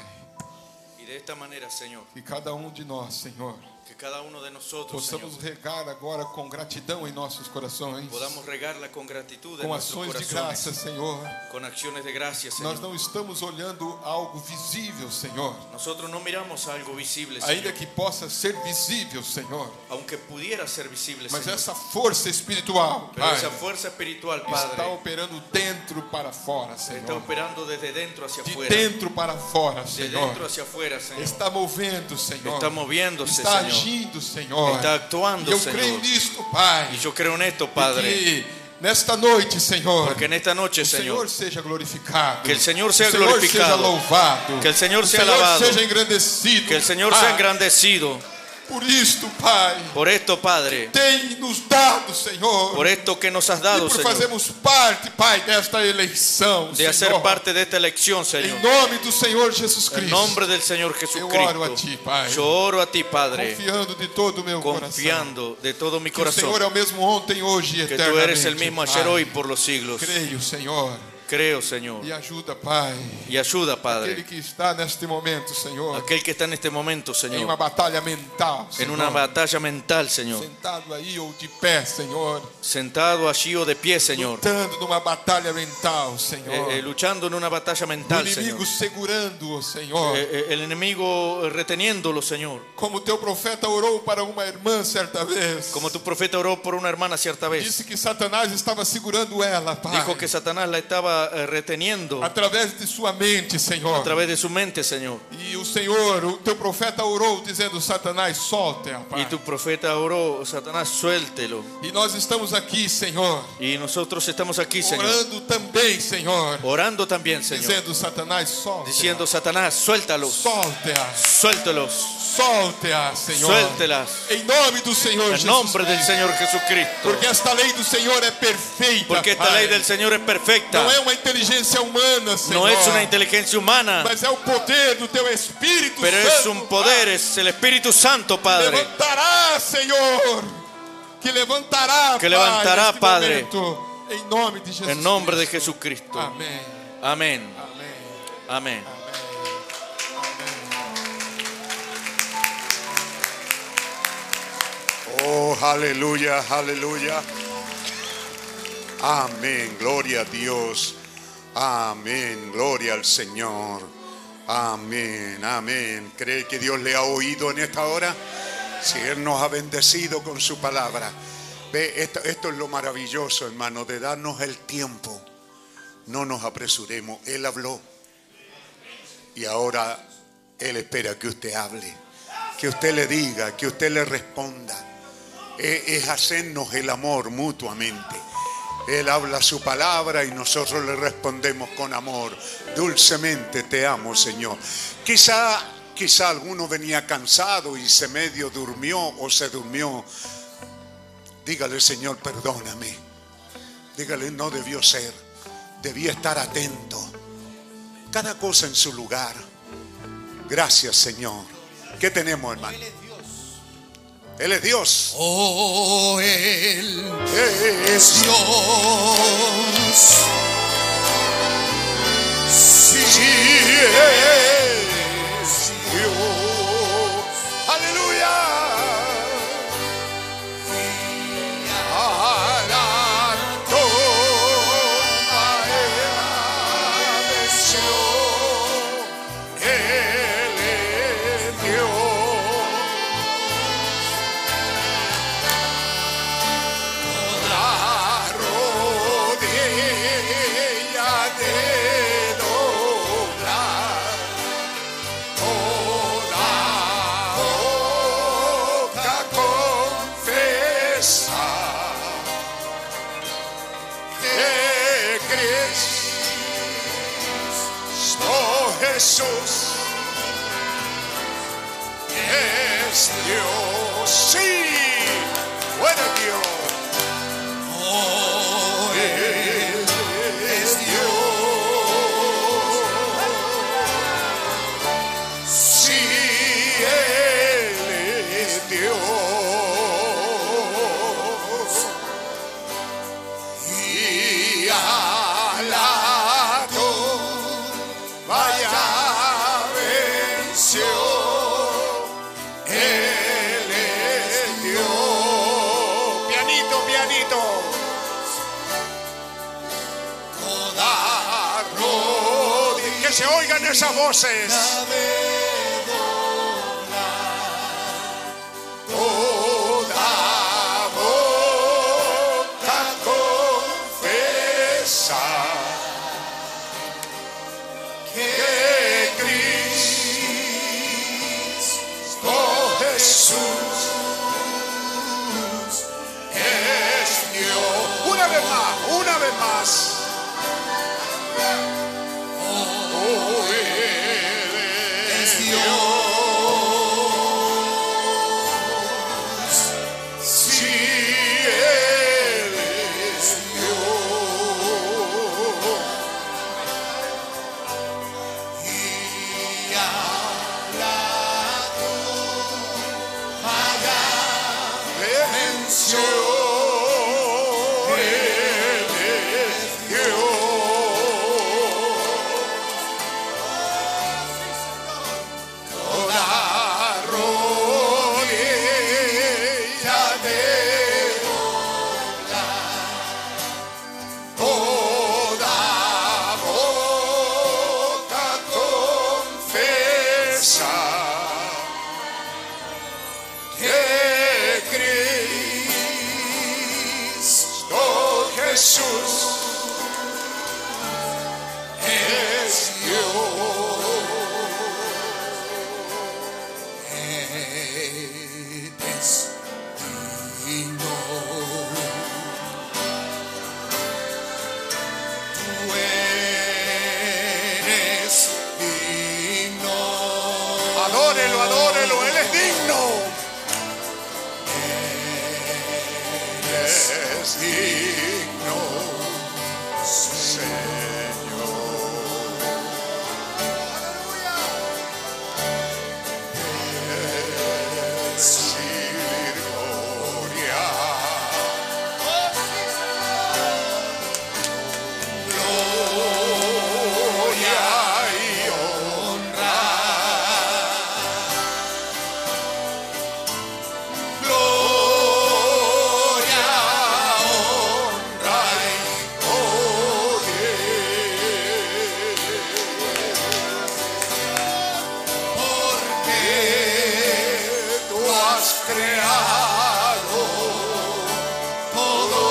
Speaker 4: Y de esta manera, Señor,
Speaker 5: que cada um de nós, Senhor,
Speaker 4: que cada uno de nosotros Señor,
Speaker 5: possamos regar agora com gratidão em nossos corações,
Speaker 4: podamos regarla con gratitud
Speaker 5: com
Speaker 4: en nuestros
Speaker 5: ações de
Speaker 4: corazones,
Speaker 5: graça, Senhor.
Speaker 4: con acciones de gracia, Señor.
Speaker 5: Nós não estamos olhando algo visível, Senhor,
Speaker 4: Nosotros no miramos algo visible,
Speaker 5: ainda
Speaker 4: Señor,
Speaker 5: que possa ser visível, Senhor,
Speaker 4: aunque pudiera ser visible,
Speaker 5: mas
Speaker 4: Señor.
Speaker 5: essa força espiritual,
Speaker 4: Pero
Speaker 5: Pai,
Speaker 4: esa fuerza espiritual,
Speaker 5: está
Speaker 4: é Padre,
Speaker 5: operando dentro para fora,
Speaker 4: está
Speaker 5: Senhor.
Speaker 4: operando desde dentro hacia
Speaker 5: De
Speaker 4: afuera.
Speaker 5: dentro para fora,
Speaker 4: De
Speaker 5: Senhor.
Speaker 4: dentro hacia afuera, Señor.
Speaker 5: Está movendo, Senhor.
Speaker 4: Está moviéndose,
Speaker 5: Está
Speaker 4: Señor.
Speaker 3: agindo, Senhor.
Speaker 4: Está
Speaker 3: e
Speaker 4: actuando,
Speaker 3: eu
Speaker 4: Senhor.
Speaker 3: creio nisto, Pai.
Speaker 4: Y yo creo en esto,
Speaker 3: E
Speaker 4: Padre,
Speaker 3: que nesta noite, Senhor,
Speaker 4: porque en esta
Speaker 3: que
Speaker 4: noche,
Speaker 3: o Senhor
Speaker 4: Señor,
Speaker 3: seja glorificado.
Speaker 4: Que o Senhor seja
Speaker 3: o Senhor seja
Speaker 4: glorificado.
Speaker 3: louvado.
Speaker 4: Que o Senhor
Speaker 3: o
Speaker 4: seja
Speaker 3: Senhor
Speaker 4: alabado.
Speaker 3: seja engrandecido.
Speaker 4: que el Señor
Speaker 3: Pai,
Speaker 4: sea engrandecido.
Speaker 3: Por isto, Pai,
Speaker 4: Por esto, Padre,
Speaker 3: tem nos dado, Senhor.
Speaker 4: por esto que nos has
Speaker 3: e
Speaker 4: dado,
Speaker 3: por
Speaker 4: Señor,
Speaker 3: fazermos parte, Pai, desta eleição,
Speaker 4: de hacer
Speaker 3: Senhor.
Speaker 4: parte de esta elección, Señor.
Speaker 3: Em nome do Senhor Jesus
Speaker 4: En
Speaker 3: Cristo.
Speaker 4: nombre del Señor
Speaker 3: Eu oro a ti, Pai.
Speaker 4: Jesucristo, yo oro a ti, Padre,
Speaker 3: Confiando de todo o meu coração.
Speaker 4: confiando de todo mi
Speaker 3: Que o Senhor
Speaker 4: corazón
Speaker 3: é o mesmo ontem, hoje e
Speaker 4: que
Speaker 3: eternamente.
Speaker 4: tú eres el mismo ayer,
Speaker 3: Pai.
Speaker 4: hoy, por los siglos.
Speaker 3: Creio, Senhor,
Speaker 4: Creo, Señor,
Speaker 3: e ajuda, Pai.
Speaker 4: y ayuda,
Speaker 3: Aquele
Speaker 4: Padre,
Speaker 3: que está neste momento, Senhor,
Speaker 4: aquel que está en este momento,
Speaker 3: em uma
Speaker 4: Señor,
Speaker 3: batalha mental,
Speaker 4: en
Speaker 3: Senhor,
Speaker 4: una batalla mental, Señor,
Speaker 3: sentado aí ou de pé, Senhor,
Speaker 4: sentado allí o de pie, Señor,
Speaker 3: lutando numa batalha mental,
Speaker 4: eh,
Speaker 3: Senhor,
Speaker 4: eh, luchando en una batalla
Speaker 3: o
Speaker 4: mental, Señor,
Speaker 3: inimigo segurando-o, Senhor,
Speaker 4: Eh, eh, el enemigo eh, reteniéndolo, Señor.
Speaker 3: como teu profeta orou para uma irmã certa vez,
Speaker 4: Como tu profeta oró por una hermana cierta vez.
Speaker 3: disse que Satanás estava segurando ela, Pai,
Speaker 4: Dijo que Satanás la estaba eh, reteniendo a
Speaker 3: através de sua mente, Senhor,
Speaker 4: través de su mente, Señor.
Speaker 3: e o Senhor, o teu profeta orou dizendo, Satanás, solta, Pai,
Speaker 4: Y tu profeta oró, Satanás, suéltelo.
Speaker 3: e nós estamos aqui, Senhor,
Speaker 4: Y nosotros estamos aquí, Señor,
Speaker 3: orando também, Senhor,
Speaker 4: orando también, Señor,
Speaker 3: dizendo Satanás solta
Speaker 4: diciendo, Satanás, suéltalos,
Speaker 3: solta
Speaker 4: suéltalos,
Speaker 3: solta Senhor
Speaker 4: suéltelas.
Speaker 3: em nome do Senhor
Speaker 4: En
Speaker 3: Jesus
Speaker 4: nombre del Señor Jesucristo.
Speaker 3: porque esta lei do Senhor é perfeita
Speaker 4: Porque esta
Speaker 3: Pai.
Speaker 4: ley del Señor es perfecta.
Speaker 3: não é uma inteligência humana Senhor
Speaker 4: No es una inteligencia humana,
Speaker 3: mas é o poder do teu Espírito
Speaker 4: pero
Speaker 3: Santo
Speaker 4: es un poder, es el Espíritu Santo,
Speaker 3: Pai.
Speaker 4: Padre.
Speaker 3: levantará Senhor que levantará
Speaker 4: Que levantará,
Speaker 3: neste
Speaker 4: Padre.
Speaker 3: momento, em nome de Jesus
Speaker 4: En nombre de
Speaker 3: Cristo.
Speaker 4: Jesucristo.
Speaker 3: Amém
Speaker 4: Amén.
Speaker 3: Amém
Speaker 4: Amén.
Speaker 2: Oh, aleluya, aleluya. Amén, gloria a Dios. Amén, gloria al Señor. Amén, amén. ¿Cree que Dios le ha oído en esta hora? Si Él nos ha bendecido con su palabra. Ve, esto, esto es lo maravilloso, hermano, de darnos el tiempo. No nos apresuremos. Él habló. Y ahora Él espera que usted hable, que usted le diga, que usted le responda. E- Es hacernos el amor mutuamente. Él habla su palabra y nosotros le respondemos con amor. Dulcemente te amo, Señor. Quizá, quizá alguno venía cansado y se medio durmió o se durmió. Dígale, Señor, perdóname. Dígale, no debió ser. Debí estar atento cada cosa en su lugar. Gracias, Señor. ¿Qué tenemos, hermano? Él es Dios.
Speaker 1: Oh, Él
Speaker 2: Eh, eh, eh.
Speaker 1: es Dios.
Speaker 2: Sí, es Dios. Aleluya. Alato maestro, Él es Dios. La rodilla de doblar toda boca confesar que Cristo Jesús es Dios, sí, bueno Dios,
Speaker 1: Oh, Él es
Speaker 2: sí, Él es Dios. y alado vaya venció él es Dios pianito pianito toda rodilla que se oigan esas voces toda boca confesar que Cristo Jesús Jesús es Dios. Una vez más, una vez más. Oh, Él es Dios. Sí, Él es Dios. venció. Él es Dios. Toda rodilla dobla, toda boca confesa que Cristo Jesús é es Dios. Eres digno. Tú eres digno. Adórelo, adórelo, Él es digno. es digno, Señor. Decir gloria. Gloria y honra. Gloria, honra y poder. Porque tú has creado todo,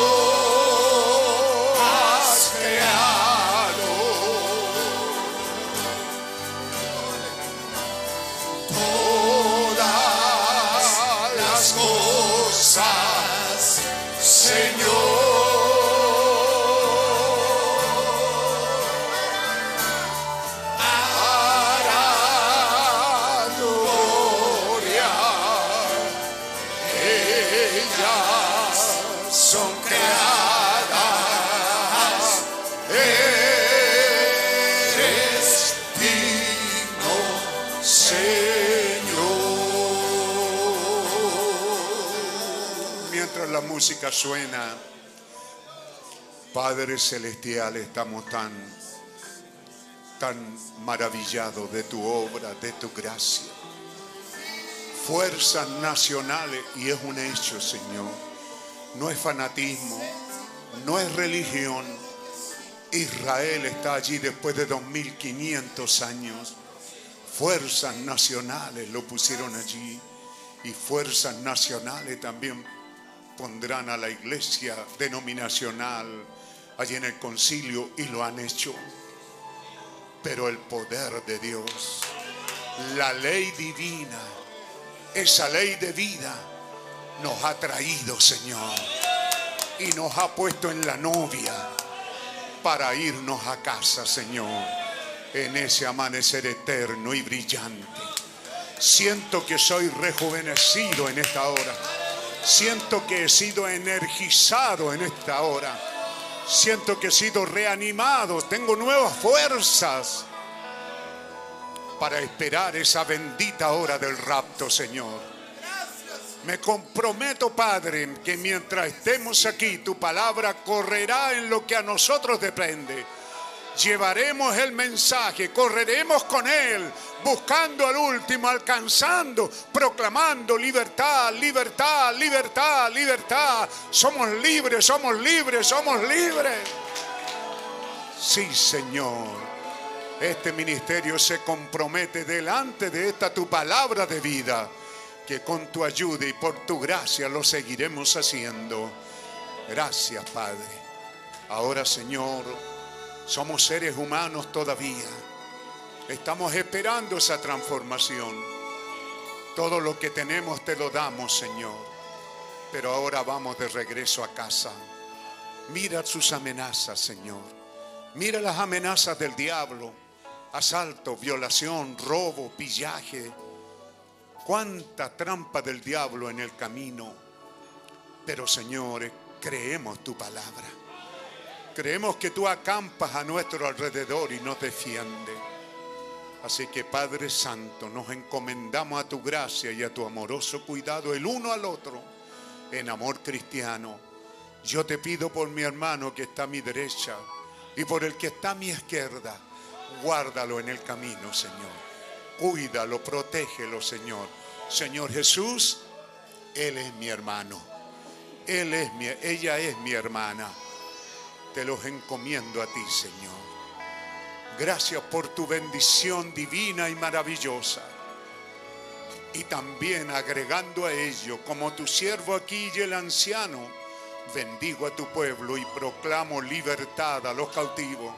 Speaker 2: has creado todas las cosas, Señor. Para tu gloria, ellas son creadas. Eres digno. Señor. Mientras la música suena, Padre Celestial, estamos tan, tan maravillados de tu obra, de tu gracia. Fuerzas nacionales, y es un hecho, Señor, no es fanatismo, no es religión. Israel está allí después de 2500 años fuerzas nacionales lo pusieron allí y fuerzas nacionales también pondrán a la iglesia denominacional allí en el concilio y lo han hecho. Pero el poder de Dios, la ley divina, esa ley de vida nos ha traído, Señor, y nos ha puesto en la novia para irnos a casa, Señor, en ese amanecer eterno y brillante. Siento que soy rejuvenecido en esta hora. Siento que he sido energizado en esta hora. Siento que he sido reanimado. Tengo nuevas fuerzas para esperar esa bendita hora del rapto, Señor. Me comprometo, Padre, que mientras estemos aquí, tu palabra correrá en lo que a nosotros depende. Llevaremos el mensaje, correremos con él, buscando al último, alcanzando, proclamando libertad, libertad, libertad, libertad. Somos libres, somos libres, somos libres. Sí, Señor. Este ministerio se compromete delante de esta tu palabra de vida, que con tu ayuda y por tu gracia lo seguiremos haciendo. Gracias, Padre. Ahora, Señor, somos seres humanos todavía. Estamos esperando esa transformación. Todo lo que tenemos te lo damos, Señor. Pero ahora vamos de regreso a casa. Mira sus amenazas, Señor. Mira las amenazas del diablo. Asalto, violación, robo, pillaje. Cuánta trampa del diablo en el camino. Pero, Señor, creemos tu palabra. Creemos que tú acampas a nuestro alrededor y nos defiende. Así que Padre Santo, nos encomendamos a tu gracia y a tu amoroso cuidado el uno al otro en amor cristiano. Yo te pido por mi hermano que está a mi derecha y por el que está a mi izquierda, guárdalo en el camino, Señor. Cuídalo, protégelo, Señor. Señor Jesús, Él es mi hermano. Él es mi, ella es mi hermana te los encomiendo a ti, Señor. Gracias por tu bendición divina y maravillosa. Y también agregando a ello, como tu siervo aquí y el anciano, bendigo a tu pueblo y proclamo libertad a los cautivos.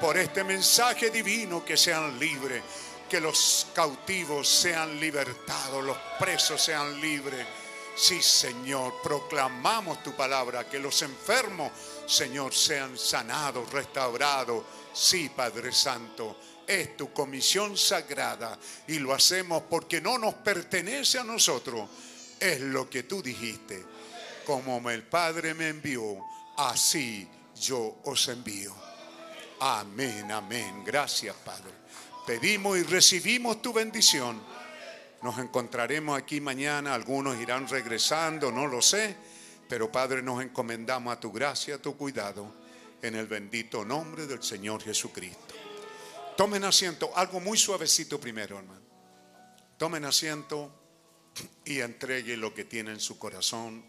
Speaker 2: Por este mensaje divino que sean libres, que los cautivos sean libertados, los presos sean libres. Sí, Señor, proclamamos tu palabra, que los enfermos, Señor, sean sanados, restaurados. Sí, Padre Santo, es tu comisión sagrada y lo hacemos porque no nos pertenece a nosotros. Es lo que tú dijiste. Como el Padre me envió, así yo os envío. Amén, amén. Gracias, Padre. Pedimos y recibimos tu bendición. Nos encontraremos aquí mañana, algunos irán regresando, no lo sé, pero Padre, nos encomendamos a tu gracia, a tu cuidado, en el bendito nombre del Señor Jesucristo. Tomen asiento, algo muy suavecito primero, hermano. Tomen asiento y entregue lo que tiene en su corazón,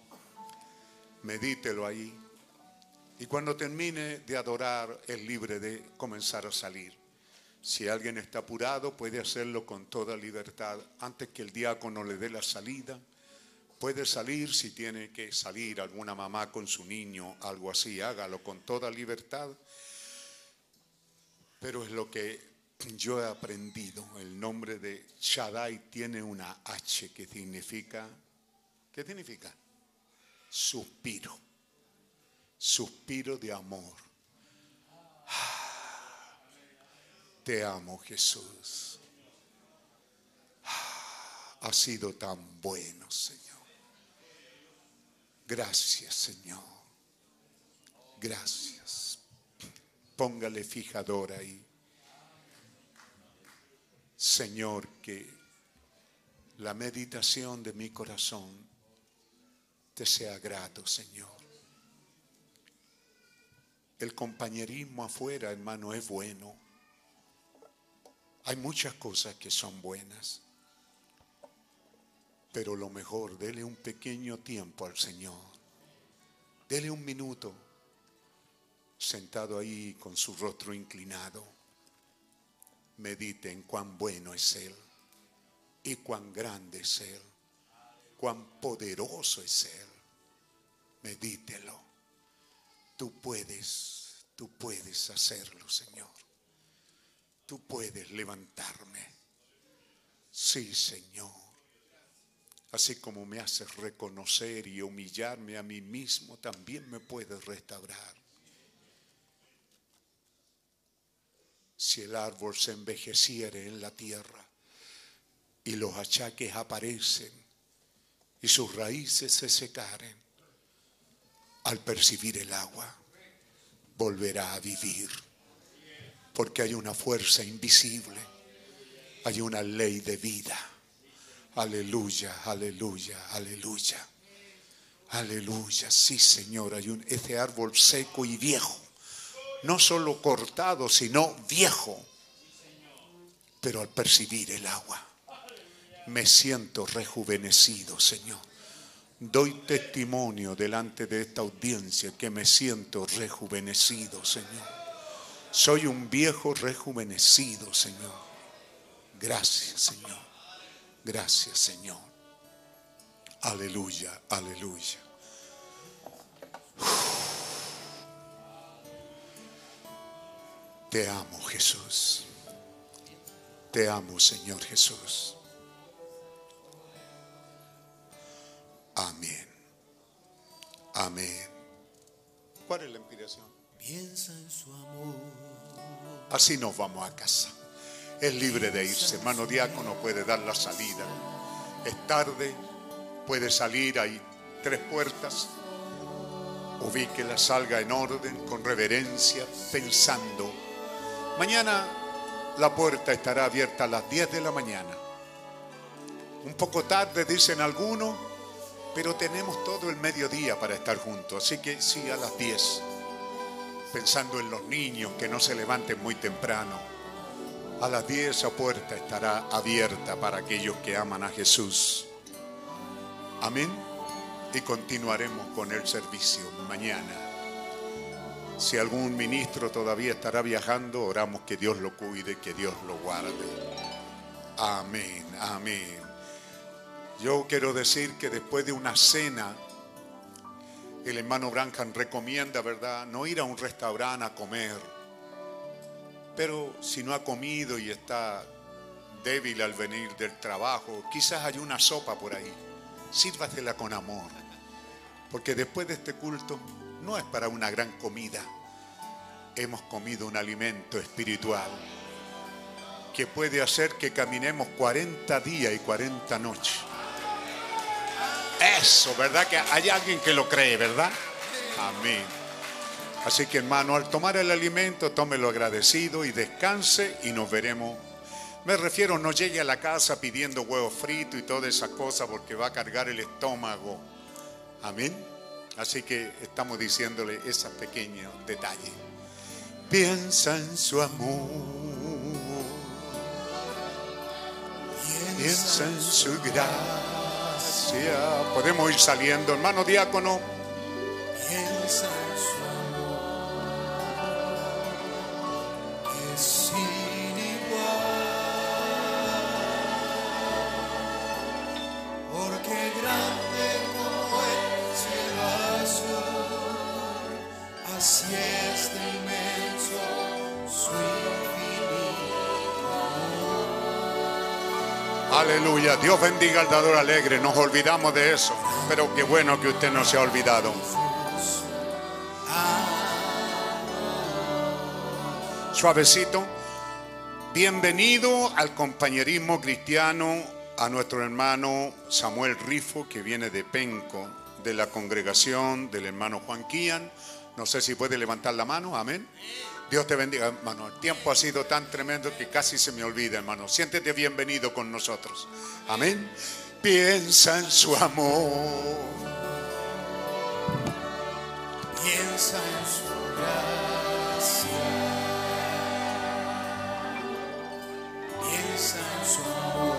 Speaker 2: medítelo ahí. Y cuando termine de adorar, es libre de comenzar a salir. Si alguien está apurado, puede hacerlo con toda libertad. Antes que el diácono le dé la salida, puede salir si tiene que salir alguna mamá con su niño, algo así, hágalo con toda libertad. Pero es lo que yo he aprendido. El nombre de Shaddai tiene una H que significa, ¿qué significa? Suspiro. Suspiro de amor. Te amo, Jesús. Ha sido tan bueno, Señor. Gracias, Señor. Gracias. Póngale fijador ahí. Señor, que la meditación de mi corazón te sea grato, Señor. El compañerismo afuera, hermano, es bueno. Hay muchas cosas que son buenas, pero lo mejor, dele un pequeño tiempo al Señor. Dele un minuto sentado ahí con su rostro inclinado. Medite en cuán bueno es Él y cuán grande es Él, cuán poderoso es Él. Medítelo. Tú puedes, tú puedes hacerlo, Señor tú puedes levantarme. Sí, Señor. Así como me haces reconocer y humillarme a mí mismo, también me puedes restaurar. Si el árbol se envejeciere en la tierra y los achaques aparecen y sus raíces se secaren, al percibir el agua, volverá a vivir porque hay una fuerza invisible, hay una ley de vida. Aleluya, aleluya, aleluya. Aleluya, sí Señor, hay un, este árbol seco y viejo, no solo cortado, sino viejo. Pero al percibir el agua, me siento rejuvenecido, Señor. Doy testimonio delante de esta audiencia que me siento rejuvenecido, Señor. Soy un viejo rejuvenecido, Señor. Gracias, Señor. Gracias, Señor. Aleluya, aleluya. Uf. Te amo, Jesús. Te amo, Señor Jesús. Amén. ¿Cuál es la inspiración?
Speaker 1: Piensa en su amor.
Speaker 2: Así nos vamos a casa. Es libre de irse. Hermano diácono puede dar la salida. Es tarde, puede salir, hay tres puertas. Ubíquela, salga en orden, con reverencia, pensando. Mañana la puerta estará abierta a las 10 de la mañana. Un poco tarde, dicen algunos, pero tenemos todo el mediodía para estar juntos. Así que sí, a las 10 pensando en los niños que no se levanten muy temprano. A las 10 esa puerta estará abierta para aquellos que aman a Jesús. Amén. Y continuaremos con el servicio mañana. Si algún ministro todavía estará viajando, oramos que Dios lo cuide, que Dios lo guarde. Amén, amén. Yo quiero decir que después de una cena el hermano Branham recomienda, ¿verdad?, no ir a un restaurante a comer. Pero si no ha comido y está débil al venir del trabajo, quizás hay una sopa por ahí. Sírvatela con amor. Porque después de este culto no es para una gran comida. Hemos comido un alimento espiritual que puede hacer que caminemos 40 días y 40 noches. Eso, ¿verdad? Que hay alguien que lo cree, ¿verdad? Amén. Así que hermano, al tomar el alimento, tómelo agradecido y descanse y nos veremos. Me refiero, no llegue a la casa pidiendo huevo frito y toda esa cosa porque va a cargar el estómago. Amén. Así que estamos diciéndole esos pequeños detalles. Piensa en su amor. Piensa en su gracia. Gracias. Podemos ir saliendo, hermano diácono.
Speaker 1: Piensa en su amor. Es sin igual. Porque grande como él será su amor. Así es de inmenso su infinito amor.
Speaker 2: Aleluya. Dios bendiga al dador alegre. Nos olvidamos de eso. Pero qué bueno que usted no se ha olvidado. Suavecito. Bienvenido al compañerismo cristiano a nuestro hermano Samuel Rifo, que viene de Penco, de la congregación del hermano Juan Kian. No sé si puede levantar la mano. Amén. Dios te bendiga, hermano. El tiempo ha sido tan tremendo que casi se me olvida, hermano. Siéntete bienvenido con nosotros. Amén. Piensa en su amor.
Speaker 1: Piensa en su gracia. Piensa en su amor.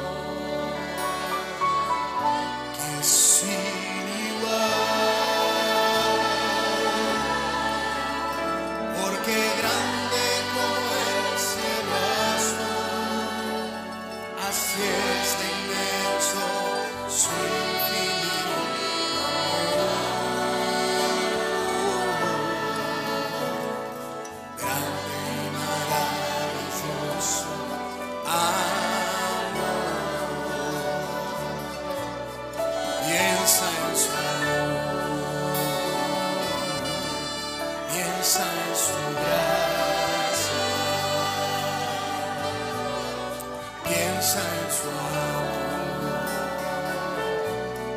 Speaker 1: Que es sin igual. Porque grande como el cielo azul, así es de inmenso su infinito grande y maravilloso amor. Piensa en su amor, piensa en su gracia, piensa en su amor,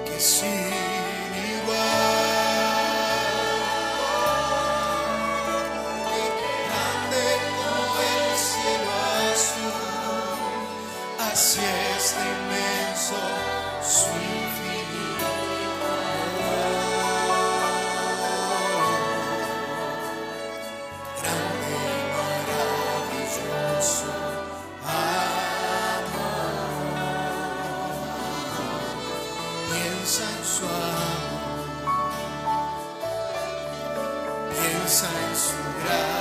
Speaker 1: que sin igual. Grande como el cielo azul, así es de inmenso su infinito amor. Grande y maravilloso amor, piensa en su amor, piensa en su gracia.